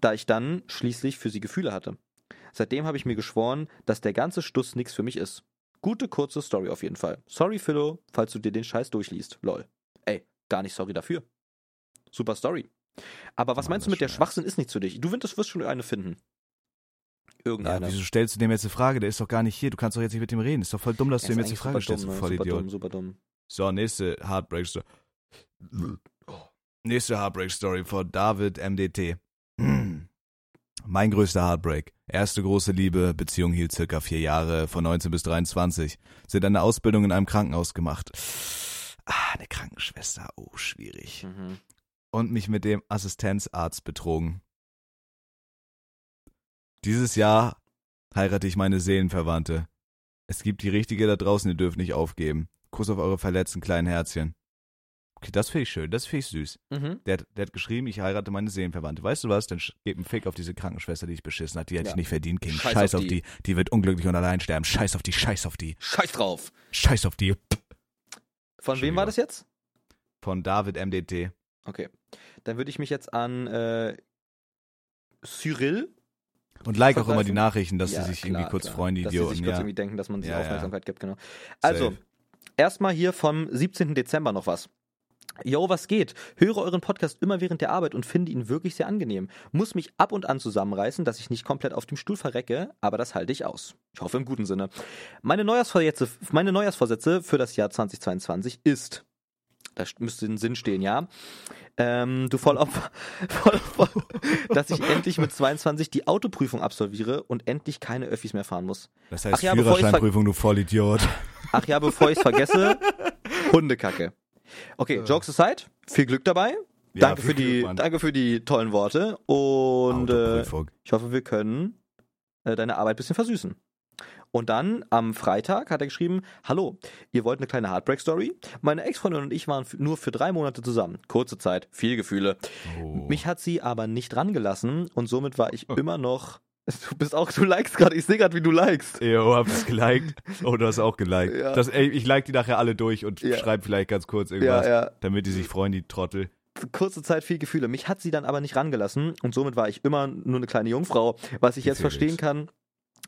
[SPEAKER 1] da ich dann schließlich für sie Gefühle hatte. Seitdem habe ich mir geschworen, dass der ganze Stuss nichts für mich ist. Gute kurze Story auf jeden Fall. Sorry, Philo, falls du dir den Scheiß durchliest. Lol. Ey, gar nicht sorry dafür. Super Story. Aber was
[SPEAKER 2] Mann,
[SPEAKER 1] meinst du
[SPEAKER 2] das
[SPEAKER 1] mit der
[SPEAKER 2] schmerzt.
[SPEAKER 1] Schwachsinn ist nicht zu dich? Du wirst wirst schon eine finden.
[SPEAKER 2] Ja,
[SPEAKER 1] Irgendeine.
[SPEAKER 2] wieso stellst du dem jetzt eine Frage? Der ist doch gar nicht hier. Du kannst doch jetzt nicht mit dem reden. Ist doch voll dumm, dass
[SPEAKER 1] Ja,
[SPEAKER 2] du ihm
[SPEAKER 1] ist
[SPEAKER 2] jetzt eine
[SPEAKER 1] eigentlich super
[SPEAKER 2] Frage stellst,
[SPEAKER 1] dumm,
[SPEAKER 2] du
[SPEAKER 1] ne?
[SPEAKER 2] Vollidiot.
[SPEAKER 1] Super dumm,
[SPEAKER 2] So, nächste Heartbreak Story. Nächste Heartbreak Story von David MDT. Mein größter Heartbreak. Erste große Liebe, Beziehung hielt circa vier Jahre, von 19 bis 23. Sind eine Ausbildung in einem Krankenhaus gemacht. Ah, eine Krankenschwester. Oh, schwierig.
[SPEAKER 1] super dumm. Mhm.
[SPEAKER 2] und mich mit dem Assistenzarzt betrogen. Dieses Jahr heirate ich meine Seelenverwandte. Es gibt die richtige da draußen, ihr dürft nicht aufgeben. Kuss auf eure verletzten kleinen Herzchen. Okay, das finde ich schön, das finde ich süß.
[SPEAKER 1] Mhm.
[SPEAKER 2] Der, hat- der hat geschrieben, ich heirate meine Seelenverwandte. Weißt du was? Dann sch- gib einen Fick auf diese Krankenschwester, die ich beschissen hat. Die hätte
[SPEAKER 1] Ja.
[SPEAKER 2] ich nicht verdient, Kind.
[SPEAKER 1] Scheiß
[SPEAKER 2] Scheiß,
[SPEAKER 1] auf
[SPEAKER 2] auf die. Die wird unglücklich und allein sterben. Scheiß auf die, scheiß auf die.
[SPEAKER 1] Scheiß drauf.
[SPEAKER 2] Scheiß auf die.
[SPEAKER 1] Von wem war das jetzt?
[SPEAKER 2] Von David MDT.
[SPEAKER 1] Okay. Dann würde ich mich jetzt an äh, Cyril.
[SPEAKER 2] Und like auch immer
[SPEAKER 1] Vergleichen?
[SPEAKER 2] die Nachrichten, dass
[SPEAKER 1] Ja,
[SPEAKER 2] sie sich
[SPEAKER 1] klar,
[SPEAKER 2] irgendwie kurz
[SPEAKER 1] klar.
[SPEAKER 2] freuen, die
[SPEAKER 1] dass
[SPEAKER 2] Idioten.
[SPEAKER 1] Dass sie sich kurz
[SPEAKER 2] ja.
[SPEAKER 1] irgendwie denken, dass man sie
[SPEAKER 2] Ja, ja.
[SPEAKER 1] Aufmerksamkeit gibt, genau. Also, erstmal hier vom 17. Dezember noch was. Yo, was geht? Höre euren Podcast immer während der Arbeit und finde ihn wirklich sehr angenehm. Muss mich ab und an zusammenreißen, dass ich nicht komplett auf dem Stuhl verrecke, aber das halte ich aus. Ich hoffe im guten Sinne. Meine Neujahrsvorsätze, meine Neujahrsvorsätze für das Jahr 2022 ist Da st- müsste ein Sinn stehen, ja. Ähm, du Vollopfer, Vollopfer, dass ich endlich mit 22 die Autoprüfung absolviere und endlich keine Öffis mehr fahren muss.
[SPEAKER 2] Das heißt
[SPEAKER 1] Ach ja, bevor ich's ver-
[SPEAKER 2] Führerscheinprüfung, du Vollidiot.
[SPEAKER 1] Ach ja, bevor ich es vergesse, Hundekacke. Okay, Jokes aside, viel Glück dabei.
[SPEAKER 2] Ja,
[SPEAKER 1] danke,
[SPEAKER 2] viel
[SPEAKER 1] für die,
[SPEAKER 2] Glück, Mann.
[SPEAKER 1] danke für die tollen Worte und äh,
[SPEAKER 2] Autoprüfung.
[SPEAKER 1] ich hoffe, wir können äh, deine Arbeit ein bisschen versüßen. Und dann am Freitag hat er geschrieben, hallo, ihr wollt eine kleine Heartbreak-Story? Meine Ex-Freundin und ich waren f- nur für drei Monate zusammen. Kurze Zeit, viel Gefühle.
[SPEAKER 2] Oh.
[SPEAKER 1] Mich hat sie aber nicht rangelassen und somit war ich immer noch... Du bist auch, du likest gerade, ich sehe gerade, wie du likest.
[SPEAKER 2] Jo, hab's geliked. Oh, du hast auch geliked.
[SPEAKER 1] Ja.
[SPEAKER 2] Das, ey, ich like die nachher alle durch und
[SPEAKER 1] Ja.
[SPEAKER 2] schreibe vielleicht ganz kurz
[SPEAKER 1] Ja,
[SPEAKER 2] irgendwas,
[SPEAKER 1] ja.
[SPEAKER 2] damit die sich freuen, die Trottel.
[SPEAKER 1] kurze Zeit viel Gefühle. Mich hat sie dann aber nicht rangelassen und somit war ich immer nur eine kleine Jungfrau, was ich jetzt
[SPEAKER 2] Felix.
[SPEAKER 1] verstehen kann,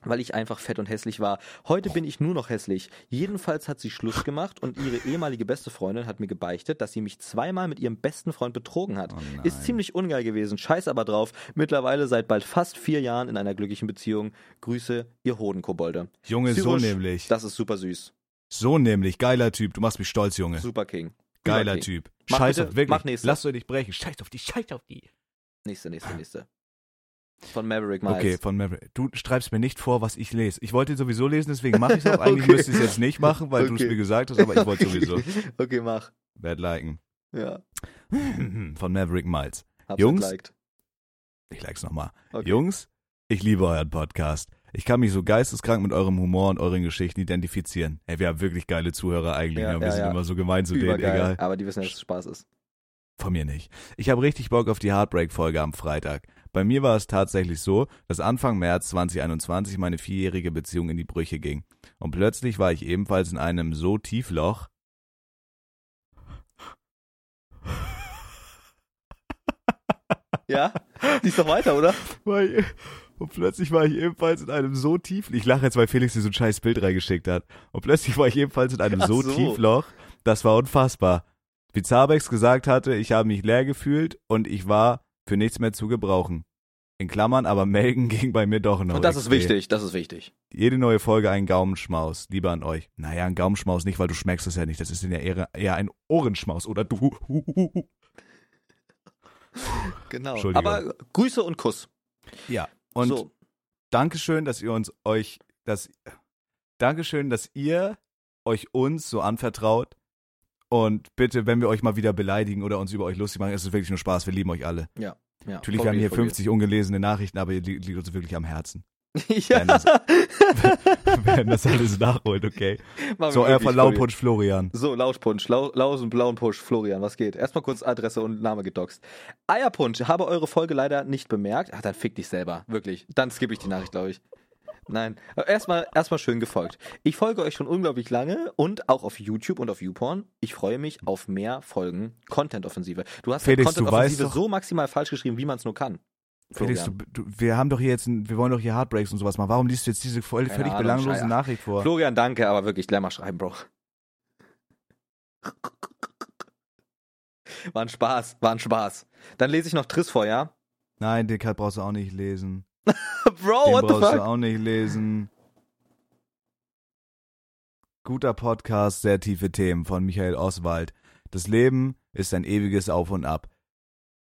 [SPEAKER 1] weil ich einfach fett und hässlich war. Heute bin ich nur noch hässlich. Jedenfalls hat sie Schluss gemacht und ihre ehemalige beste Freundin hat mir gebeichtet, dass sie mich zweimal mit ihrem besten Freund betrogen hat.
[SPEAKER 2] Oh nein.
[SPEAKER 1] Ist ziemlich ungeil gewesen, scheiß aber drauf. Mittlerweile seit bald fast vier Jahren in einer glücklichen Beziehung. Grüße, ihr Hodenkobolde.
[SPEAKER 2] Junge, so
[SPEAKER 1] Syrisch,
[SPEAKER 2] nämlich.
[SPEAKER 1] Das ist super süß.
[SPEAKER 2] So nämlich. Geiler Typ. Du machst mich stolz, Junge.
[SPEAKER 1] Super King.
[SPEAKER 2] Geiler
[SPEAKER 1] Überking.
[SPEAKER 2] Typ.
[SPEAKER 1] Mach
[SPEAKER 2] Scheiß
[SPEAKER 1] bitte-
[SPEAKER 2] auf, wirklich.
[SPEAKER 1] mach nächste.
[SPEAKER 2] Lass du dich brechen. Scheiß auf die, scheiß auf die.
[SPEAKER 1] Nächste, nächste, nächste. Von Maverick Miles.
[SPEAKER 2] Okay, von Maverick. Du schreibst mir nicht vor, was ich lese. Ich wollte sowieso lesen, deswegen mache ich es auch. Eigentlich
[SPEAKER 1] Okay.
[SPEAKER 2] müsste ich es jetzt nicht machen, weil du es
[SPEAKER 1] Okay.
[SPEAKER 2] mir gesagt hast, aber ich wollte sowieso.
[SPEAKER 1] Okay, mach.
[SPEAKER 2] Bad liken.
[SPEAKER 1] Ja.
[SPEAKER 2] Von Maverick Miles.
[SPEAKER 1] Hab's
[SPEAKER 2] Jungs?
[SPEAKER 1] geliked.
[SPEAKER 2] Ich like's nochmal.
[SPEAKER 1] Okay.
[SPEAKER 2] Jungs, ich liebe euren Podcast. Ich kann mich so geisteskrank mit eurem Humor und euren Geschichten identifizieren. Ey, wir haben wirklich geile Zuhörer eigentlich.
[SPEAKER 1] Ja,
[SPEAKER 2] ne? wir
[SPEAKER 1] ja,
[SPEAKER 2] sind
[SPEAKER 1] ja.
[SPEAKER 2] immer so gemein zu denen,
[SPEAKER 1] Übergeil.
[SPEAKER 2] egal.
[SPEAKER 1] Aber die wissen, dass es Spaß ist.
[SPEAKER 2] Von mir nicht. Ich habe richtig Bock auf die Heartbreak-Folge am Freitag. Bei mir war es tatsächlich so, dass Anfang März 2021 meine vierjährige Beziehung in die Brüche ging. Und plötzlich war ich ebenfalls in einem so Tiefloch.
[SPEAKER 1] Ja? Die ist doch weiter, oder?
[SPEAKER 2] War ich, und plötzlich war ich ebenfalls in einem so Tiefloch. Ich lache jetzt, weil Felix dir so ein scheiß Bild reingeschickt hat. Und plötzlich war ich ebenfalls in einem
[SPEAKER 1] Ach
[SPEAKER 2] so,
[SPEAKER 1] so.
[SPEAKER 2] Tiefloch. Das war unfassbar. Wie Zabex gesagt hatte, ich habe mich leer gefühlt und ich war für nichts mehr zu gebrauchen. In Klammern, aber melden ging bei mir doch noch.
[SPEAKER 1] Und das ist
[SPEAKER 2] XD.
[SPEAKER 1] wichtig, das ist wichtig.
[SPEAKER 2] jede neue Folge einen Gaumenschmaus. Lieber an euch. Naja, ein Gaumenschmaus nicht, weil du schmeckst es ja nicht. Das ist denn ja eher, eher ein Ohrenschmaus, oder du?
[SPEAKER 1] Genau.
[SPEAKER 2] Entschuldigung.
[SPEAKER 1] Aber Grüße und Kuss.
[SPEAKER 2] Ja. Und
[SPEAKER 1] so,
[SPEAKER 2] Dankeschön, dass ihr uns euch, dass, Dankeschön, dass ihr euch uns so anvertraut. Und bitte, wenn wir euch mal wieder beleidigen oder uns über euch lustig machen, es ist wirklich nur Spaß. Wir lieben euch alle.
[SPEAKER 1] ja,
[SPEAKER 2] Natürlich,
[SPEAKER 1] voll
[SPEAKER 2] wir haben
[SPEAKER 1] geht,
[SPEAKER 2] hier
[SPEAKER 1] voll geht.
[SPEAKER 2] 50 ungelesene Nachrichten, aber ihr li- liegt uns wirklich am Herzen.
[SPEAKER 1] ja,
[SPEAKER 2] Wenn das- Wir werden das alles nachholt, okay?
[SPEAKER 1] machen
[SPEAKER 2] So,
[SPEAKER 1] wir wirklich,
[SPEAKER 2] euer
[SPEAKER 1] voll geht.
[SPEAKER 2] Verlaubhund Florian.
[SPEAKER 1] So, Lauschpunsch, Lau Lausen, Blauen Push, Florian, was geht? Erstmal kurz Adresse und Name gedoxt. Eierpunsch, habe eure Folge leider nicht bemerkt. Ach, dann fick dich selber, wirklich. Dann skippe ich die Nachricht, glaube ich. Nein, Aber erstmal erstmal schön gefolgt. Ich folge euch schon unglaublich lange und auch auf YouTube und auf YouPorn. Ich freue mich auf mehr Folgen Content-Offensive. Du hast ja
[SPEAKER 2] Felix, du weißt
[SPEAKER 1] Content-Offensive
[SPEAKER 2] doch-
[SPEAKER 1] so maximal falsch geschrieben, wie man es nur kann.
[SPEAKER 2] Felix, du,
[SPEAKER 1] Florian.
[SPEAKER 2] du, wir haben doch hier jetzt, ein, wir wollen doch hier Heartbreaks und sowas machen. Warum liest du jetzt diese voll,
[SPEAKER 1] Keine
[SPEAKER 2] völlig
[SPEAKER 1] Ahnung,
[SPEAKER 2] belanglose
[SPEAKER 1] Scheiße.
[SPEAKER 2] Nachricht vor?
[SPEAKER 1] Florian, danke, aber wirklich, lern mal schreiben, Bro. War ein Spaß, war ein Spaß. Dann lese ich noch Triss vor, ja?
[SPEAKER 2] Nein, den Cut brauchst du auch nicht lesen.
[SPEAKER 1] Bro,
[SPEAKER 2] den
[SPEAKER 1] what the
[SPEAKER 2] brauchst du
[SPEAKER 1] fuck?
[SPEAKER 2] auch nicht lesen. Guter Podcast, sehr tiefe Themen von Michael Oswald. Das Leben ist ein ewiges Auf und Ab.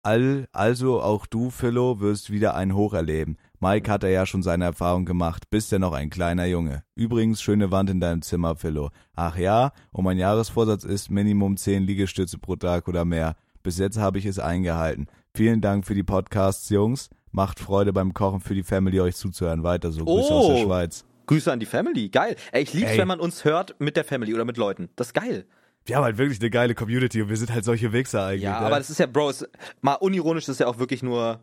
[SPEAKER 2] All, also auch du, Philo, wirst wieder ein Hoch erleben. Mike hat er ja schon seine Erfahrung gemacht, bist ja noch ein kleiner Junge. Übrigens, schöne Wand in deinem Zimmer, Philo. Ach ja, und mein Jahresvorsatz ist Minimum 10 Liegestütze pro Tag oder mehr. Bis jetzt habe ich es eingehalten. Vielen Dank für die Podcasts, Jungs. Macht Freude beim Kochen für die Family, euch zuzuhören. Weiter so. Grüße aus der
[SPEAKER 1] Oh.
[SPEAKER 2] Schweiz.
[SPEAKER 1] Grüße an die Family, geil. Ey, ich lieb's,
[SPEAKER 2] Ey.
[SPEAKER 1] wenn man uns hört mit der Family oder mit Leuten. Das ist geil.
[SPEAKER 2] Wir haben halt wirklich eine geile Community und wir sind halt solche Wichser eigentlich.
[SPEAKER 1] Ja,
[SPEAKER 2] ne?
[SPEAKER 1] aber das ist ja, Bro, ist, mal unironisch, das ist ja auch wirklich nur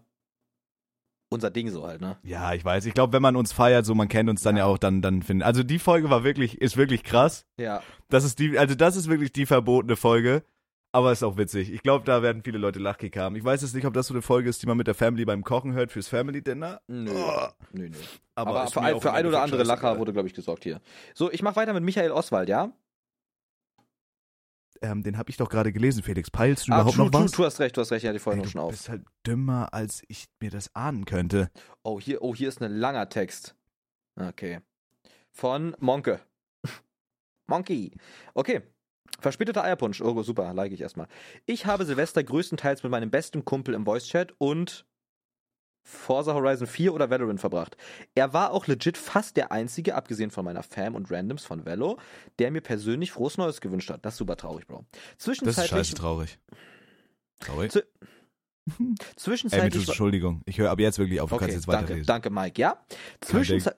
[SPEAKER 1] unser Ding so halt, ne?
[SPEAKER 2] Ja, ich weiß. Ich glaube, wenn man uns feiert, so man kennt uns dann ja, auch, dann, dann finden. Also die Folge war wirklich, ist wirklich krass.
[SPEAKER 1] Ja.
[SPEAKER 2] Das ist die, also das ist wirklich die verbotene Folge. Aber ist auch witzig. Ich glaube, da werden viele Leute Lachkick haben. Ich weiß jetzt nicht, ob das so eine Folge ist, die man mit der Family beim Kochen hört fürs Family Dinner.
[SPEAKER 1] Nö.
[SPEAKER 2] Oh.
[SPEAKER 1] Nö, nö.
[SPEAKER 2] Aber,
[SPEAKER 1] Aber,
[SPEAKER 2] ist
[SPEAKER 1] für,
[SPEAKER 2] mir
[SPEAKER 1] ein,
[SPEAKER 2] auch
[SPEAKER 1] für
[SPEAKER 2] im
[SPEAKER 1] ein oder
[SPEAKER 2] Endeffekt
[SPEAKER 1] andere
[SPEAKER 2] scheißegal.
[SPEAKER 1] Lacher wurde, glaube ich, gesorgt hier. So, ich mach weiter mit Michael Oswald, ja?
[SPEAKER 2] Ähm, den habe ich doch gerade gelesen, Felix. Peilst du
[SPEAKER 1] Ah,
[SPEAKER 2] überhaupt
[SPEAKER 1] true,
[SPEAKER 2] noch
[SPEAKER 1] true,
[SPEAKER 2] was?
[SPEAKER 1] Du hast recht, du hast recht, ja, die
[SPEAKER 2] Ey,
[SPEAKER 1] Folge noch schon
[SPEAKER 2] du
[SPEAKER 1] auf.
[SPEAKER 2] bist halt dümmer, als ich mir das ahnen könnte.
[SPEAKER 1] Oh, hier, oh, hier ist ein langer Text. Okay. Von Monke. Monkey. Okay. Verspäteter Eierpunsch. Oh, super, like ich erstmal. Ich habe Silvester größtenteils mit meinem besten Kumpel im Voice-Chat und Forza Horizon 4 oder Valorant verbracht. Er war auch legit fast der Einzige, abgesehen von meiner Fam und Randoms von Velo, der mir persönlich frohes Neues gewünscht hat. Das ist super traurig, Bro.
[SPEAKER 2] Das ist scheiße
[SPEAKER 1] Zwischenzeitlich,
[SPEAKER 2] traurig. Traurig?
[SPEAKER 1] Zu-
[SPEAKER 2] Ey, mir tut's,
[SPEAKER 1] zwischenzeitlich,
[SPEAKER 2] Entschuldigung. Ich höre ab jetzt wirklich auf. Du kannst
[SPEAKER 1] Okay,
[SPEAKER 2] jetzt
[SPEAKER 1] danke,
[SPEAKER 2] weiterlesen.
[SPEAKER 1] danke, Mike. Ja, Zwischenzei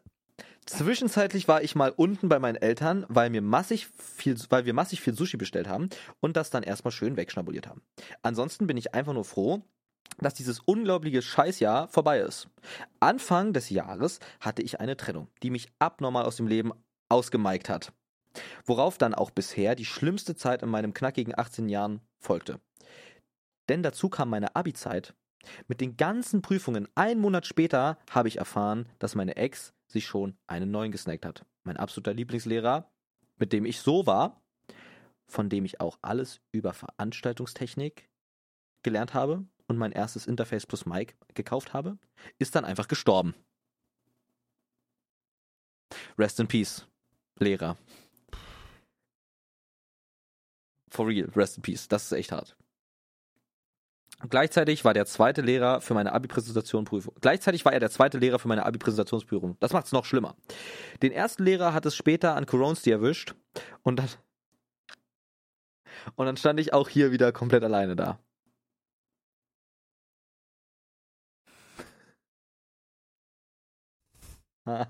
[SPEAKER 1] zwischenzeitlich war ich mal unten bei meinen Eltern, weil, mir massig viel, weil wir massig viel Sushi bestellt haben und das dann erstmal schön wegschnabuliert haben. Ansonsten bin ich einfach nur froh, dass dieses unglaubliche Scheißjahr vorbei ist. Anfang des Jahres hatte ich eine Trennung, die mich abnormal aus dem Leben ausgemeigt hat. Worauf dann auch bisher die schlimmste Zeit in meinem knackigen 18 Jahren folgte. Denn dazu kam meine Abi-Zeit mit den ganzen Prüfungen einen Monat später habe ich erfahren, dass meine Ex sich schon einen neuen gesnackt hat. Mein absoluter Lieblingslehrer, mit dem ich so war, von dem ich auch alles über Veranstaltungstechnik gelernt habe und mein erstes Interface plus Mic gekauft habe, ist dann einfach gestorben. Rest in peace, Lehrer. For real, rest in peace. Das ist echt hart. Gleichzeitig war der zweite Lehrer für meine Abi-Präsentation Prüfung. Gleichzeitig war er der zweite Lehrer für meine Abi-Präsentationsprüfung. Das macht's noch schlimmer. Den ersten Lehrer hat es später an Coronski erwischt und dann und dann stand ich auch hier wieder komplett alleine da. Ah.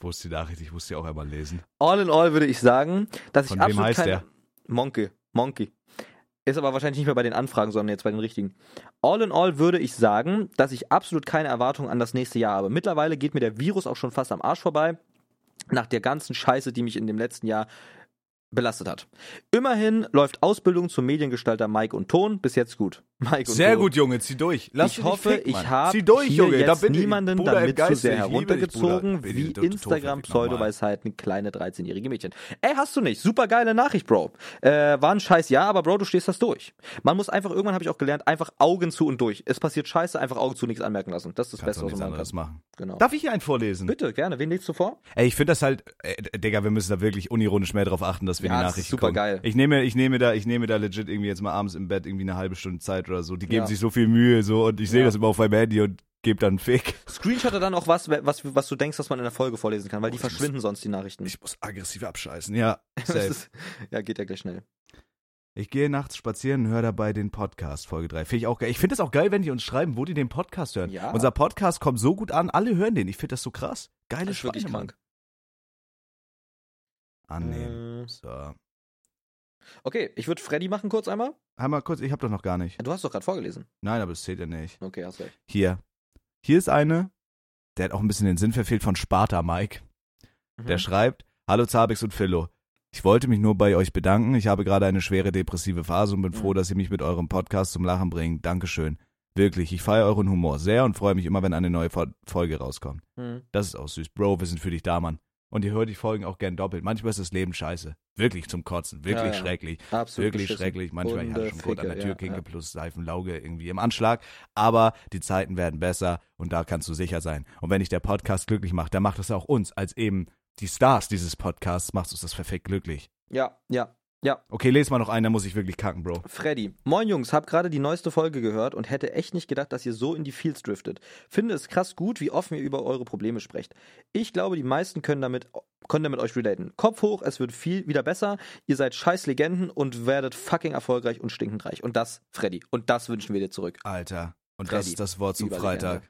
[SPEAKER 2] Wo ist die Nachricht? Ich muss die auch einmal lesen.
[SPEAKER 1] All in all würde ich sagen, dass
[SPEAKER 2] Von
[SPEAKER 1] ich
[SPEAKER 2] wem
[SPEAKER 1] absolut
[SPEAKER 2] heißt
[SPEAKER 1] keine-
[SPEAKER 2] der?
[SPEAKER 1] Monkey, Monkey. Ist aber wahrscheinlich nicht mehr bei den Anfragen, sondern jetzt bei den richtigen. All in all würde ich sagen, dass ich absolut keine Erwartungen an das nächste Jahr habe. Mittlerweile geht mir der Virus auch schon fast am Arsch vorbei, nach der ganzen Scheiße, die mich in dem letzten Jahr belastet hat. Immerhin läuft Ausbildung zum Mediengestalter Mike und Ton bis jetzt gut. Mike und
[SPEAKER 2] Sehr
[SPEAKER 1] Ton.
[SPEAKER 2] gut, Junge, zieh durch. Lass
[SPEAKER 1] Ich
[SPEAKER 2] dich
[SPEAKER 1] hoffe,
[SPEAKER 2] ficken,
[SPEAKER 1] ich
[SPEAKER 2] Mann.
[SPEAKER 1] hab
[SPEAKER 2] Zieh durch,
[SPEAKER 1] hier
[SPEAKER 2] Junge. da
[SPEAKER 1] jetzt
[SPEAKER 2] bin ich.
[SPEAKER 1] niemanden
[SPEAKER 2] Bruder,
[SPEAKER 1] damit
[SPEAKER 2] im Geiste,
[SPEAKER 1] zu sehr
[SPEAKER 2] ich liebe dich, Bruder.
[SPEAKER 1] heruntergezogen,
[SPEAKER 2] Bin
[SPEAKER 1] wie
[SPEAKER 2] die- die- die- die- normal.
[SPEAKER 1] Instagram-Pseudoweisheiten kleine 13-jährige Mädchen. Ey, hast du nicht. Super geile Nachricht, Bro. Äh, war ein scheiß Jahr, aber Bro, du stehst das durch. Man muss einfach, irgendwann habe ich auch gelernt, einfach Augen zu und durch. Es passiert scheiße, einfach Augen zu, nichts anmerken lassen. Das ist das
[SPEAKER 2] Kannst
[SPEAKER 1] Beste,
[SPEAKER 2] du
[SPEAKER 1] was
[SPEAKER 2] nichts
[SPEAKER 1] man machen
[SPEAKER 2] anderes
[SPEAKER 1] kann.
[SPEAKER 2] machen.
[SPEAKER 1] Genau.
[SPEAKER 2] Darf ich hier einen vorlesen?
[SPEAKER 1] Bitte, gerne. Wen legst du vor?
[SPEAKER 2] Ey, ich finde das halt, äh, Digga, wir müssen da wirklich unironisch mehr drauf achten, dass wir
[SPEAKER 1] Ja,
[SPEAKER 2] die
[SPEAKER 1] das ist
[SPEAKER 2] Nachrichten
[SPEAKER 1] super
[SPEAKER 2] kommen.
[SPEAKER 1] geil.
[SPEAKER 2] Ich nehme, ich nehme da, ich nehme da legit irgendwie jetzt mal abends im Bett irgendwie eine halbe Stunde Zeit oder so. Die geben
[SPEAKER 1] Ja.
[SPEAKER 2] sich so viel Mühe so und ich sehe
[SPEAKER 1] Ja.
[SPEAKER 2] das immer auf meinem Handy und gebe dann einen Fick.
[SPEAKER 1] Screenshotte dann auch was, was, was du denkst, was man in der Folge vorlesen kann, weil die
[SPEAKER 2] Oh, ich muss-
[SPEAKER 1] verschwinden sonst, die Nachrichten.
[SPEAKER 2] Ich muss aggressiv abscheißen. Ja,
[SPEAKER 1] Das
[SPEAKER 2] safe.
[SPEAKER 1] ist, ja, geht ja gleich schnell.
[SPEAKER 2] Ich gehe nachts spazieren und höre dabei den Podcast, Folge 3. Finde ich auch geil. Ich finde das auch geil, wenn die uns schreiben, wo die den Podcast hören.
[SPEAKER 1] Ja.
[SPEAKER 2] Unser Podcast kommt so gut an, alle hören den. Ich finde das so krass.
[SPEAKER 1] Das
[SPEAKER 2] Geile
[SPEAKER 1] ist wirklich
[SPEAKER 2] Schweine, Mann.
[SPEAKER 1] krank.
[SPEAKER 2] Annehmen.
[SPEAKER 1] Äh,
[SPEAKER 2] Ah, So.
[SPEAKER 1] Okay, ich würde Freddy machen kurz einmal.
[SPEAKER 2] Einmal kurz, ich habe doch noch gar nicht.
[SPEAKER 1] Du hast doch gerade vorgelesen.
[SPEAKER 2] Nein, aber das zählt ja nicht.
[SPEAKER 1] Okay, hast recht.
[SPEAKER 2] Hier. Hier ist eine, der hat auch ein bisschen den Sinn verfehlt von Sparta Mike. Der schreibt: Hallo Zabix und Philo. Ich wollte mich nur bei euch bedanken. Ich habe gerade eine schwere depressive Phase und bin
[SPEAKER 1] Mhm.
[SPEAKER 2] froh, dass ihr mich mit eurem Podcast zum Lachen bringt. Dankeschön. Wirklich, ich feiere euren Humor sehr und freue mich immer, wenn eine neue Fo- Folge rauskommt.
[SPEAKER 1] Mhm.
[SPEAKER 2] Das ist auch süß. Bro, wir sind für dich da, Mann. Und ihr hört die Folgen auch gern doppelt. Manchmal ist das Leben scheiße. Wirklich zum Kotzen. Wirklich
[SPEAKER 1] Ja, ja.
[SPEAKER 2] schrecklich.
[SPEAKER 1] Absolut
[SPEAKER 2] Wirklich
[SPEAKER 1] beschissen.
[SPEAKER 2] schrecklich. Manchmal ich hatte schon Kot an
[SPEAKER 1] Hundeficke,
[SPEAKER 2] der
[SPEAKER 1] äh, ja,
[SPEAKER 2] Türklinke
[SPEAKER 1] ja.
[SPEAKER 2] plus Seifenlauge irgendwie im Anschlag. Aber die Zeiten werden besser und da kannst du sicher sein. Und wenn dich der Podcast glücklich macht, dann macht es auch uns als eben die Stars dieses Podcasts, macht uns das perfekt glücklich.
[SPEAKER 1] Ja, ja.
[SPEAKER 2] Okay, lese mal noch einen, da muss ich wirklich kacken, Bro.
[SPEAKER 1] Freddy. Moin Jungs, hab gerade die neueste Folge gehört und hätte echt nicht gedacht, dass ihr so in die Fields driftet. Finde es krass gut, wie offen ihr über eure Probleme sprecht. Ich glaube, die meisten können damit, können damit euch relaten. Kopf hoch, es wird viel wieder besser. Ihr seid scheiß Legenden und werdet fucking erfolgreich und stinkend reich. Und das, Freddy. Und das wünschen wir dir zurück.
[SPEAKER 2] Alter. Und das
[SPEAKER 1] Freddy,
[SPEAKER 2] ist das Wort zum
[SPEAKER 1] Überlegende.
[SPEAKER 2] Freitag.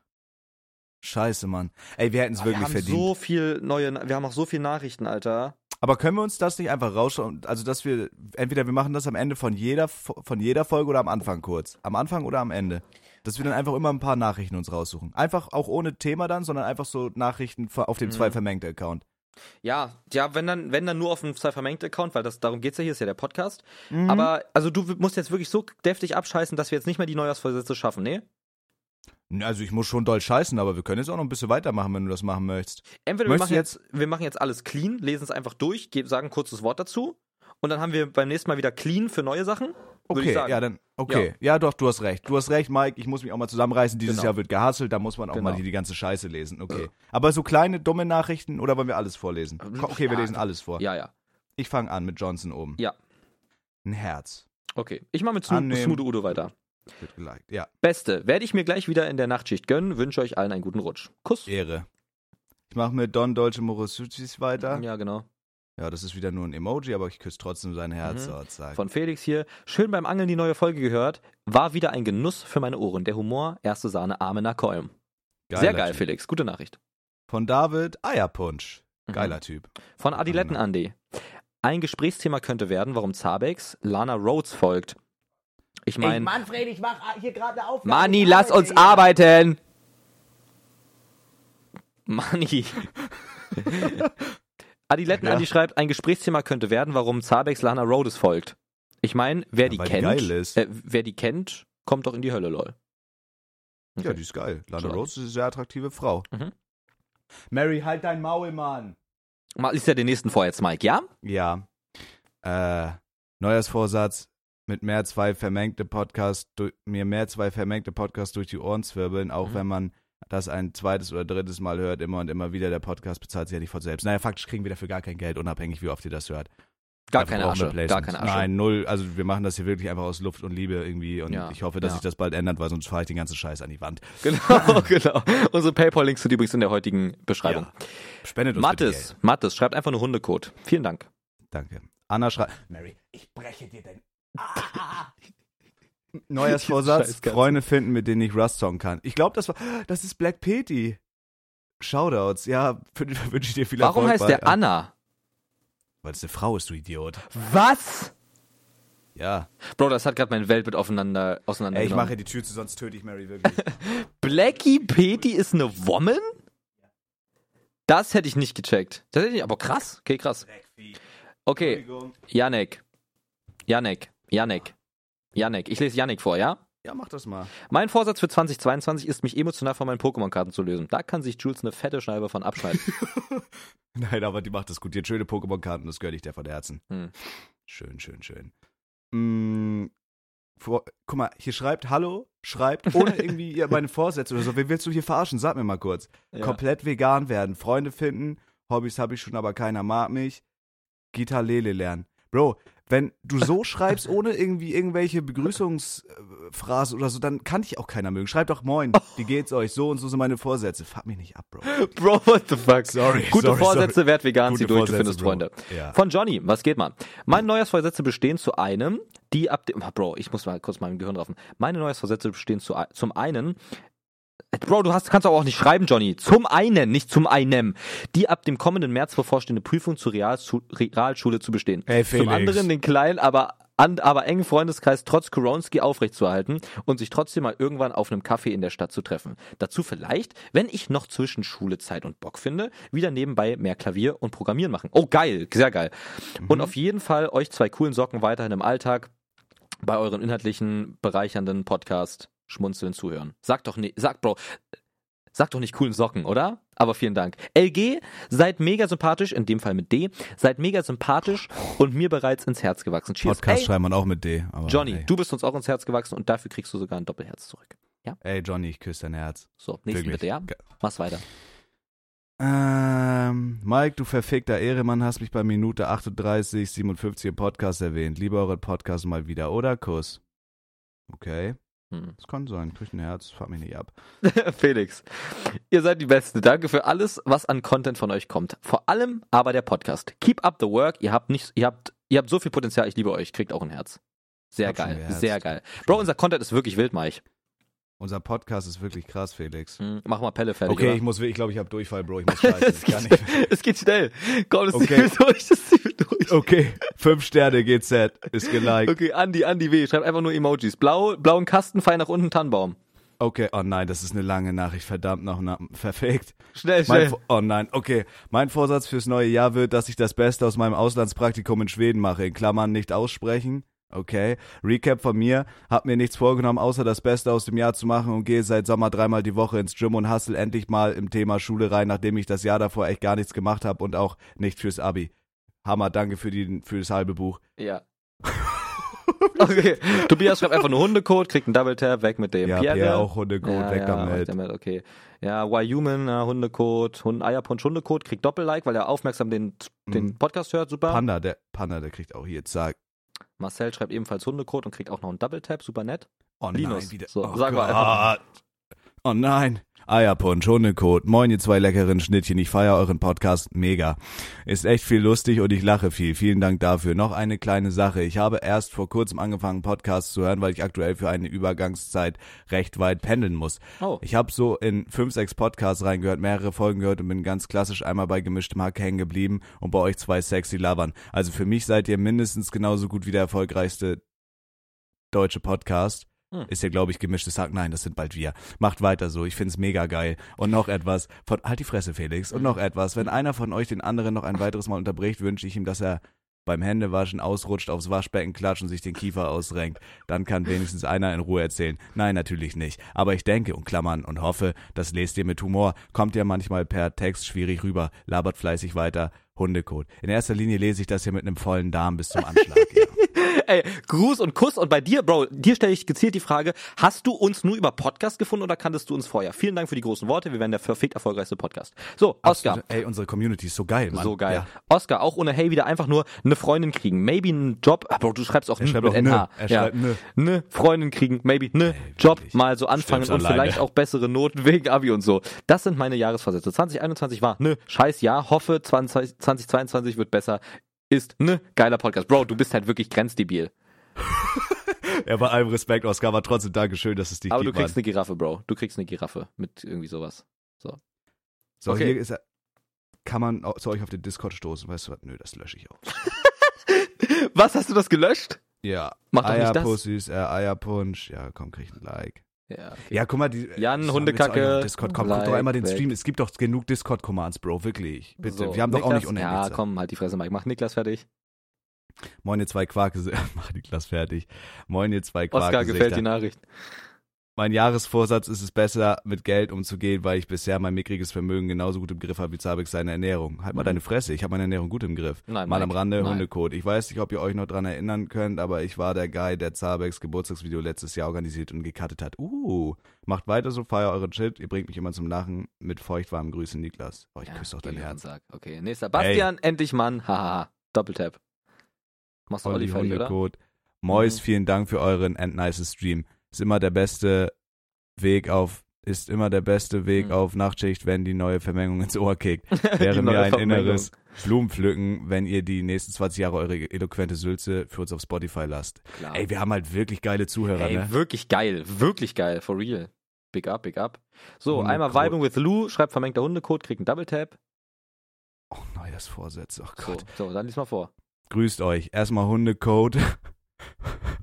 [SPEAKER 2] Scheiße, Mann. Ey, wir hätten es
[SPEAKER 1] wir
[SPEAKER 2] wirklich
[SPEAKER 1] haben
[SPEAKER 2] verdient.
[SPEAKER 1] so viel neue, wir haben auch so viel Nachrichten, Alter.
[SPEAKER 2] Aber können wir uns das nicht einfach rausschauen? Also, dass wir, entweder wir machen das am Ende von jeder, Fo- von jeder Folge oder am Anfang kurz. Am Anfang oder am Ende. Dass wir dann einfach immer ein paar Nachrichten uns raussuchen. Einfach auch ohne Thema dann, sondern einfach so Nachrichten ver- auf dem
[SPEAKER 1] Mhm.
[SPEAKER 2] zwei vermengte Account.
[SPEAKER 1] Ja, ja, wenn dann, wenn dann nur auf dem zwei vermengte Account, weil das darum geht's ja hier, ist ja der Podcast.
[SPEAKER 2] Mhm.
[SPEAKER 1] Aber also du w- musst jetzt wirklich so deftig abscheißen, dass wir jetzt nicht mehr die Neujahrsvorsätze schaffen, ne?
[SPEAKER 2] Na, Also, ich muss schon doll scheißen, aber wir können jetzt auch noch ein bisschen weitermachen, wenn du das machen möchtest.
[SPEAKER 1] Entweder wir
[SPEAKER 2] Möchtest
[SPEAKER 1] machen
[SPEAKER 2] du
[SPEAKER 1] jetzt, wir machen jetzt alles clean, lesen es einfach durch, ge- sagen ein kurzes Wort dazu und dann haben wir beim nächsten Mal wieder clean für neue Sachen. Würde
[SPEAKER 2] Okay,
[SPEAKER 1] ich sagen.
[SPEAKER 2] ja, dann, okay. Ja. doch, du hast recht. Du hast recht, Mike. Ich muss mich auch mal zusammenreißen. Dieses
[SPEAKER 1] Genau.
[SPEAKER 2] Jahr wird gehasselt, da muss man auch
[SPEAKER 1] Genau.
[SPEAKER 2] mal die, die ganze Scheiße lesen. Okay. Aber so kleine, dumme Nachrichten oder wollen wir alles vorlesen? Okay, wir
[SPEAKER 1] Ähm, Ja.
[SPEAKER 2] lesen alles vor.
[SPEAKER 1] ja, ja.
[SPEAKER 2] Ich fange an mit Johnson oben.
[SPEAKER 1] Ja.
[SPEAKER 2] Ein Herz.
[SPEAKER 1] Okay. Ich mache mit Smu
[SPEAKER 2] Annehmen.
[SPEAKER 1] Smudo Udo weiter.
[SPEAKER 2] Wird geliked. Ja.
[SPEAKER 1] Beste. Werde ich mir gleich wieder in der Nachtschicht gönnen. Wünsche euch allen einen guten Rutsch. Kuss.
[SPEAKER 2] Ehre. Ich mache mit Don Dolce Morosuchis weiter. Ja.
[SPEAKER 1] Ja, genau.
[SPEAKER 2] das ist wieder nur ein Emoji, aber ich küsse trotzdem sein Herz.
[SPEAKER 1] Mhm.
[SPEAKER 2] Oh, zack.
[SPEAKER 1] Von Felix hier. Schön beim Angeln die neue Folge gehört. War wieder ein Genuss für meine Ohren. Der Humor, erste Sahne, Arme nach Kolm. Sehr
[SPEAKER 2] Geiler
[SPEAKER 1] geil,
[SPEAKER 2] Typ.
[SPEAKER 1] Felix. Gute Nachricht.
[SPEAKER 2] Von David Eierpunsch.
[SPEAKER 1] Mhm.
[SPEAKER 2] Geiler Typ.
[SPEAKER 1] Von Adiletten Andy. Ein Gesprächsthema könnte werden, warum Zabex Lana Rhodes folgt. Ich
[SPEAKER 3] Ey,
[SPEAKER 1] meine,
[SPEAKER 3] Manfred, ich mach hier gerade eine Aufnahme.
[SPEAKER 1] Mani,
[SPEAKER 3] Ich
[SPEAKER 1] lass
[SPEAKER 3] arbeite
[SPEAKER 1] uns
[SPEAKER 3] hier.
[SPEAKER 1] arbeiten! Mani. Adiletten
[SPEAKER 2] Ja.
[SPEAKER 1] Andy schreibt, ein Gesprächsthema könnte werden, warum Zabex Lana Rhodes folgt. Ich meine, wer
[SPEAKER 2] Ja,
[SPEAKER 1] die
[SPEAKER 2] weil die
[SPEAKER 1] kennt,
[SPEAKER 2] geil ist.
[SPEAKER 1] Äh, wer die kennt, kommt doch in die Hölle, lol.
[SPEAKER 2] Ja, die ist geil. Lana
[SPEAKER 1] Stark.
[SPEAKER 2] Rhodes ist eine sehr attraktive Frau.
[SPEAKER 1] Mhm.
[SPEAKER 2] Mary, halt dein Maul, Mann.
[SPEAKER 1] Mal ist ja den nächsten vor jetzt, Mike, ja?
[SPEAKER 2] Ja. Äh, Neujahrsvorsatz mit mehr zwei vermengte Podcasts, du- mir mehr zwei vermengte Podcasts durch die Ohren zwirbeln, auch
[SPEAKER 1] Mhm.
[SPEAKER 2] wenn man das ein zweites oder drittes Mal hört, immer und immer wieder. Der Podcast bezahlt sich ja nicht von selbst. Naja, faktisch kriegen wir dafür gar kein Geld, unabhängig wie oft ihr das hört.
[SPEAKER 1] Gar
[SPEAKER 2] Dafür
[SPEAKER 1] keine
[SPEAKER 2] brauchen wir
[SPEAKER 1] Asche. Gar
[SPEAKER 2] Placements.
[SPEAKER 1] keine Asche.
[SPEAKER 2] Nein, null. Also wir machen das hier wirklich einfach aus Luft und Liebe irgendwie und
[SPEAKER 1] Ja,
[SPEAKER 2] ich hoffe, dass
[SPEAKER 1] ja.
[SPEAKER 2] sich das bald ändert, weil sonst fahre ich den ganzen Scheiß an die Wand.
[SPEAKER 1] Genau, genau. Unsere PayPal-Links sind übrigens in der heutigen Beschreibung.
[SPEAKER 2] Also, Spendet uns bitte
[SPEAKER 1] Mattes, Mattes, schreibt einfach nur Hundecode. Vielen Dank.
[SPEAKER 2] Geld. Danke. Anna schreibt,
[SPEAKER 3] Mary, ich breche dir den. Ah,
[SPEAKER 2] Neujahrsvorsatz,
[SPEAKER 1] Scheiß Katze.
[SPEAKER 2] Freunde finden, mit denen ich Rust song kann. Ich glaube, das war, das ist Black Petty. Shoutouts, ja, wün- wünsche ich dir viel
[SPEAKER 1] Warum
[SPEAKER 2] Erfolg.
[SPEAKER 1] heißt
[SPEAKER 2] bei-
[SPEAKER 1] der Anna?
[SPEAKER 2] Weil es eine Frau ist, du Idiot.
[SPEAKER 1] Was?
[SPEAKER 2] Ja.
[SPEAKER 1] Bro, das hat gerade mein Weltbild aufeinander
[SPEAKER 2] Ey, ich
[SPEAKER 1] auseinandergenommen.
[SPEAKER 2] mache die Tür zu, sonst töte ich Mary wirklich.
[SPEAKER 1] Blackie Petty ist eine Woman? Das hätte ich nicht gecheckt. Das hätte ich, aber krass. Okay, krass. Okay, Janek. Janek. Janek. Janek. Ich lese Janek vor, ja?
[SPEAKER 2] Ja, mach das mal.
[SPEAKER 1] Mein Vorsatz für 2022 ist, mich emotional von meinen Pokémon-Karten zu lösen. Da kann sich Jules eine fette Scheibe von abschneiden.
[SPEAKER 2] Nein, aber die macht das gut. Die hat schöne Pokémon-Karten, das gönne ich dir von Herzen.
[SPEAKER 1] Hm.
[SPEAKER 2] Schön, schön, schön. Mm, vor, guck mal, hier schreibt Hallo, schreibt ohne irgendwie ihr meine Vorsätze oder so. Wen willst du hier verarschen? Sag mir mal kurz.
[SPEAKER 1] Ja.
[SPEAKER 2] Komplett vegan werden, Freunde finden, Hobbys habe ich schon, aber keiner mag mich. Gitarre Lele lernen. Bro, wenn du so schreibst, ohne irgendwie irgendwelche Begrüßungsphrasen oder so, dann kann dich auch keiner mögen. Schreib doch Moin, wie geht's euch? So und so sind meine Vorsätze. Fuck mich nicht ab, Bro.
[SPEAKER 1] Bro, what the fuck?
[SPEAKER 2] Sorry,
[SPEAKER 1] Gute
[SPEAKER 2] sorry,
[SPEAKER 1] Vorsätze,
[SPEAKER 2] sorry.
[SPEAKER 1] werd vegan, zieh
[SPEAKER 2] Gute
[SPEAKER 1] durch, du
[SPEAKER 2] Vorsätze,
[SPEAKER 1] findest
[SPEAKER 2] Bro.
[SPEAKER 1] Freunde.
[SPEAKER 2] Ja.
[SPEAKER 1] Von Johnny, was geht mal? Meine Neujahrsvorsätze bestehen zu einem, die ab dem. Ah, Bro, ich muss mal kurz mein Gehirn raffen. Meine Neujahrsvorsätze bestehen zu, ei- zum einen. Bro, du hast, kannst auch nicht schreiben, Johnny. Zum einen, nicht zum einem. Die ab dem kommenden März bevorstehende Prüfung zur Realschu- Realschule zu bestehen.
[SPEAKER 2] Hey,
[SPEAKER 1] Zum
[SPEAKER 2] Felix.
[SPEAKER 1] anderen den kleinen, aber, an, aber engen Freundeskreis trotz Koronski aufrechtzuerhalten und sich trotzdem mal irgendwann auf einem Kaffee in der Stadt zu treffen. Dazu vielleicht, wenn ich noch zwischen Schule Zeit und Bock finde, wieder nebenbei mehr Klavier und Programmieren machen. Oh, geil, sehr geil. Und auf jeden Fall euch zwei coolen Socken weiterhin im Alltag bei euren inhaltlichen, bereichernden Podcast schmunzeln zuhören. Sag doch nicht, sag Bro, sag doch nicht coolen Socken, oder? Aber vielen Dank. LG, seid mega sympathisch, in dem Fall mit D, seid mega sympathisch und mir bereits ins Herz gewachsen. Cheers.
[SPEAKER 2] Podcast
[SPEAKER 1] ey,
[SPEAKER 2] schreibt man auch mit D. Aber
[SPEAKER 1] Johnny,
[SPEAKER 2] ey.
[SPEAKER 1] du bist uns auch ins Herz gewachsen und dafür kriegst du sogar ein Doppelherz zurück.
[SPEAKER 2] Ey, Johnny, ich küsse dein Herz.
[SPEAKER 1] So, nächsten
[SPEAKER 2] Wirklich.
[SPEAKER 1] bitte, ja?
[SPEAKER 2] Ge-
[SPEAKER 1] Mach's weiter.
[SPEAKER 2] Ähm, Mike, du verfickter Ehremann, hast mich bei Minute 38, 57 im Podcast erwähnt. Lieber euren Podcast mal wieder, oder? Kuss. Okay,
[SPEAKER 1] Hm.
[SPEAKER 2] das kann sein. Krieg ein Herz, fahr mich nicht ab.
[SPEAKER 1] Felix, ihr seid die Besten. Danke für alles, was an Content von euch kommt. Vor allem aber der Podcast. Keep up the work. Ihr habt nicht, ihr habt, ihr habt so viel Potenzial. Ich liebe euch. Kriegt auch ein Herz. Sehr
[SPEAKER 2] Hab schon
[SPEAKER 1] geil,
[SPEAKER 2] geherzt.
[SPEAKER 1] sehr geil. Bro, unser Content ist wirklich wild, Mike.
[SPEAKER 2] Unser Podcast ist wirklich krass, Felix.
[SPEAKER 1] Hm, Mach mal Pelle fertig.
[SPEAKER 2] Okay, ich
[SPEAKER 1] oder?
[SPEAKER 2] muss, wir- ich glaube, ich habe Durchfall, Bro. Ich muss scheißen.
[SPEAKER 1] es,
[SPEAKER 2] Ich kann
[SPEAKER 1] geht,
[SPEAKER 2] nicht.
[SPEAKER 1] es geht schnell. Komm, das
[SPEAKER 2] Okay.
[SPEAKER 1] okay. zieht durch, das zieht durch.
[SPEAKER 2] Okay, fünf Sterne GZ ist geliked.
[SPEAKER 1] Okay, Andi, Andi W. Schreibt einfach nur Emojis. Blau, blauen Kasten, Pfeil nach unten, Tannenbaum.
[SPEAKER 2] Okay, oh nein, das ist eine lange Nachricht. Verdammt noch na, verfickt.
[SPEAKER 1] Schnell,
[SPEAKER 2] Mein,
[SPEAKER 1] schnell.
[SPEAKER 2] Vo- oh nein, okay. Mein Vorsatz fürs neue Jahr wird, dass ich das Beste aus meinem Auslandspraktikum in Schweden mache. In Klammern nicht aussprechen. Okay. Recap von mir. Hab mir nichts vorgenommen, außer das Beste aus dem Jahr zu machen und gehe seit Sommer dreimal die Woche ins Gym und hustle endlich mal im Thema Schule rein, nachdem ich das Jahr davor echt gar nichts gemacht habe und auch nicht fürs Abi. Hammer, danke für, die, für das halbe Buch.
[SPEAKER 1] ja. Okay. Tobias schreibt einfach nur Hundecode, kriegt einen Double Tap, weg mit dem.
[SPEAKER 2] Ja, Pierre auch Hundecode,
[SPEAKER 1] Ja,
[SPEAKER 2] weg
[SPEAKER 1] ja,
[SPEAKER 2] damit.
[SPEAKER 1] Okay. Ja, Why Human, äh, Hundecode, Hund Eierpunsch, Hundecode, kriegt Doppel-Like, weil er aufmerksam den, den
[SPEAKER 2] Mhm.
[SPEAKER 1] Podcast hört, super.
[SPEAKER 2] Panda, der Panda, der kriegt auch hier, zack.
[SPEAKER 1] Marcel schreibt ebenfalls Hundecode und kriegt auch noch einen Double-Tap, super nett.
[SPEAKER 2] Oh
[SPEAKER 1] Linus.
[SPEAKER 2] nein, wieder.
[SPEAKER 1] So,
[SPEAKER 2] oh
[SPEAKER 1] sagen wir
[SPEAKER 2] Gott.
[SPEAKER 1] einfach.
[SPEAKER 2] Oh nein. Eierpunsch, Hundekot, moin ihr zwei leckeren Schnittchen, ich feier euren Podcast mega. Ist echt viel lustig und ich lache viel. Vielen Dank dafür. Noch eine kleine Sache. Ich habe erst vor kurzem angefangen, Podcasts zu hören, weil ich aktuell für eine Übergangszeit recht weit pendeln muss.
[SPEAKER 1] Oh.
[SPEAKER 2] Ich habe so in fünf, sechs Podcasts reingehört, mehrere Folgen gehört und bin ganz klassisch einmal bei gemischtem Hack hängen geblieben und bei euch zwei sexy labern. Also für mich seid ihr mindestens genauso gut wie der erfolgreichste deutsche Podcast.
[SPEAKER 1] Hm.
[SPEAKER 2] Ist ja, glaube ich, gemischtes Hack. Nein, das sind bald wir. Macht weiter so. Ich find's mega geil. Und noch etwas. Von, halt die Fresse, Felix. Und noch etwas. Wenn einer von euch den anderen noch ein weiteres Mal unterbricht, wünsche ich ihm, dass er beim Händewaschen ausrutscht, aufs Waschbecken klatscht und sich den Kiefer ausrenkt. Dann kann wenigstens einer in Ruhe erzählen. Nein, natürlich nicht. Aber ich denke und klammern und hoffe, das lest ihr mit Humor. Kommt ja manchmal per Text schwierig rüber. Labert fleißig weiter. Hundekot. In erster Linie lese ich das hier mit einem vollen Darm bis zum Anschlag. Ja.
[SPEAKER 1] Ey, Gruß und Kuss und bei dir, Bro, dir stelle ich gezielt die Frage, hast du uns nur über Podcast gefunden oder kanntest du uns vorher? Vielen Dank für die großen Worte, wir werden der verfickt erfolgreichste Podcast. So, Oscar.
[SPEAKER 2] Absolut. Also, Ey, unsere Community ist so geil, Mann.
[SPEAKER 1] So geil.
[SPEAKER 2] Ja.
[SPEAKER 1] Oscar, auch ohne Hey wieder einfach nur eine Freundin kriegen. Maybe einen Job. Ah, Bro, du schreibst auch
[SPEAKER 2] schreibt
[SPEAKER 1] mit
[SPEAKER 2] auch
[SPEAKER 1] NH.
[SPEAKER 2] nö. Er
[SPEAKER 1] ja.
[SPEAKER 2] schreibt nö.
[SPEAKER 1] Ne, Freundin kriegen, maybe, ne, Job
[SPEAKER 2] wirklich.
[SPEAKER 1] mal so anfangen
[SPEAKER 2] Stimmt's
[SPEAKER 1] und
[SPEAKER 2] alleine.
[SPEAKER 1] vielleicht auch bessere Noten wegen Abi und so. Das sind meine Jahresversätze. 2021 war, ne, scheiß Jahr, hoffe 20, 2022 wird besser, ist, ne, geiler Podcast. Bro, du bist halt wirklich grenzdebil.
[SPEAKER 2] Ja, bei allem Respekt, Oscar, aber trotzdem Dankeschön, dass es dich
[SPEAKER 1] Aber du
[SPEAKER 2] gibt,
[SPEAKER 1] kriegst
[SPEAKER 2] Mann.
[SPEAKER 1] eine Giraffe, Bro. Du kriegst eine Giraffe mit irgendwie sowas.
[SPEAKER 2] So,
[SPEAKER 1] okay.
[SPEAKER 2] hier ist er. Kann man au- zu euch auf den Discord stoßen, weißt du was? Nö, das lösche ich auch.
[SPEAKER 1] Was, hast du das gelöscht?
[SPEAKER 2] Ja.
[SPEAKER 1] Mach doch nicht das.
[SPEAKER 2] Eierpussys, äh, Eierpunsch. Ja, komm, krieg ein Like.
[SPEAKER 1] Ja.
[SPEAKER 2] Ja, guck mal, die. äh,
[SPEAKER 1] Jan,
[SPEAKER 2] sollen wir
[SPEAKER 1] Hundekacke,
[SPEAKER 2] zu euch auf Discord, komm, guck doch
[SPEAKER 1] Like,
[SPEAKER 2] einmal den
[SPEAKER 1] weg.
[SPEAKER 2] Stream. Es gibt doch genug Discord-Commands, Bro, wirklich. Bitte.
[SPEAKER 1] So,
[SPEAKER 2] Wir haben doch auch
[SPEAKER 1] Niklas-
[SPEAKER 2] nicht unendlich.
[SPEAKER 1] Ja,
[SPEAKER 2] Zeit.
[SPEAKER 1] komm, halt die Fresse, Mike. Mach Niklas fertig.
[SPEAKER 2] Moin, ihr zwei Quark. Mach die Klasse fertig. Moin, ihr zwei Quark.
[SPEAKER 1] Oscar gefällt die Nachricht.
[SPEAKER 2] Mein Jahresvorsatz ist es besser, mit Geld umzugehen, weil ich bisher mein mickriges Vermögen genauso gut im Griff habe wie Zabek seine Ernährung. Halt mal
[SPEAKER 1] Mhm.
[SPEAKER 2] deine Fresse, ich habe meine Ernährung gut im Griff.
[SPEAKER 1] Nein,
[SPEAKER 2] mal
[SPEAKER 1] Mike,
[SPEAKER 2] am Rande
[SPEAKER 1] nein.
[SPEAKER 2] Hundekot. Ich weiß nicht, ob ihr euch noch dran erinnern könnt, aber ich war der Guy, der Zabeks Geburtstagsvideo letztes Jahr organisiert und gecuttet hat. Uh, macht weiter so, feier euren Shit. Ihr bringt mich immer zum Lachen. Mit feuchtwarmen Grüßen, Niklas. Oh, ich küsse auch dein
[SPEAKER 1] geh mir
[SPEAKER 2] Herz.
[SPEAKER 1] an den Sack. Okay, nächster. Bastian, endlich Mann. Hahaha. Doppeltap. Machst du Olli
[SPEAKER 2] Olli
[SPEAKER 1] fertig, oder?
[SPEAKER 2] Hundekot. Mois,
[SPEAKER 1] Mhm.
[SPEAKER 2] vielen Dank für euren and nice Stream. Ist immer der beste Weg auf, ist immer der beste Weg
[SPEAKER 1] Mhm.
[SPEAKER 2] auf Nachtschicht, wenn die neue Vermengung ins Ohr kickt. Wäre
[SPEAKER 1] Die neue
[SPEAKER 2] mir ein
[SPEAKER 1] Vermengung.
[SPEAKER 2] inneres Blumenpflücken, wenn ihr die nächsten 20 Jahre eure eloquente Sülze für uns auf Spotify lasst.
[SPEAKER 1] Klar.
[SPEAKER 2] Ey, wir haben halt wirklich geile Zuhörer,
[SPEAKER 1] Ey,
[SPEAKER 2] ne?
[SPEAKER 1] wirklich geil. Wirklich geil. For real. Big up, big up. So,
[SPEAKER 2] Hundekot.
[SPEAKER 1] einmal Vibing with Lou, schreibt vermengter Hundecode, kriegt einen Double Tap.
[SPEAKER 2] Oh, neues Vorsatz. Oh
[SPEAKER 1] So,
[SPEAKER 2] Gott.
[SPEAKER 1] so, dann lies mal vor.
[SPEAKER 2] Grüßt euch. Erstmal Hundecode.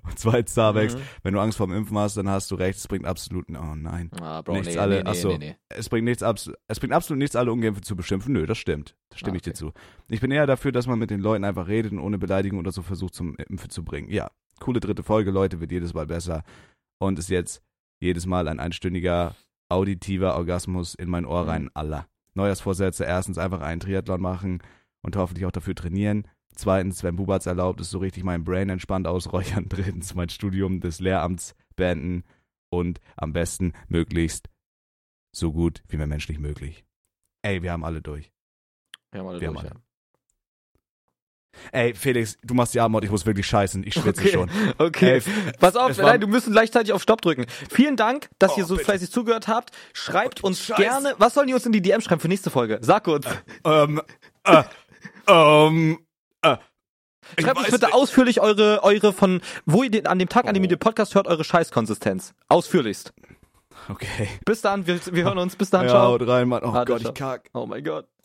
[SPEAKER 2] Und zwei Zabex.
[SPEAKER 1] Mhm.
[SPEAKER 2] Wenn du Angst vorm Impfen hast, dann hast du recht. Es bringt absoluten. Oh nein.
[SPEAKER 1] Ah, Bro,
[SPEAKER 2] Nichts
[SPEAKER 1] nee,
[SPEAKER 2] alle-
[SPEAKER 1] nee, nee,
[SPEAKER 2] achso.
[SPEAKER 1] nee, nee.
[SPEAKER 2] Es bringt, nichts abs es bringt absolut nichts, alle Ungeimpften zu beschimpfen. Nö, das stimmt. Da stimme
[SPEAKER 1] Ah,
[SPEAKER 2] ich dir zu. Ich bin eher dafür, dass man mit den Leuten einfach redet und ohne Beleidigung oder so versucht, zum Impfen zu bringen. Ja, coole dritte Folge, Leute, wird jedes Mal besser. Und ist jetzt jedes Mal ein einstündiger auditiver Orgasmus in mein Ohr
[SPEAKER 1] Mhm.
[SPEAKER 2] rein. Allah. Neujahrsvorsätze. Erstens einfach einen Triathlon machen und hoffentlich auch dafür trainieren. Zweitens, wenn Bubatz erlaubt ist, so richtig mein Brain entspannt ausräuchern. Drittens, mein Studium des Lehramts beenden und am besten möglichst so gut wie mir menschlich möglich. Ey, wir haben alle durch.
[SPEAKER 1] Wir haben alle
[SPEAKER 2] Wir haben
[SPEAKER 1] durch,
[SPEAKER 2] alle. Ey, Felix, du machst die Abendmord, ich muss wirklich scheißen. Ich schwitze schon.
[SPEAKER 1] ja. Okay.
[SPEAKER 2] Ey,
[SPEAKER 1] Pass auf,
[SPEAKER 2] Äh, es war-
[SPEAKER 1] nein, du müssen gleichzeitig auf Stopp drücken. Vielen Dank, dass
[SPEAKER 2] Oh,
[SPEAKER 1] ihr so
[SPEAKER 2] bitte.
[SPEAKER 1] fleißig zugehört habt. Schreibt
[SPEAKER 2] Oh,
[SPEAKER 1] uns
[SPEAKER 2] Scheiße.
[SPEAKER 1] gerne. Was sollen die uns in die DM schreiben für nächste Folge? Sag uns.
[SPEAKER 2] ähm, äh, ähm, äh, ich
[SPEAKER 1] Schreibt uns
[SPEAKER 2] weiß
[SPEAKER 1] bitte
[SPEAKER 2] nicht.
[SPEAKER 1] ausführlich eure, eure von, wo ihr den, an dem Tag, an dem ihr
[SPEAKER 2] Oh.
[SPEAKER 1] den Podcast hört, eure Scheißkonsistenz. Ausführlichst.
[SPEAKER 2] Okay.
[SPEAKER 1] Bis dann, wir, wir hören uns. Bis dann,
[SPEAKER 2] Ja,
[SPEAKER 1] ciao.
[SPEAKER 2] haut rein, Mann. Oh
[SPEAKER 1] Ah,
[SPEAKER 2] Gott,
[SPEAKER 1] ciao.
[SPEAKER 2] ich kack.
[SPEAKER 1] Oh mein Gott.